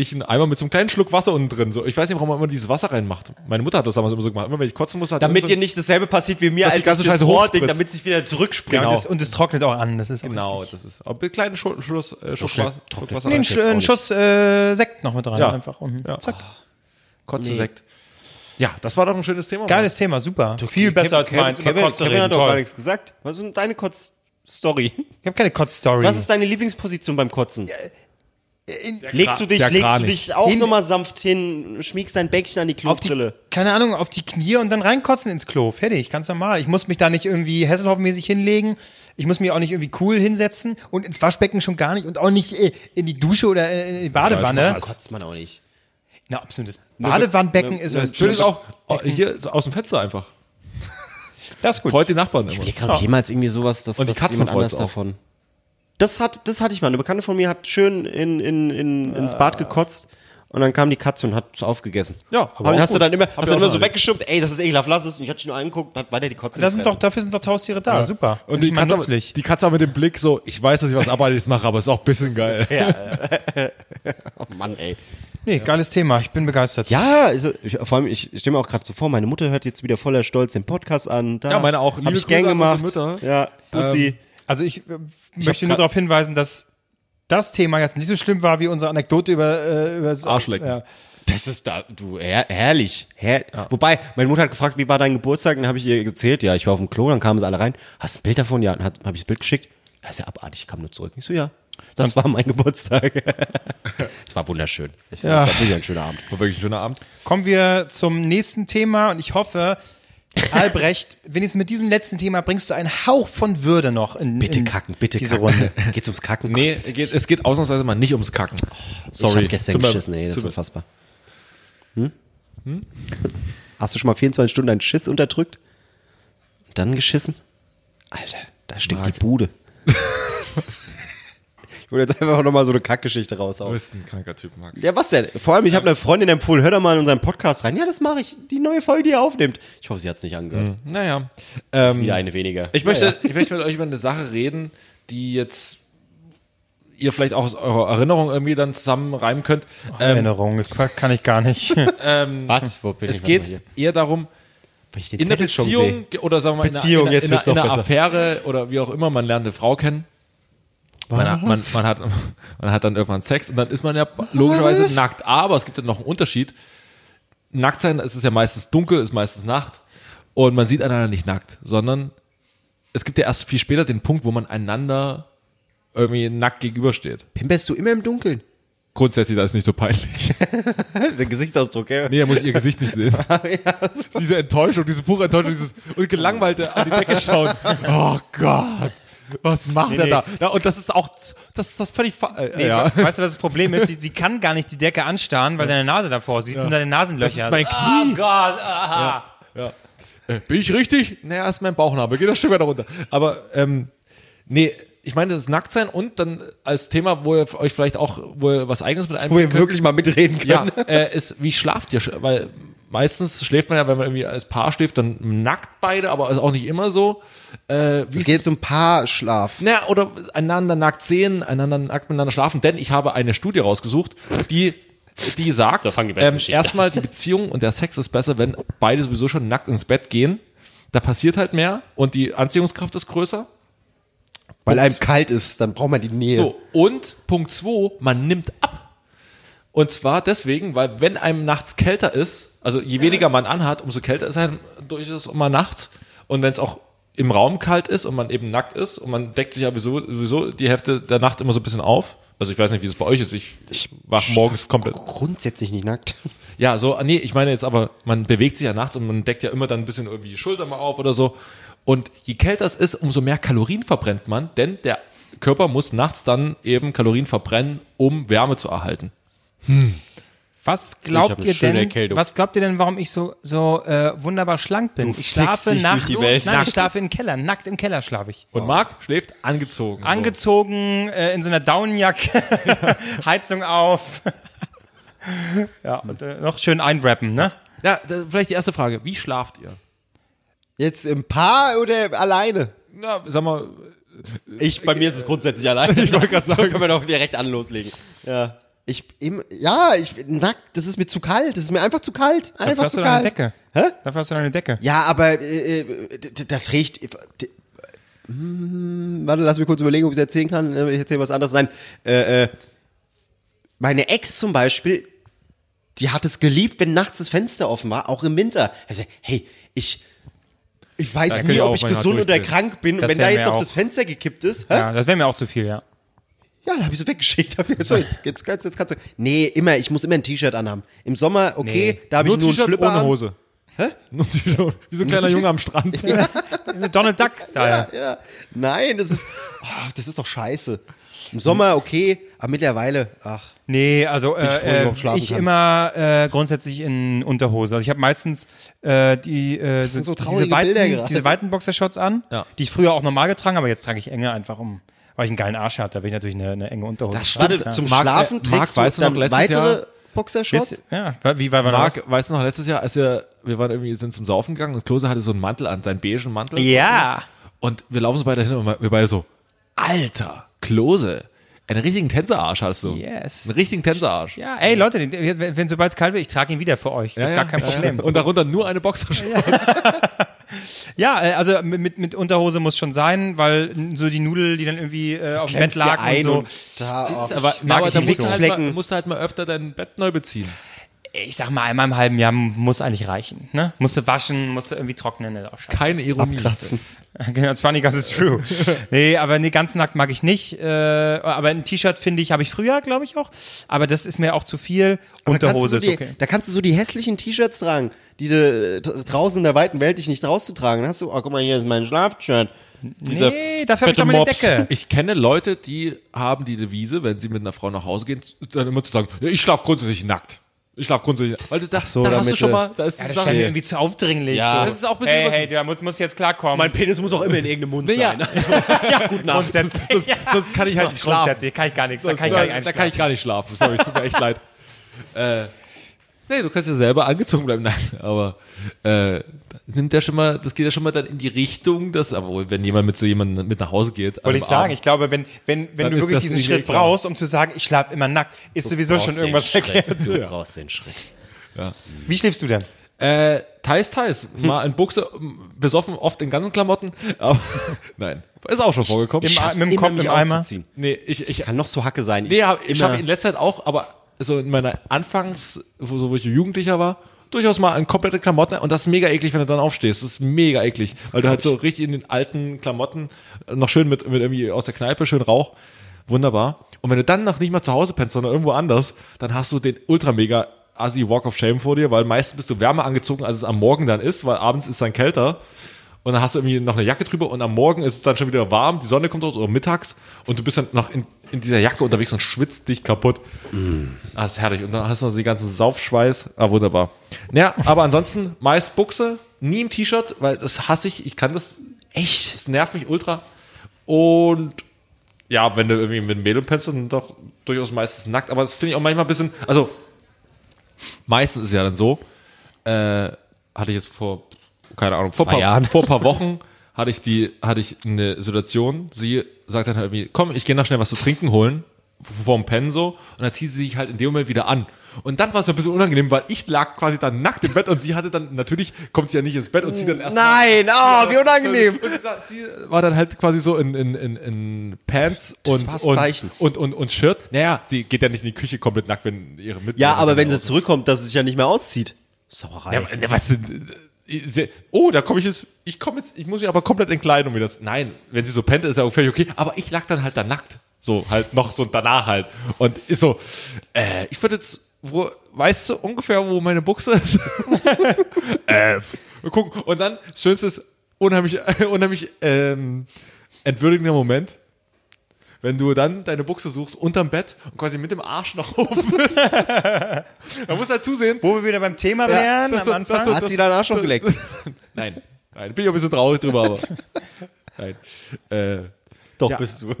C: ich einen Eimer mit so einem kleinen Schluck Wasser unten drin, so. Ich weiß nicht, warum man immer dieses Wasser reinmacht. Meine Mutter hat das damals immer so gemacht. Immer wenn ich kotzen musste, hat
A: Damit
C: irgend so
A: dir nicht dasselbe passiert wie mir,
C: Dass die
A: als
C: ganze
A: ich das
C: Scheiße
A: Rohrding,
C: hochspritzt.
A: damit sich wieder zurückspringt.
C: Ja,
B: Und
C: genau.
B: es, und es trocknet auch an. Das ist auch
C: Genau,
B: richtig.
C: das ist. Aber einen kleinen Schu Schluss, äh, Schluck,
A: schnell
C: Wasser- Schluck
A: trocknet
C: Wasser
B: Nee, einen
C: rein.
A: Das jetzt
B: Sch-
A: auch
B: einen
A: nicht.
B: Schuss äh, Sekt noch mit rein.
C: Ja.
B: Einfach unten.
C: Ja.
B: Zack.
C: Kotze Sekt. Ja, das war doch ein schönes Thema.
B: Geiles Thema, super. Viel besser als meins. Über Kotze reden,
A: hat doch
B: toll.
A: gar nichts gesagt. Was ist denn deine Kotz-Story?
B: Ich habe keine Kotz-Story.
A: Was ist deine Lieblingsposition beim Kotzen?
B: In-
A: Legst du dich,
C: der
A: legst du
C: Kranich.
A: dich auch
B: Hin-
A: nochmal sanft hin, schmiegst dein Bäckchen an die
B: auf die,
A: Klobrille.
B: keine Ahnung, auf die Knie und dann reinkotzen ins Klo. Fertig, ganz normal. Ich muss mich da nicht irgendwie Hesselhoff-mäßig hinlegen. Ich muss mich auch nicht irgendwie cool hinsetzen und ins Waschbecken schon gar nicht und auch nicht äh, in die Dusche oder äh, in die Badewanne.
A: Kotzt man auch Genau nicht.
B: Na, absolutes Badewannenbecken ist
A: ne-
B: ist-
C: Schön ist auch oh, hier so aus dem Fenster einfach.
B: Das ist gut.
C: Freut die Nachbarn immer.
A: Ich gerade ob jemals irgendwie sowas, dass,
C: Und die
A: dass
C: Katzen
A: jemand anders
C: freut's auch.
A: davon. Das, hat, das hatte ich mal. Eine Bekannte von mir hat schön in, in, in, ins Bad gekotzt und dann kam die Katze und hat es aufgegessen.
C: Ja,
A: aber
C: hab ich
A: hast du
C: gut.
A: dann immer, hast
C: Hab ich
A: dann
C: auch
A: immer
C: schon
A: so
C: erlebt.
A: weggestimmt, ey, das ist ekelhaft, lass es. Und ich hatte dich nur angeguckt und hat weiter die Kotze
B: das sind doch,
A: gefressen.
B: dafür sind doch Haustiere da. Super.
C: Und die
B: ich mein,
C: Katze,
B: nützlich.
C: die Katze auch mit dem Blick so, ich weiß, dass ich was Abartiges mache, aber ist auch ein bisschen geil.
A: Oh Mann, ey.
B: Nee, geiles Thema. Ich bin begeistert.
A: Ja, also, ich, vor allem, ich ich stelle mir auch gerade so vor, meine Mutter hört jetzt wieder voller Stolz den Podcast an. Da
C: Ja, meine auch.
A: Hab
C: Liebe
A: ich gern
C: Grüße an unsere
A: gemacht.
C: Mutter.
A: Ja, Bussi.
B: Also ich, äh, möchte nur
A: grad-
B: darauf hinweisen, dass das Thema jetzt nicht so schlimm war wie unsere Anekdote über, äh, über das
C: Arschlecken.
B: Ja.
A: Das ist da, Ah, du, her, herrlich. Her, Wobei, meine Mutter hat gefragt, wie war dein Geburtstag? Und dann habe ich ihr gezählt, ja, ich war auf dem Klo, dann kamen sie alle rein. Hast du ein Bild davon? Ja, dann habe ich das Bild geschickt. Das ist ja abartig, ich kam nur zurück. Ich so, ja, das war mein Geburtstag. Es war wunderschön. Ich,
B: Ja.
A: Das war wirklich ein schöner Abend.
C: War wirklich ein schöner Abend.
B: Kommen wir zum nächsten Thema und ich hoffe, Albrecht, wenigstens mit diesem letzten Thema bringst du einen Hauch von Würde noch in,
A: Bitte
B: in
A: kacken, bitte
B: diese
A: kacken.
B: Runde.
A: Geht's ums Kacken?
C: Nee, geht, es geht ausnahmsweise mal nicht ums Kacken.
A: Sorry. Ich
C: Sorry.
A: habe gestern
C: Zum Beispiel-
A: geschissen, ey, das ist
C: zum-
A: unfassbar. Hm? Hast du schon mal 24 Stunden einen Schiss unterdrückt? Und dann geschissen? Alter, da stinkt die Bude. ich wollte jetzt einfach nochmal so eine Kackgeschichte
C: Du
A: raushauen.
C: bist ein kranker Typ, Marc.
A: Ja, was denn? Vor allem, ich habe eine Freundin empfohlen, hör da mal in unseren Podcast rein. Ja, das mache ich. Die neue Folge, die ihr aufnimmt. Ich hoffe, sie hat es nicht angehört.
C: Naja. Ähm,
A: Wieder eine weniger.
C: Ich möchte, ich möchte mit euch über eine Sache reden, die jetzt ihr vielleicht auch aus eurer Erinnerung irgendwie dann zusammenreimen könnt. Ähm,
B: Erinnerung, kann kann ich gar nicht.
A: was? Wo bin
C: es
A: ich
C: geht eher darum,
A: ich den
C: in der
A: Zettel schon sehe.
C: Beziehung oder sagen wir mal
A: Beziehung,
C: in einer,
A: jetzt
C: in
A: wird's
C: einer, in
A: noch
C: einer
A: besser.
C: Affäre oder wie auch immer, man lernt eine Frau kennen. Man, hat- man, man, hat, man hat dann irgendwann Sex und dann ist man ja logischerweise nackt. Aber es gibt dann noch einen Unterschied. Nackt sein, es ist ja meistens dunkel, ist meistens Nacht. Und man sieht einander nicht nackt, sondern es gibt ja erst viel später den Punkt, wo man einander irgendwie nackt gegenübersteht.
A: Pimperst du immer im Dunkeln?
C: Grundsätzlich, da ist nicht so peinlich.
A: Der Gesichtsausdruck, ja.
C: Nee, er muss ihr Gesicht nicht sehen. Diese Enttäuschung, diese pure Enttäuschung, dieses und gelangweilte an die Decke schauen. Oh Gott. Was macht er da? Ja, und das ist auch, das ist das völlig, fa äh, ja.
B: Weißt du, was das Problem ist? Sie, sie kann gar nicht die Decke anstarren, weil deine Nase davor sieht und deine
C: Das
B: Nasenlöcher. Also,
C: ist mein
A: Ah,
C: Knie. Äh, Bin ich richtig? Naja, ist mein Bauchnabel. Geht das Stück weiter runter. Aber, ähm, nee, ich meine, das ist Nacktsein und dann als Thema, wo ihr euch vielleicht auch, wo ihr was Eigenes mit
A: Wo
C: einbringt.
A: ihr wirklich mal mitreden könnt.
C: Ja, äh, ist, wie schlaft ihr? sch- Weil meistens schläft man ja, wenn man irgendwie als Paar schläft, dann nackt beide, aber ist auch nicht immer so. Äh, wie
A: Es geht um Paarschlaf.
C: Na, oder einander nackt sehen, einander nackt miteinander schlafen, denn ich habe eine Studie rausgesucht, die, die sagt, ähm,
E: So fangen die besten Geschichten an.
C: erstmal die Beziehung und der Sex ist besser, wenn beide sowieso schon nackt ins Bett gehen. Da passiert halt mehr und die Anziehungskraft ist größer.
A: Weil einem kalt ist, dann braucht man die Nähe.
C: So, und Punkt 2, man nimmt ab. Und zwar deswegen, weil wenn einem nachts kälter ist, Also je weniger man anhat, umso kälter ist einem durchaus immer nachts. Und wenn es auch im Raum kalt ist und man eben nackt ist und man deckt sich ja sowieso, sowieso die Hälfte der Nacht immer so ein bisschen auf. Also ich weiß nicht, wie es bei euch ist. Ich, ich wach morgens komplett.
A: Grundsätzlich nicht nackt.
C: Ja, so, ah, nee, ich meine jetzt aber, man bewegt sich ja nachts und man deckt ja immer dann ein bisschen irgendwie die Schulter mal auf oder so. Und je kälter es ist, umso mehr Kalorien verbrennt man, denn der Körper muss nachts dann eben Kalorien verbrennen, um Wärme zu erhalten.
B: Was
A: Ich hab
B: glaubt
A: eine
B: ihr denn?
A: schöne Erkältung.
B: Was glaubt ihr denn, warum ich so so äh, wunderbar schlank bin? ich schlafe
A: dich durch
B: nachts.
A: die Welt.
B: Nein,
A: Nackt.
B: ich schlafe im Keller. Nackt im Keller schlafe ich.
C: Und Marc schläft angezogen.
B: Angezogen äh, in so einer Daunenjacke, Heizung auf. ja, und äh, noch schön einwrappen, ne?
C: So. Ja, da, vielleicht die erste Frage. Wie schlaft ihr?
A: Jetzt im Paar oder alleine?
C: Na, sag mal,
A: Ich, bei mir ist es grundsätzlich alleine. Ich wollte gerade sagen, können wir doch direkt an loslegen. Ja. Ich, im, ja, ich, nackt, das ist mir zu kalt, das ist mir einfach zu kalt.
B: Dafür
A: Einfach
B: hast
A: zu
B: du deine
A: kalt.
B: Decke.
A: Hä?
B: Dafür hast du deine Decke.
A: Ja, aber äh, äh, d- d- da trägt. äh, d- Hm, Warte, lass mich kurz überlegen, ob ich es erzählen kann. Äh, Ich erzähle was anderes. Nein, äh, äh, meine Ex zum Beispiel, die hat es geliebt, wenn nachts das Fenster offen war, auch im Winter. Also, hey, ich, ich weiß
C: kann
A: nie,
C: ich auch
A: ob ich
C: meiner
A: gesund oder
C: durchdrehen.
A: krank bin. Und
B: Das
A: wenn da
B: wär
A: jetzt
B: mir
A: auch
B: auch-
A: das Fenster gekippt ist, hä?
B: Ja, das wäre mir auch zu viel, ja.
A: Ja, dann habe ich so weggeschickt. Hab ich gesagt, so, jetzt, jetzt, kannst du- jetzt kannst du. Nee, immer, ich muss immer ein T-Shirt anhaben. Im Sommer, okay, da habe ich nur einen
C: T-Shirt
A: Schlipper
C: ohne
A: an.
C: Hose. Hä? Nur T-Shirt. Wie so ein kleiner Junge am Strand.
B: Also Donald Duck-Style.
A: Ja, nein, das ist, oh, das ist doch scheiße. Im Sommer okay, aber mittlerweile, ach.
B: Nee, also
A: froh,
B: äh, äh,
A: überhaupt schlafen
B: ich
A: kann.
B: immer äh, grundsätzlich in Unterhose. Also ich habe meistens äh, die äh,
A: sind so traurige
B: diese, weiten,
A: Bilder gerade.
B: diese weiten Boxershorts an,
C: Ja.
B: die ich früher auch normal getragen, habe, aber jetzt trage ich enge einfach um, weil ich einen geilen Arsch hatte. Da will ich natürlich eine, eine enge Unterhose. tragen.
A: Gerade zum
C: Marc, äh,
A: Schlafen
C: Marc,
A: trägst du
C: weißt du
A: dann
C: noch letztes
A: weitere
C: Jahr-
A: Boxershorts?
B: Ja, wa- wie war man
C: Marc, weißt du noch, letztes Jahr, als wir, wir waren irgendwie, sind zum Saufen gegangen und Klose hatte so einen Mantel an, seinen beigen Mantel.
B: Ja.
C: Und wir laufen so beide hin und wir beide so, alter, Klose, einen richtigen Tänzerarsch hast du.
B: Yes.
C: Einen richtigen Tänzerarsch.
B: Ja, ey Leute, den- wenn, wenn sobald es kalt wird, ich trage ihn wieder für euch. Das ist gar kein Problem.
C: Und darunter nur eine Boxershorts.
B: Ja, äh, also mit, mit Unterhose muss schon sein, weil n- so die Nudel, die dann irgendwie äh, auf dem Bett
A: Klemmst dir
B: lag und
A: ein
B: so.
A: und da, oh.
C: Aber,
B: mag
C: aber
B: ich
C: da
B: die
C: musst du, halt
A: Wichsflecken.
C: mal, musst du halt mal öfter dein Bett neu beziehen.
B: ich sag mal, einmal im halben Jahr muss eigentlich reichen. Ne? Musst du waschen, musst du irgendwie trocknen. Ist auch scheiße.
C: Keine Ironie.
A: Abkratzen.
B: Genau, it's funny, 'cause it's true. nee, aber nee, ganz nackt mag ich nicht. Äh, aber ein T-Shirt, finde ich, habe ich früher, glaube ich, auch. Aber das ist mir auch zu viel. Unterhose
A: da kannst du so
B: ist
A: die,
B: okay.
A: Da kannst du so die hässlichen T-Shirts tragen, die du äh, dra- draußen in der weiten Welt dich nicht rauszutragen. Dann hast du, oh, guck mal, hier ist mein Schlaf-Shirt. Dieser
B: Nee, dafür habe ich
A: fette
B: doch meine
A: Mops.
B: Decke.
C: Ich kenne Leute, die haben die Devise, wenn sie mit einer Frau nach Hause gehen, dann immer zu sagen, "Ja, ich schlafe grundsätzlich nackt. Ich schlafe grundsätzlich Weil du dachtest, so, da hast du
A: damit,
C: schon
A: äh,
C: mal, da ist die
B: Ja, das
C: Sache.
B: wäre mir irgendwie zu aufdringlich.
A: Ja.
B: so.
C: Das ist auch ein bisschen
B: Hey,
C: über-
B: hey, da muss, muss jetzt klarkommen.
A: Penis muss auch immer in irgendeinem Mund
C: Naja,
B: ja, gut nach. Grundsätzlich, ja.
C: sonst kann ich halt nicht schlafen.
B: Grundsätzlich kann ich gar nichts. Da kann ich gar nicht
C: da kann ich gar nicht schlafen. Sorry, es tut mir echt leid. Äh, nee, du kannst ja selber angezogen bleiben. Nein, aber äh, das nimmt ja schon mal, das geht ja schon mal dann in die Richtung, dass, aber wohl, wenn jemand mit so jemandem mit nach Hause geht.
B: Wollte ich sagen, ich glaube, wenn, wenn,
C: Dann
B: wenn du
C: ist
B: wirklich
C: das
B: diesen
C: nicht
B: Schritt
C: klar.
B: brauchst, um zu sagen, ich schlafe immer nackt, ist sowieso schon irgendwas verkehrt.
A: Du brauchst den Schritt.
B: Wie schläfst du denn?
C: Äh, teils, teils. Mal in Buchse, m, besoffen, oft in ganzen Klamotten. Aber, nein, ist auch schon vorgekommen.
B: Im Ar-
A: Schaffst
B: mit dem
A: immer,
B: Kopf
A: mich
B: im Eimer.
A: auszuziehen.
C: nee, ich, ich,
A: Kann noch so Hacke sein.
C: nee, hab, ich
A: immer-
C: habe in letzter Zeit auch, aber so in meiner Anfangs, wo, so, wo ich Jugendlicher war, durchaus mal in komplette Klamotten und das ist mega eklig, wenn du dann aufstehst. Das ist mega eklig, weil du halt so richtig in den alten Klamotten äh, noch schön mit, mit irgendwie aus der Kneipe schön Rauch, wunderbar. Und wenn du dann noch nicht mal zu Hause pennst, sondern irgendwo anders, dann hast du den ultra mega assi Walk of Shame vor dir, weil meistens bist du wärmer angezogen, als es am Morgen dann ist, weil abends ist dann kälter. Und dann hast du irgendwie noch eine Jacke drüber und am Morgen ist es dann schon wieder warm, die Sonne kommt raus oder mittags und du bist dann noch in, in dieser Jacke unterwegs und schwitzt dich kaputt. Ah, ist herrlich. Und dann hast du noch die ganzen Saufschweiß. Ah, wunderbar. Naja, aber ansonsten meist Buchse, nie im T-Shirt, weil das hasse ich. Ich kann das. Echt? Das nervt mich ultra. Und ja, wenn du irgendwie mit dem Mädel pennst, dann doch durchaus meistens nackt. Aber das finde ich auch manchmal ein bisschen. Also, meistens ist ja dann so. Äh, hatte ich jetzt vor, keine Ahnung, vor,
A: Zwei
C: paar,
A: Jahren.
C: vor paar Wochen hatte ich die, hatte ich eine Situation. Sie sagt dann halt irgendwie, komm, ich gehe noch schnell was zu trinken holen vorm Pen so und dann zieht sie sich halt in dem Moment wieder an. Und dann war es mir ein bisschen unangenehm, weil ich lag quasi dann nackt im Bett und sie hatte dann, natürlich kommt sie ja nicht ins Bett und zieht dann erstmal
A: Nein, oh, wie unangenehm.
C: und sie sagt, Sie war dann halt quasi so in, in, in, in Pants und,
A: war's
C: und,
A: Zeichen.
C: und, und, und Shirt. Naja, sie geht ja nicht in die Küche komplett nackt, wenn ihre Mitbewohner
A: Ja, aber wenn sie
C: raus-
A: zurückkommt, dass sie sich ja nicht mehr auszieht. Sauerei.
C: Ja, aber, ne, was sind. äh, se- Oh, da komme ich jetzt. Ich komme jetzt. Ich muss mich aber komplett entkleiden, um mir das. Nein, wenn sie so pennt, ist ja auch völlig okay. Aber ich lag dann halt da nackt. So, halt noch so danach halt. Und ist so. Äh, ich würde jetzt. Wo, weißt du ungefähr, wo meine Buchse ist? äh, mal gucken. Und dann, das Schönste ist, unheimlich, unheimlich ähm, entwürdigender Moment. Wenn du dann deine Buchse suchst unterm Bett und quasi mit dem Arsch nach oben bist. Man muss halt zusehen,
B: Wo wir wieder beim Thema wären
C: das
B: am
C: so- das
B: Anfang.
C: so-
A: Hat sie deinen Arsch schon geleckt?
C: Nein, nein, bin ich auch ein bisschen traurig drüber, aber. Nein. Äh,
A: Doch,
C: Ja.
A: bist du.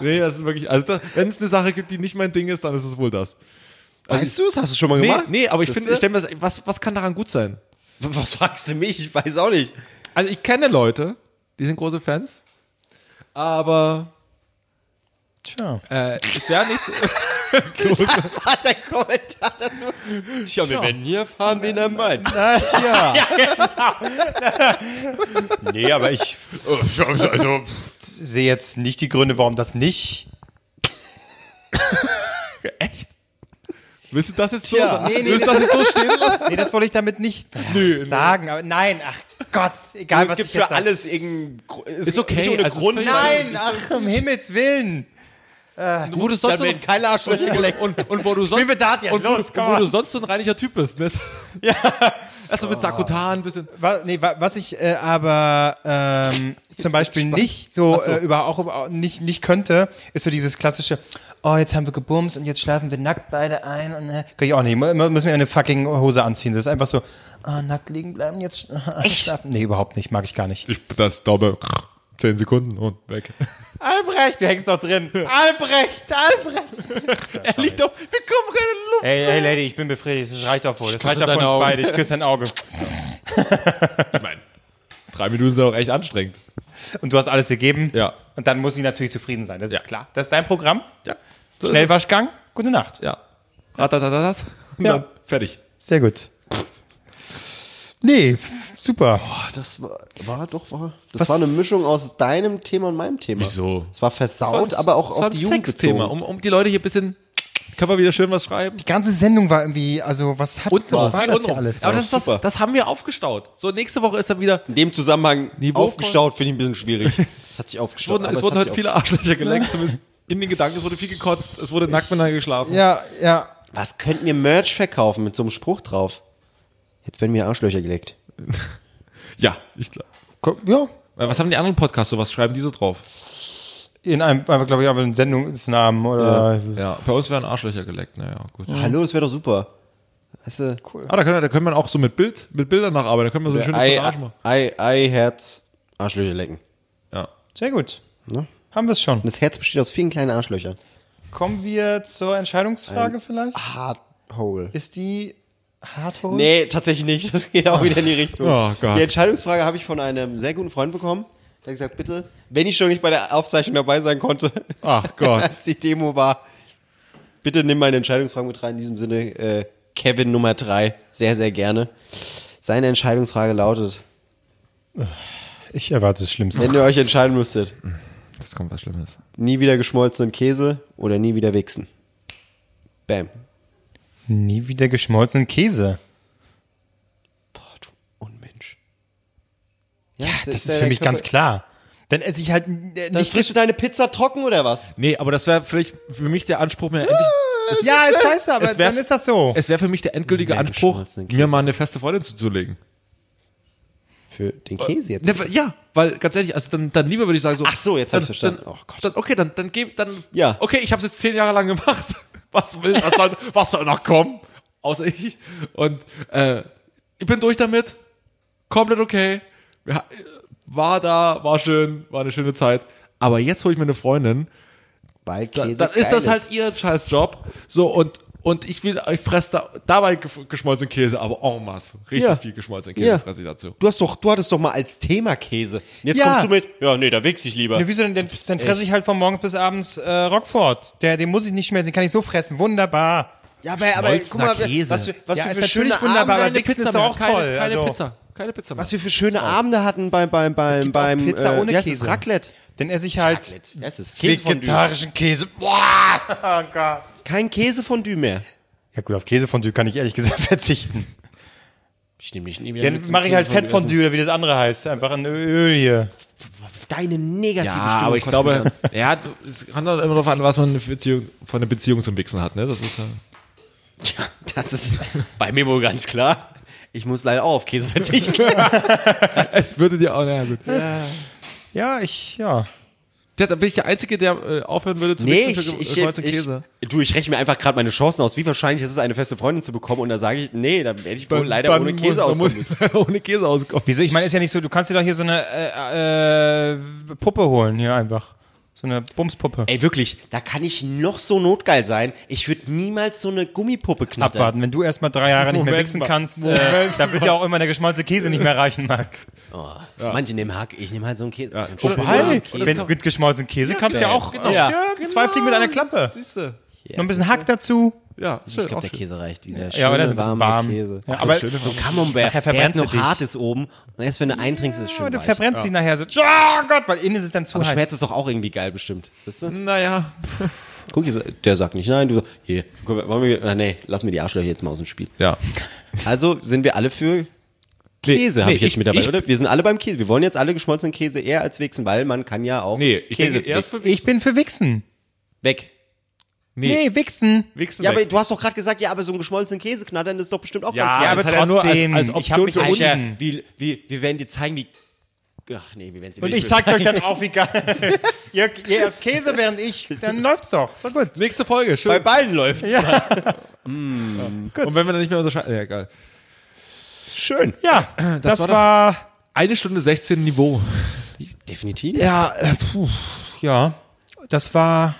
C: nee, das ist wirklich. Also, wenn es eine Sache gibt, die nicht mein Ding ist, dann ist es wohl das. Also
A: Weißt du es? Hast du schon mal
C: Nee,
A: gemacht?
C: nee aber ich
A: Das-
C: finde, ich stelle mir das, was, was kann daran gut sein?
A: Was fragst du mich? Ich weiß auch nicht.
C: Also, ich kenne Leute, die sind große Fans, aber
B: Tja.
C: äh, es wäre nichts.
A: Das war dein Kommentar dazu. Tja, wir werden nie erfahren, wen er meint.
B: Na, tja.
A: Nee, aber ich
E: Also,
B: sehe jetzt nicht die Gründe, warum das nicht.
C: Echt? Willst du das jetzt so,
A: Tja.
C: nee, nee, willst du das jetzt so stehen lassen?
B: Nee, das wollte ich damit nicht sagen, aber nein, ach Gott, egal
A: es
B: was
A: gibt
B: ich jetzt
A: für alles irgendeinen Gru-
C: Ist okay,
A: Nicht ohne
C: also ist
A: Grund.
C: völlig-
B: Sag. Nein, ach um Himmels Willen.
C: Wo du sonst
A: Dann
C: so,
A: werden keine Arschlöcher geleckt.
C: und, und wo du sonst.
B: Spielen wir Dart jetzt,
C: und, wo-
B: los,
C: und
B: komm
C: wo
B: mal.
C: du sonst so ein reinlicher Typ bist, ne? Ah. Ja. Erstmal mit Sakutan ein bisschen.
B: Wa- nee, wa- was ich äh, aber ähm, zum Beispiel nicht so, Äh, über, auch über, nicht, nicht könnte, ist so dieses klassische, oh, jetzt haben wir gebumst und jetzt schlafen wir nackt beide ein und äh, kann ich auch nicht. Mu- mu- Müssen wir eine fucking Hose anziehen. Das ist einfach so, ah, nackt liegen bleiben, jetzt Echt? schlafen. Nee, überhaupt nicht, mag ich gar nicht.
C: Ich das glaube zehn Sekunden und weg.
B: Albrecht, du hängst doch drin. Albrecht, Albrecht.
C: Er liegt auf, wir kommen keine Luft.
B: Hey, hey, Lady, ich bin befriedigt. Das reicht doch wohl. Das
C: reicht doch für uns beide.
B: Ich küsse dein Auge.
C: Ich meine, drei Minuten sind auch echt anstrengend.
B: Und du hast alles gegeben.
C: Ja.
B: Und dann muss sie natürlich zufrieden sein. Das
C: Ja.
B: ist klar. Das ist dein Programm.
C: Ja.
B: Schnellwaschgang. Gute Nacht.
C: Ja. Ratatatatat. Und
B: Ja.
C: dann fertig.
B: Sehr gut. Nee, super.
A: Das war, war doch, war. Das
B: Was-
A: war eine Mischung aus deinem Thema und meinem Thema.
C: Wieso?
A: Es war versaut, aber auch auf die Jugend
C: Thema,
A: bezogen.
C: um, um die Leute hier ein bisschen, kann man wieder schön was schreiben.
B: Die ganze Sendung war irgendwie, also was hat
C: Und
B: was war das hier
C: untenrum.
B: alles?
C: Aber das, ist das,
A: Super.
C: das haben wir aufgestaut. So, nächste Woche ist dann wieder,
A: In dem Zusammenhang
C: Niveau
A: aufgestaut finde ich ein bisschen schwierig. Es hat sich aufgestaut.
C: wurden,
A: aber
C: es wurden
A: hat
C: heute
A: sich
C: viele Arschlöcher gelenkt, zumindest in den Gedanken, es wurde viel gekotzt, es wurde nackt miteinander geschlafen.
B: ja, ja.
A: auf- Was könnten wir Merch verkaufen mit so einem Spruch drauf? Jetzt werden mir Arschlöcher gelegt.
C: ja ich glaube.
B: Ko- Ja.
C: Was haben die anderen Podcasts sowas? Schreiben die so drauf?
B: In einem, einfach, glaube ich, einfach einen Sendungsnamen oder.
C: Ja, bei uns wären Arschlöcher geleckt. Naja, gut.
A: Hallo, das wäre doch super. Weißt du,
C: Ah, da können, da können wir auch so mit Bild, mit Bildern nacharbeiten. Da können wir so eine schöne
A: Äh, Ei, ah.
C: Collage machen.
A: Ei, Ei, Herz, Arschlöcher lecken.
C: Ja.
B: Sehr gut. Haben wir es schon.
A: Und das Herz besteht aus vielen kleinen Arschlöchern.
B: Kommen wir zur Entscheidungsfrage vielleicht?
A: Hardhole.
B: Ist die Hardhole?
A: Nee, tatsächlich nicht. Das geht auch wieder in die Richtung.
C: Oh Gott.
A: Die Entscheidungsfrage habe ich von einem sehr guten Freund bekommen. Der hat gesagt, bitte, wenn ich schon nicht bei der Aufzeichnung dabei sein konnte,
C: Ach Gott.
A: als die Demo war, bitte nimm meine Entscheidungsfrage mit rein. In diesem Sinne, äh, Kevin Nummer 3, sehr, sehr gerne. Seine Entscheidungsfrage lautet,
B: Ich erwarte das Schlimmste.
A: wenn ihr euch entscheiden müsstet,
C: Jetzt kommt was Schlimmes.
A: nie wieder geschmolzenen Käse oder nie wieder wichsen. Bam.
B: Nie wieder geschmolzenen Käse.
A: Boah, du Unmensch.
B: Ja, das, ist,
A: ja
B: für
A: der
B: mich
A: Körper-
B: ganz klar. Dann esse ich halt äh,
A: Dann
B: nicht
A: frisst du deine Pizza trocken oder was?
C: Nee, aber das wäre vielleicht für mich der Anspruch, mir endlich. Es,
B: Ja, ist scheiße, aber
C: es wär-
B: dann ist das so.
C: es wäre für mich der endgültige Anspruch,
A: geschmolzenen Käse.
C: mir mal eine feste Freundin zuzulegen.
A: Für den Käse jetzt.
C: Ne, Ja, weil ganz ehrlich, also dann, dann lieber würde ich sagen so.
A: Ach so, jetzt hab
C: dann,
A: ich's verstanden.
C: Dann,
A: Oh Gott.
C: Dann, okay, dann, dann gebe dann.
A: Ja.
C: Okay, ich habe es jetzt zehn Jahre lang gemacht. Was will, was soll, was soll noch kommen? Außer ich. Und äh, ich bin durch damit. Komplett okay. Ja, War da, war schön, war eine schöne Zeit. Aber jetzt hole ich mir eine Freundin,
A: Bald
C: Da,
A: Käse.
C: dann ist das
A: geiles.
C: halt ihr scheiß Job. So, und, und ich will, ich fresse da, dabei gef- geschmolzenen Käse, aber en masse. Richtig
A: Ja.
C: viel geschmolzenen Käse
A: Ja.
C: fresse ich dazu.
A: Du hast doch, du hattest doch mal als Thema Käse. Und jetzt
B: Ja.
A: kommst du mit, ja, nee, da wichs ich lieber.
B: Ne, wieso denn? Dann, dann fresse ich halt von morgens bis abends äh, Rockford. Der, den muss ich nicht mehr, den kann ich so fressen. Wunderbar.
A: Ja, aber, aber guck mal,
C: Käse.
A: was wir, was
B: Ja,
A: wir
B: ist
A: für schöne
B: natürlich wunderbar,
A: Abende,
B: aber Wichsen ist doch auch
C: keine,
B: toll.
C: Keine
B: also,
C: Pizza. Keine Pizza mehr.
A: was wir für schöne Abende hatten beim, beim, beim,
B: gibt auch
A: beim, äh,
B: Pizza ohne
A: wie heißt
B: Käse.
A: Das Raclette.
B: Dann esse ich halt
A: Das ist Käse
B: vegetarischen Käse. Boah! Oh Gott.
A: Kein Käsefondue mehr.
F: Ja gut, auf Käsefondue kann ich ehrlich gesagt verzichten.
E: Ich nehme dich nie wieder.
B: Dann mache ich halt Fettfondue, oder wie das andere heißt. Einfach ein Öl hier.
A: Deine negative
C: Ja, aber ich glaube, ja, du- es kommt halt immer darauf an, was man eine Beziehung, von einer Beziehung zum Wichsen hat, ne? Das ist ja.
A: das ist bei mir wohl ganz klar. Ich muss leider auch auf Käse verzichten.
C: Es würde dir auch, naja, gut.
B: Ja, ich, ja.
C: Ja, da bin ich der Einzige, der äh, aufhören würde zu
A: Nee,
C: wichsen
A: ich,
C: für äh,
A: ich,
C: Kreuz und
A: ich,
C: Käse.
A: du, ich rechne mir einfach gerade meine Chancen aus, wie wahrscheinlich ist es, eine feste Freundin zu bekommen. Und da sage ich, nee, da werde ich wohl leider ohne
C: muss-
A: Käse
C: man
A: auskommen
C: muss
A: müssen.
C: ohne Käse auskommen.
B: Wieso? Ich meine, ist ja nicht so, du kannst dir doch hier so eine äh, äh, Puppe holen, hier einfach. So eine Bumspuppe.
A: Ey, wirklich, da kann ich noch so notgeil sein. Ich würde niemals so eine Gummipuppe knattern.
B: Abwarten, wenn du erstmal drei Jahre nicht mehr
C: Moment
B: wichsen
C: mal.
B: kannst, äh, da wird ja auch immer der geschmolzene Käse nicht mehr reichen, Marc.
A: Manche nehmen Hack, ich nehme halt so einen Käse. So einen schönen
B: Wobei,
A: Käse.
B: wenn mit geschmolzenem Käse kannst du ja auch ja, zwei Fliegen mit einer Klappe.
C: Siehst du?
B: Noch ein bisschen Hack dazu.
C: Ja, schön.
A: Ich glaube,
C: auch
A: der
C: schön.
A: Käse reicht. Dieser schöne,
B: Ja, aber der ist ein bisschen
A: warme
B: warm.
A: Käse.
B: Ja, aber oh,
C: schöne
A: so Camembert.
B: Nachher
A: er ist
B: verbrennst du
A: noch
B: dich.
A: hart ist oben und erst wenn du eintrinkst, ist es schön
B: Ja, du
A: weich.
B: verbrennst dich nachher so. Oh Gott, weil innen ist es dann zu
A: Aber
B: heiß.
A: Schmerz ist doch auch irgendwie geil bestimmt. Siehst du?
C: Naja,
A: Guck, ihr se- der sagt nicht nein. Du sagst, hier, guck, wollen wir, ah, nee, lassen wir die Arschlöcher jetzt mal aus dem Spiel.
C: ja.
A: Also sind wir alle für Käse, habe
C: nee,
A: ich jetzt
C: ich-
A: mit dabei,
C: ich-
A: oder? Wir sind alle beim Käse. Wir wollen jetzt alle geschmolzenen Käse eher als Wichsen, weil man kann ja auch
C: Nee, ich
A: Käse
C: denke, erst für
B: Ich bin für Wichsen.
A: weg.
B: Nee, Wichsen.
C: Wichsen.
A: Ja,
C: weg.
A: aber du hast doch gerade gesagt, ja, aber so einen geschmolzenen Käse knattern ist doch bestimmt auch ganz
B: aber
A: geil.
C: Ah, das hat er nur als-
B: trotzdem,
C: als
B: ich hab
C: Option
B: mich
C: für uns.
B: eigentlich-
A: Alter, wie, wie, wir werden dir zeigen, wie. Ach nee, wir werden dir
B: Und ich zeig's euch dann auch, wie geil. ihr, ihr erst Käse, während ich. Dann läuft's doch. So gut.
C: Nächste Folge, schön. Bei
A: beiden läuft.
C: Und wenn wir dann nicht mehr unterscheiden. Ja, egal.
A: Schön.
B: Ja, das,
C: war
B: war,
C: doch- Eine Stunde 16 Niveau.
A: Definitiv.
B: ja, äh, puh, ja, das war.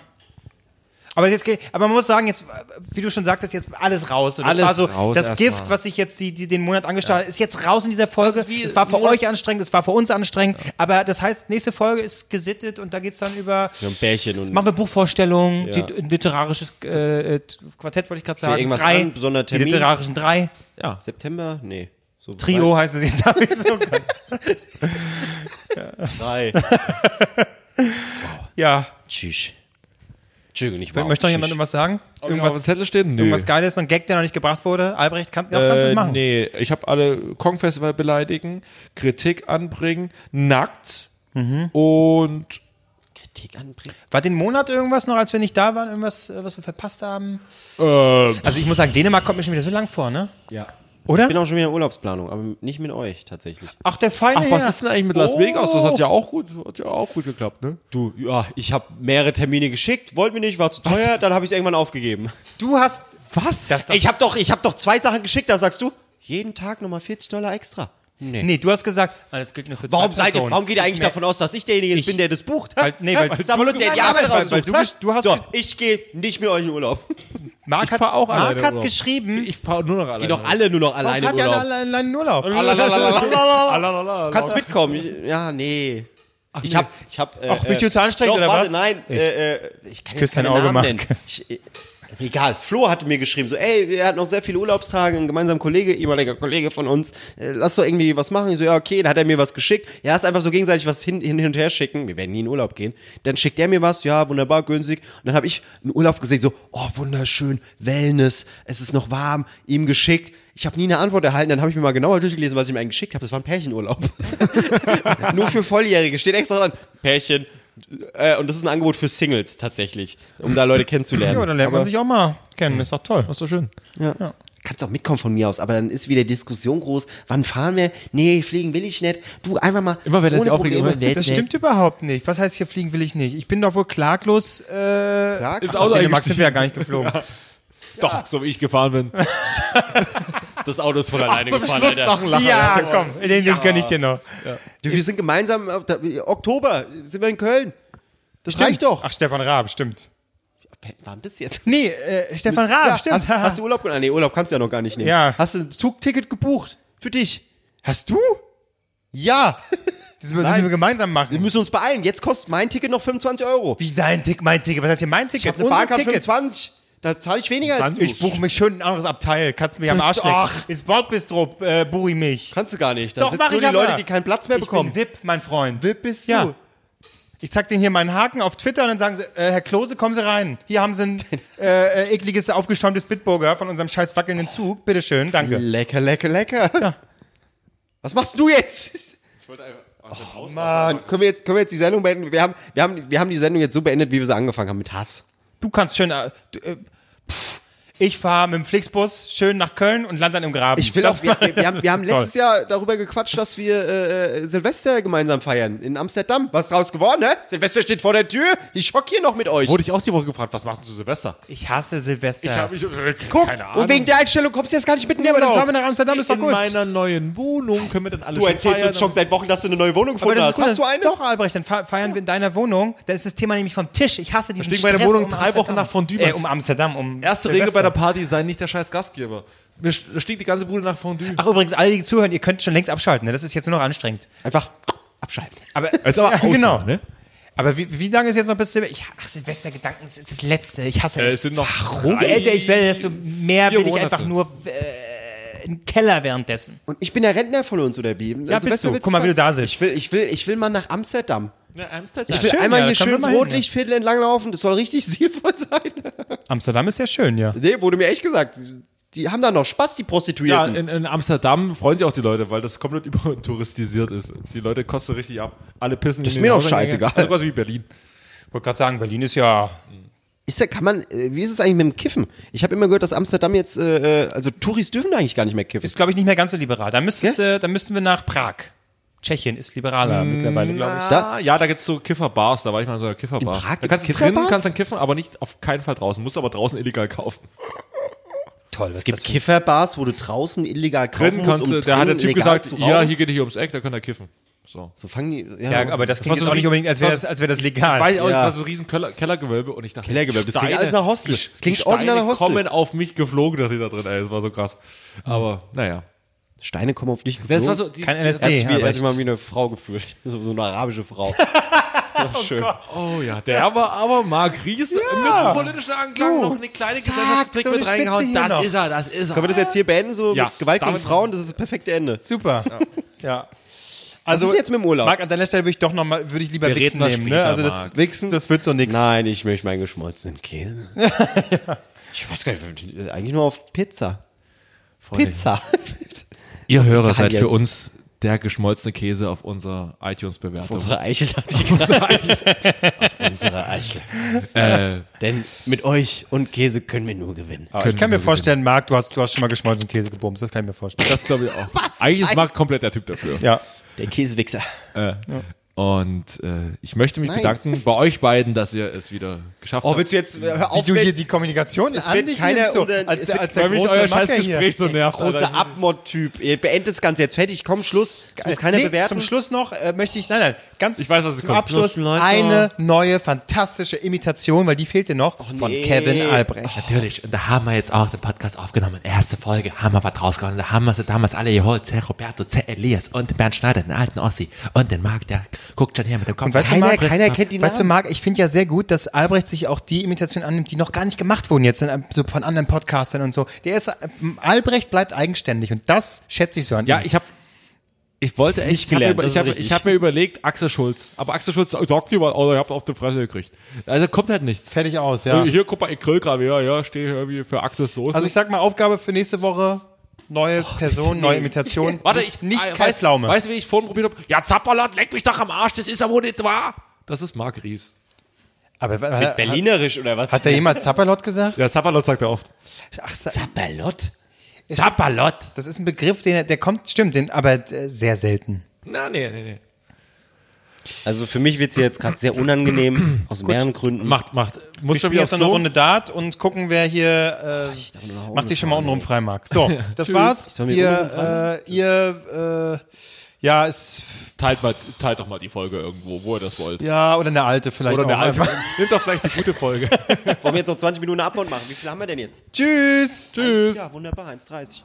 B: Aber jetzt, geht- aber man muss sagen, jetzt, wie du schon sagtest, jetzt alles raus. Und
C: Alles
B: das war so,
C: raus
B: das
C: erst
B: Gift,
C: mal.
B: was sich jetzt die, die den Monat angestarrt hat, ist jetzt raus in dieser Folge.
C: wie
B: es war für
C: ein Monat-
B: euch anstrengend, es war für uns anstrengend. Aber das heißt, nächste Folge ist gesittet und da geht's dann über.
A: Wir haben Bärchen und
B: Machen wir Buchvorstellungen,
A: Ja.
B: die, ein literarisches äh, äh, Quartett, wollte ich gerade
A: dir
B: sagen.
A: irgendwas
B: drei,
A: an, besonderer
B: die
A: Termin?
B: literarischen drei.
C: Ja.
A: September? Nee. So
B: Trio heißt es jetzt. hab ich's so-
A: Drei.
B: ja.
A: Tschüss. Entschuldigung, ich war
B: Möchte noch
A: auch-
B: jemand
A: Tschüss.
B: irgendwas sagen?
C: Irgendwas auf dem
B: Irgendwas,
C: Zettel stehen? Nö.
B: irgendwas Geiles, noch ein Gag, der noch nicht gebracht wurde? Albrecht, kann, darf, kannst du
C: Äh,
B: das machen?
C: Nee, ich habe alle Kong-Festival beleidigen, Kritik anbringen, nackt und
A: Kritik anbringen.
B: War den Monat irgendwas noch, als wir nicht da waren? Irgendwas, äh, was wir verpasst haben?
C: Äh,
B: also ich muss sagen, Dänemark kommt mir schon wieder so lang vor, ne?
A: Ja.
B: Oder?
A: Ich bin auch schon wieder in Urlaubsplanung, aber nicht mit euch tatsächlich.
B: Ach, der feine
C: Ach, was
B: Herr.
C: ist denn eigentlich mit Las
B: Oh.
C: Vegas? Das hat ja auch gut, hat ja auch gut geklappt, ne?
A: Du, ja, ich habe mehrere Termine geschickt, wollt mir nicht, war zu teuer, dann habe ich es irgendwann aufgegeben.
B: Du hast...
C: Was?
B: Das,
A: Ich habe doch, ich hab doch zwei Sachen geschickt, da sagst du, jeden Tag nochmal 40 Dollar extra. Nee.
B: nee, du hast gesagt, ah, das gilt nur für zwei
A: Warum, seid ihr,
B: Personen.
A: warum geht ihr eigentlich
B: Ich merk-
A: davon aus, dass ich derjenige bin, der das bucht? Ha?
B: Weil- nee, weil
A: Ha?
B: du-
A: Sag mal, Luke, der die
B: Nein,
A: Arbeit
B: weil- weil
A: raussucht.
B: du
A: ha?
B: bist- du hast-
A: so, ich gehe nicht mit euch in Urlaub.
B: Marc
C: ich fahr
B: hat,
C: auch
B: Marc
C: alleine
B: hat
C: Urlaub.
B: geschrieben...
C: Ich fahre nur noch alleine.
A: Geht doch alle nur noch
B: Marc
A: alleine in
B: hat ja
A: Urlaub.
B: alle- alle einen Urlaub.
C: Alalalala.
A: Kannst mitkommen? Ich, ja, nee. ich hab, ich hab. Äh,
B: Ach, bin ich dir zu anstrengend,
A: doch,
B: oder
A: warte,
B: was?
A: Nein, äh, äh, ich kann
B: küsse
A: jetzt keine
B: dein Auge,
A: Namen
B: Marc.
A: nennen. Ich, äh, egal. Flo hatte mir geschrieben, so, ey, er hat noch sehr viele Urlaubstage, ein gemeinsamer Kollege, ehemaliger Kollege von uns, äh, lass doch irgendwie was machen. Ich so, ja, okay, dann hat er mir was geschickt. Ja, ist einfach so gegenseitig was hin, hin, hin und her schicken. Wir werden nie in Urlaub gehen. Dann schickt er mir was, ja, wunderbar, günstig. Und dann habe ich einen Urlaub gesehen, so, oh, wunderschön, Wellness, es ist noch warm, ihm geschickt. Ich habe nie eine Antwort erhalten, dann habe ich mir mal genauer durchgelesen, was ich ihm eigentlich geschickt habe. Das war ein Pärchenurlaub. Nur für Volljährige, steht extra dran. Pärchen. Äh, und das ist ein Angebot für Singles tatsächlich, um da Leute kennenzulernen.
B: Ja, dann lernt man sich auch mal
A: Hm.
B: kennen, ist doch toll.
C: Das ist doch schön.
A: Kannst auch mitkommen von mir aus, aber dann ist wieder Diskussion groß. Wann fahren wir? Nee, fliegen will ich nicht. Du einfach mal.
C: Immer wenn er sich aufregt, immer,
A: nett,
B: Das stimmt überhaupt nicht. Was heißt hier fliegen will ich nicht? Ich bin doch wohl klaglos. Äh, Klar,
C: Ins
B: nach
C: Auto
B: Dänemark sind wir ja gar nicht geflogen.
C: Doch, so wie ich gefahren bin.
E: Das Auto ist von alleine gefahren,
C: Schluss noch
E: Alter.
C: ein Lachen.
B: ja, komm, den, den gönn ich dir noch.
A: Du, wir sind gemeinsam. äh, da- Oktober sind wir in Köln. Das reicht doch.
B: Ach, Stefan Raab, stimmt.
A: Wann war denn das jetzt?
B: Nee, äh, Stefan Raab,
A: Ja,
B: stimmt.
A: Hast, hast du Urlaub genommen? Nee, Urlaub kannst du ja noch gar nicht nehmen.
B: Ja.
A: Hast du ein Zugticket gebucht? Für dich?
B: Hast du?
A: Ja.
B: Das müssen wir gemeinsam
A: Wir
B: machen.
A: müssen uns beeilen. Jetzt kostet mein Ticket noch 25 Euro.
B: Wie dein Ticket, mein Ticket? Was heißt hier mein Ticket?
A: Ich habe eine
B: Unser
A: Bahncard 25. Da zahle ich weniger als du.
B: Ich buche mich schön in ein anderes Abteil. Kannst du mich am Arsch lecken.
A: Ach.
B: Ins Bordbistro äh, buche ich mich.
A: Kannst du gar nicht. Da
B: Doch,
A: sitzen
B: mach
A: nur
B: ich
A: die
B: aber.
A: Leute, die keinen Platz mehr
B: Ich bin
A: bekommen.
B: VIP, mein Freund.
A: VIP bist
B: Ja.
A: du.
B: Ich zeig denen hier meinen Haken auf Twitter und dann sagen sie, äh, Herr Klose, kommen Sie rein. Hier haben Sie ein äh, äh, ekliges, aufgeschäumtes Bitburger von unserem scheiß wackelnden Zug. Bitteschön, danke.
A: Lecker, lecker, lecker. Was machst du jetzt? Oh,
C: Ich wollte einfach aus dem Haus
A: Mann, können wir jetzt, können wir jetzt die Sendung beenden? Wir haben, wir, haben, wir haben die Sendung jetzt so beendet, wie wir sie angefangen haben, mit Hass.
B: Du kannst schön... Äh, du, äh, pff, ich fahre mit dem Flixbus schön nach Köln und lande dann im Graben.
A: Ich will
B: das
A: auch, wir, wir, wir haben, wir haben
B: Toll.
A: letztes Jahr darüber gequatscht, dass wir äh, äh, Silvester gemeinsam feiern in Amsterdam. Was ist draus geworden, ne? Silvester steht vor der Tür. Ich schock hier noch mit euch.
C: Wurde ich auch die Woche gefragt, was machst du zu Silvester?
B: ich hasse Silvester.
C: ich, äh, keine Ahnung.
A: Und wegen der Einstellung kommst du jetzt gar nicht mit mir,
B: aber dann fahren wir nach Amsterdam, ist doch
C: in
B: gut.
C: meiner neuen Wohnung können wir dann alle
A: Du erzählst uns schon seit Wochen, dass du eine neue Wohnung
B: Aber
A: gefunden
B: das
A: hast.
B: ist gut,
A: Hast du
B: dann-
A: eine?
B: Doch, Albrecht, dann fe- feiern wir in deiner Wohnung. Dann ist das Thema nämlich vom Tisch. Ich hasse diesen
C: Steht
B: Stress
C: meine Wohnung
B: um
C: drei
B: Amsterdam.
C: Wochen nach Fondue.
B: Äh, um Amsterdam, um
C: Erste
B: Silvester.
C: Regel bei der Party, sei nicht der scheiß Gastgeber. Mir sch- stieg die ganze Bude nach Fondue.
B: Ach, übrigens, alle, die zuhören, ihr könnt schon längst abschalten. Ne? Das ist jetzt nur noch anstrengend.
A: Einfach abschalten.
B: Aber,
C: Jetzt aber
B: ja,
C: ausmachen,
B: genau.
C: ne?
B: Aber wie, wie lange ist jetzt noch bis Silvester? Ich, ach, Silvester-Gedanken es ist das Letzte. Ich hasse
C: Äh,
B: das.
C: es sind noch
B: Je
C: drei-
B: älter ich werde, desto mehr
C: vier
B: will ich
C: Monate.
B: einfach nur äh, im Keller währenddessen.
A: Und ich bin der Rentner von uns, oder wie?
B: Ja, bist du. Guck mal, wie du da sitzt.
A: Ich will, ich will, ich will mal nach Amsterdam. Ich will
B: Schön,
A: einmal hier
B: ja, da können
A: schön
B: wir mal hin,
A: Rotlichtviertel entlang laufen. Das soll richtig stilvoll sein.
B: Amsterdam ist ja schön, ja.
A: Nee, wurde mir echt gesagt. Die haben da noch Spaß, die
C: Ja, äh,
A: Prostituierten.
C: in, in Amsterdam freuen sich auch die Leute, weil das komplett übertouristisiert ist. Die Leute kosten richtig ab. Alle pissen
A: Das
C: in
A: ist mir
C: den
A: doch
C: Hauseingang.
A: scheißegal.
C: Also quasi wie Berlin.
B: Ich wollte gerade sagen, Berlin ist ja.
A: Ist da, kann man, äh, wie ist es eigentlich mit dem Kiffen? Ich habe immer gehört, dass Amsterdam jetzt, äh, äh, also Touris dürfen da eigentlich gar nicht mehr kiffen.
B: Ist, glaube ich, nicht mehr ganz so liberal. Da, müsstest, äh, da müssten wir nach Prag. Tschechien ist liberaler mittlerweile, glaube ich.
A: Da-
C: Da, Hm, Ah, ja, da gibt's so Kifferbars. Da war ich mal in so einer Kifferbar.
A: In Prag
C: da kannst
A: gibt's
C: du drinnen
A: Kifferbars?
C: kannst dann kiffen, aber nicht auf keinen Fall draußen. Musst aber draußen illegal kaufen.
B: Toll, was
A: Es gibt Kifferbars, wo du draußen illegal kaufen
C: Drinnen
A: musst,
C: kannst du,
A: um
C: da hat der
A: drinnen
C: Typ
A: legal
C: gesagt,
A: zu
C: ja,
A: rauchen.
C: hier geht ihr ums Eck, da könnt ihr kiffen. So.
A: So fangen die, ja,
B: Ja, aber das klingt
C: Was
B: jetzt
C: so
B: auch nicht
C: richtig-
B: unbedingt, als wäre
C: was-
B: das, als wär das legal.
C: Ich weiß auch,
A: Ja.
C: es war so also, ein riesen Keller, Kellergewölbe und ich dachte,
A: Kellergewölbe, das klingt alles nach Hostel.
C: die-
A: Das klingt
C: die
A: original
C: Steine
A: nach Hostel.
C: kommen auf mich geflogen, dass ich da drin, ey, das war so krass. Aber, naja.
A: Steine kommen auf dich
C: Das war
A: geflogen.
C: so, die,
B: Kein
A: Er hat
B: LSD,
A: sich wie, er hat sich
B: aber
A: mal wie eine Frau gefühlt. So, so eine arabische Frau. oh schön.
C: oh ja, der war aber Marc Ries mit politischen Anklang noch eine kleine
B: zack,
C: Gesellschaftskrieg
B: so eine
C: mit reingehauen.
B: Spitze hier
C: Das
B: noch.
C: ist er, das ist er.
A: Können wir das jetzt hier beenden, so
C: Ja,
A: mit Gewalt gegen
C: damit-
A: Frauen? Das ist das perfekte Ende.
B: super. Ja.
A: Was
B: Also,
A: ist jetzt mit dem Urlaub?
B: Marc, an deiner Stelle würde ich doch nochmal, würde ich lieber
C: Wir reden
B: Wichsen
C: mal
B: nehmen. ne?
C: später,
B: Also das
C: Marc.
B: Wichsen, das wird so nix.
A: Nein, ich möchte meinen geschmolzenen Käse. Ich weiß gar nicht, eigentlich nur auf Pizza. Pizza.
C: Ihr Hörer seid
A: jetzt.
C: für uns der geschmolzene Käse auf unserer iTunes-Bewertung.
A: Unsere Eichel dachte ich gerade. Auf unsere Eichel. Denn mit euch und Käse können wir nur gewinnen.
B: Aber Ah, ich kann mir vorstellen, Marc, du hast, du hast schon mal geschmolzenen Käse gebumst. Das kann ich mir vorstellen.
C: Das glaube ich auch. Eigentlich ist Marc komplett der Typ dafür.
B: ja.
A: Der Käsewichser.
C: Und äh, ich möchte mich
A: Nein.
C: bedanken bei euch beiden, dass ihr es wieder geschafft
B: Oh,
C: habt.
A: du jetzt, hör
B: Wie du hier die Kommunikation es
A: wird keiner unter- es
B: als,
A: wird-
B: als der
C: weil mich
B: große
C: euer
B: Macker
C: scheiß Gespräch so nervt.
A: großer Abmod-Typ. Ihr beendet das Ganze jetzt fertig. Komm, Schluss. Das
B: hier.
A: muss keiner
B: nee,
A: bewerten.
B: Zum Schluss noch äh, möchte ich, nein, nein, ganz
C: Ich weiß, dass es
B: zum
C: kommt.
B: Abschluss
A: Schluss, Leute.
B: eine neue fantastische Imitation, weil die fehlte noch, von
A: nee.
B: Kevin Albrecht.
G: Natürlich, und da haben wir jetzt auch den Podcast aufgenommen. Erste Folge, haben wir was rausgehauen. Da haben wir sie damals alle geholt. C. Roberto, C. Elias und den Bernd Schneider, den alten Ossi. Und den Marc, der guckt schon hier mit dem Kopf.
B: Und weißt
A: Keiner-
B: du, Marc,
A: keiner kennt die
B: weißt du,
A: Namen.
B: Marc, ich finde ja sehr gut, dass Albrecht sich auch die Imitation annimmt, die noch gar nicht gemacht wurden jetzt in, einem- so von anderen Podcastern und so. Der ist, ähm, Albrecht bleibt eigenständig und das schätze ich so an
C: Ja,
B: ihm.
C: ich habe ich wollte echt, ich habe mir,
A: gelernt,
C: über-
A: das
C: ich hab,
A: ist richtig.
C: ich hab mir überlegt, Axel Schulz. Aber Axel Schulz sagt jemand, oh, ihr habt auf die Fresse gekriegt. Also kommt halt nichts.
B: Fertig aus, ja.
C: Hier, guck mal, ich grill gerade, ja, ja, stehe hier irgendwie für Axel Soße.
B: Also ich sag mal, Aufgabe für nächste Woche, neue Person, neue Imitation.
C: Oh, Warte,
B: Nicht-
C: ich,
B: Nicht
C: ah,
B: Kai
C: weißt,
B: Pflaume.
C: Weißt du, wie ich vorhin probiert habe? Ja, Zapperlat, leck mich doch am Arsch, das ist ja wohl nicht wahr. Das ist Marc Ries.
B: Aber wa- hat,
A: Berlinerisch oder was?
B: hat der jemand Zapperlot gesagt?
C: Ja, Zapperlat sagt er oft.
B: Ach, Sa-
A: Ballott?
C: Zapperlat.
B: das ist ein Begriff, den, er- der kommt, stimmt, den, aber äh, sehr selten.
C: Na, nee, nee, nee.
A: Also für mich wird es jetzt gerade sehr unangenehm, aus mehreren Gründen.
C: Macht, macht. Muss
B: Wir
C: schon
B: spielen
C: wieder
B: jetzt
C: aufs
B: noch eine
C: Klo. Ah,
B: Runde Dart und gucken, wer hier. Äh, macht dich schon mal untenrum frei, Marc. So, das war's.
A: Sollen wir untenrum
B: Ihr, äh, ihr, äh, ja, ist,
C: Teilt, mal, teilt doch mal die Folge irgendwo, wo ihr das wollt.
B: ja, oder eine alte vielleicht.
C: Oder
B: auch.
C: eine alte. Nimmt doch vielleicht eine gute Folge.
A: Wollen wir jetzt noch 20 Minuten Abmod machen? Wie viel haben wir denn jetzt?
B: Tschüss.
C: Tschüss.
A: Ja, wunderbar, 1,30.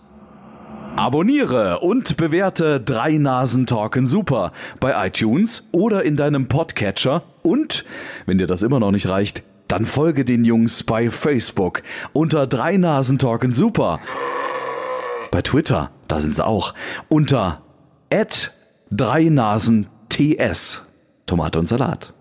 H: Abonniere und bewerte Drei Nasen Talken Super bei iTunes oder in deinem Podcatcher und, wenn dir das immer noch nicht reicht, dann folge den Jungs bei Facebook unter Drei Nasen Talken Super. Bei Twitter, da sind sie auch, unter @dreinasen_ts Tomate und Salat.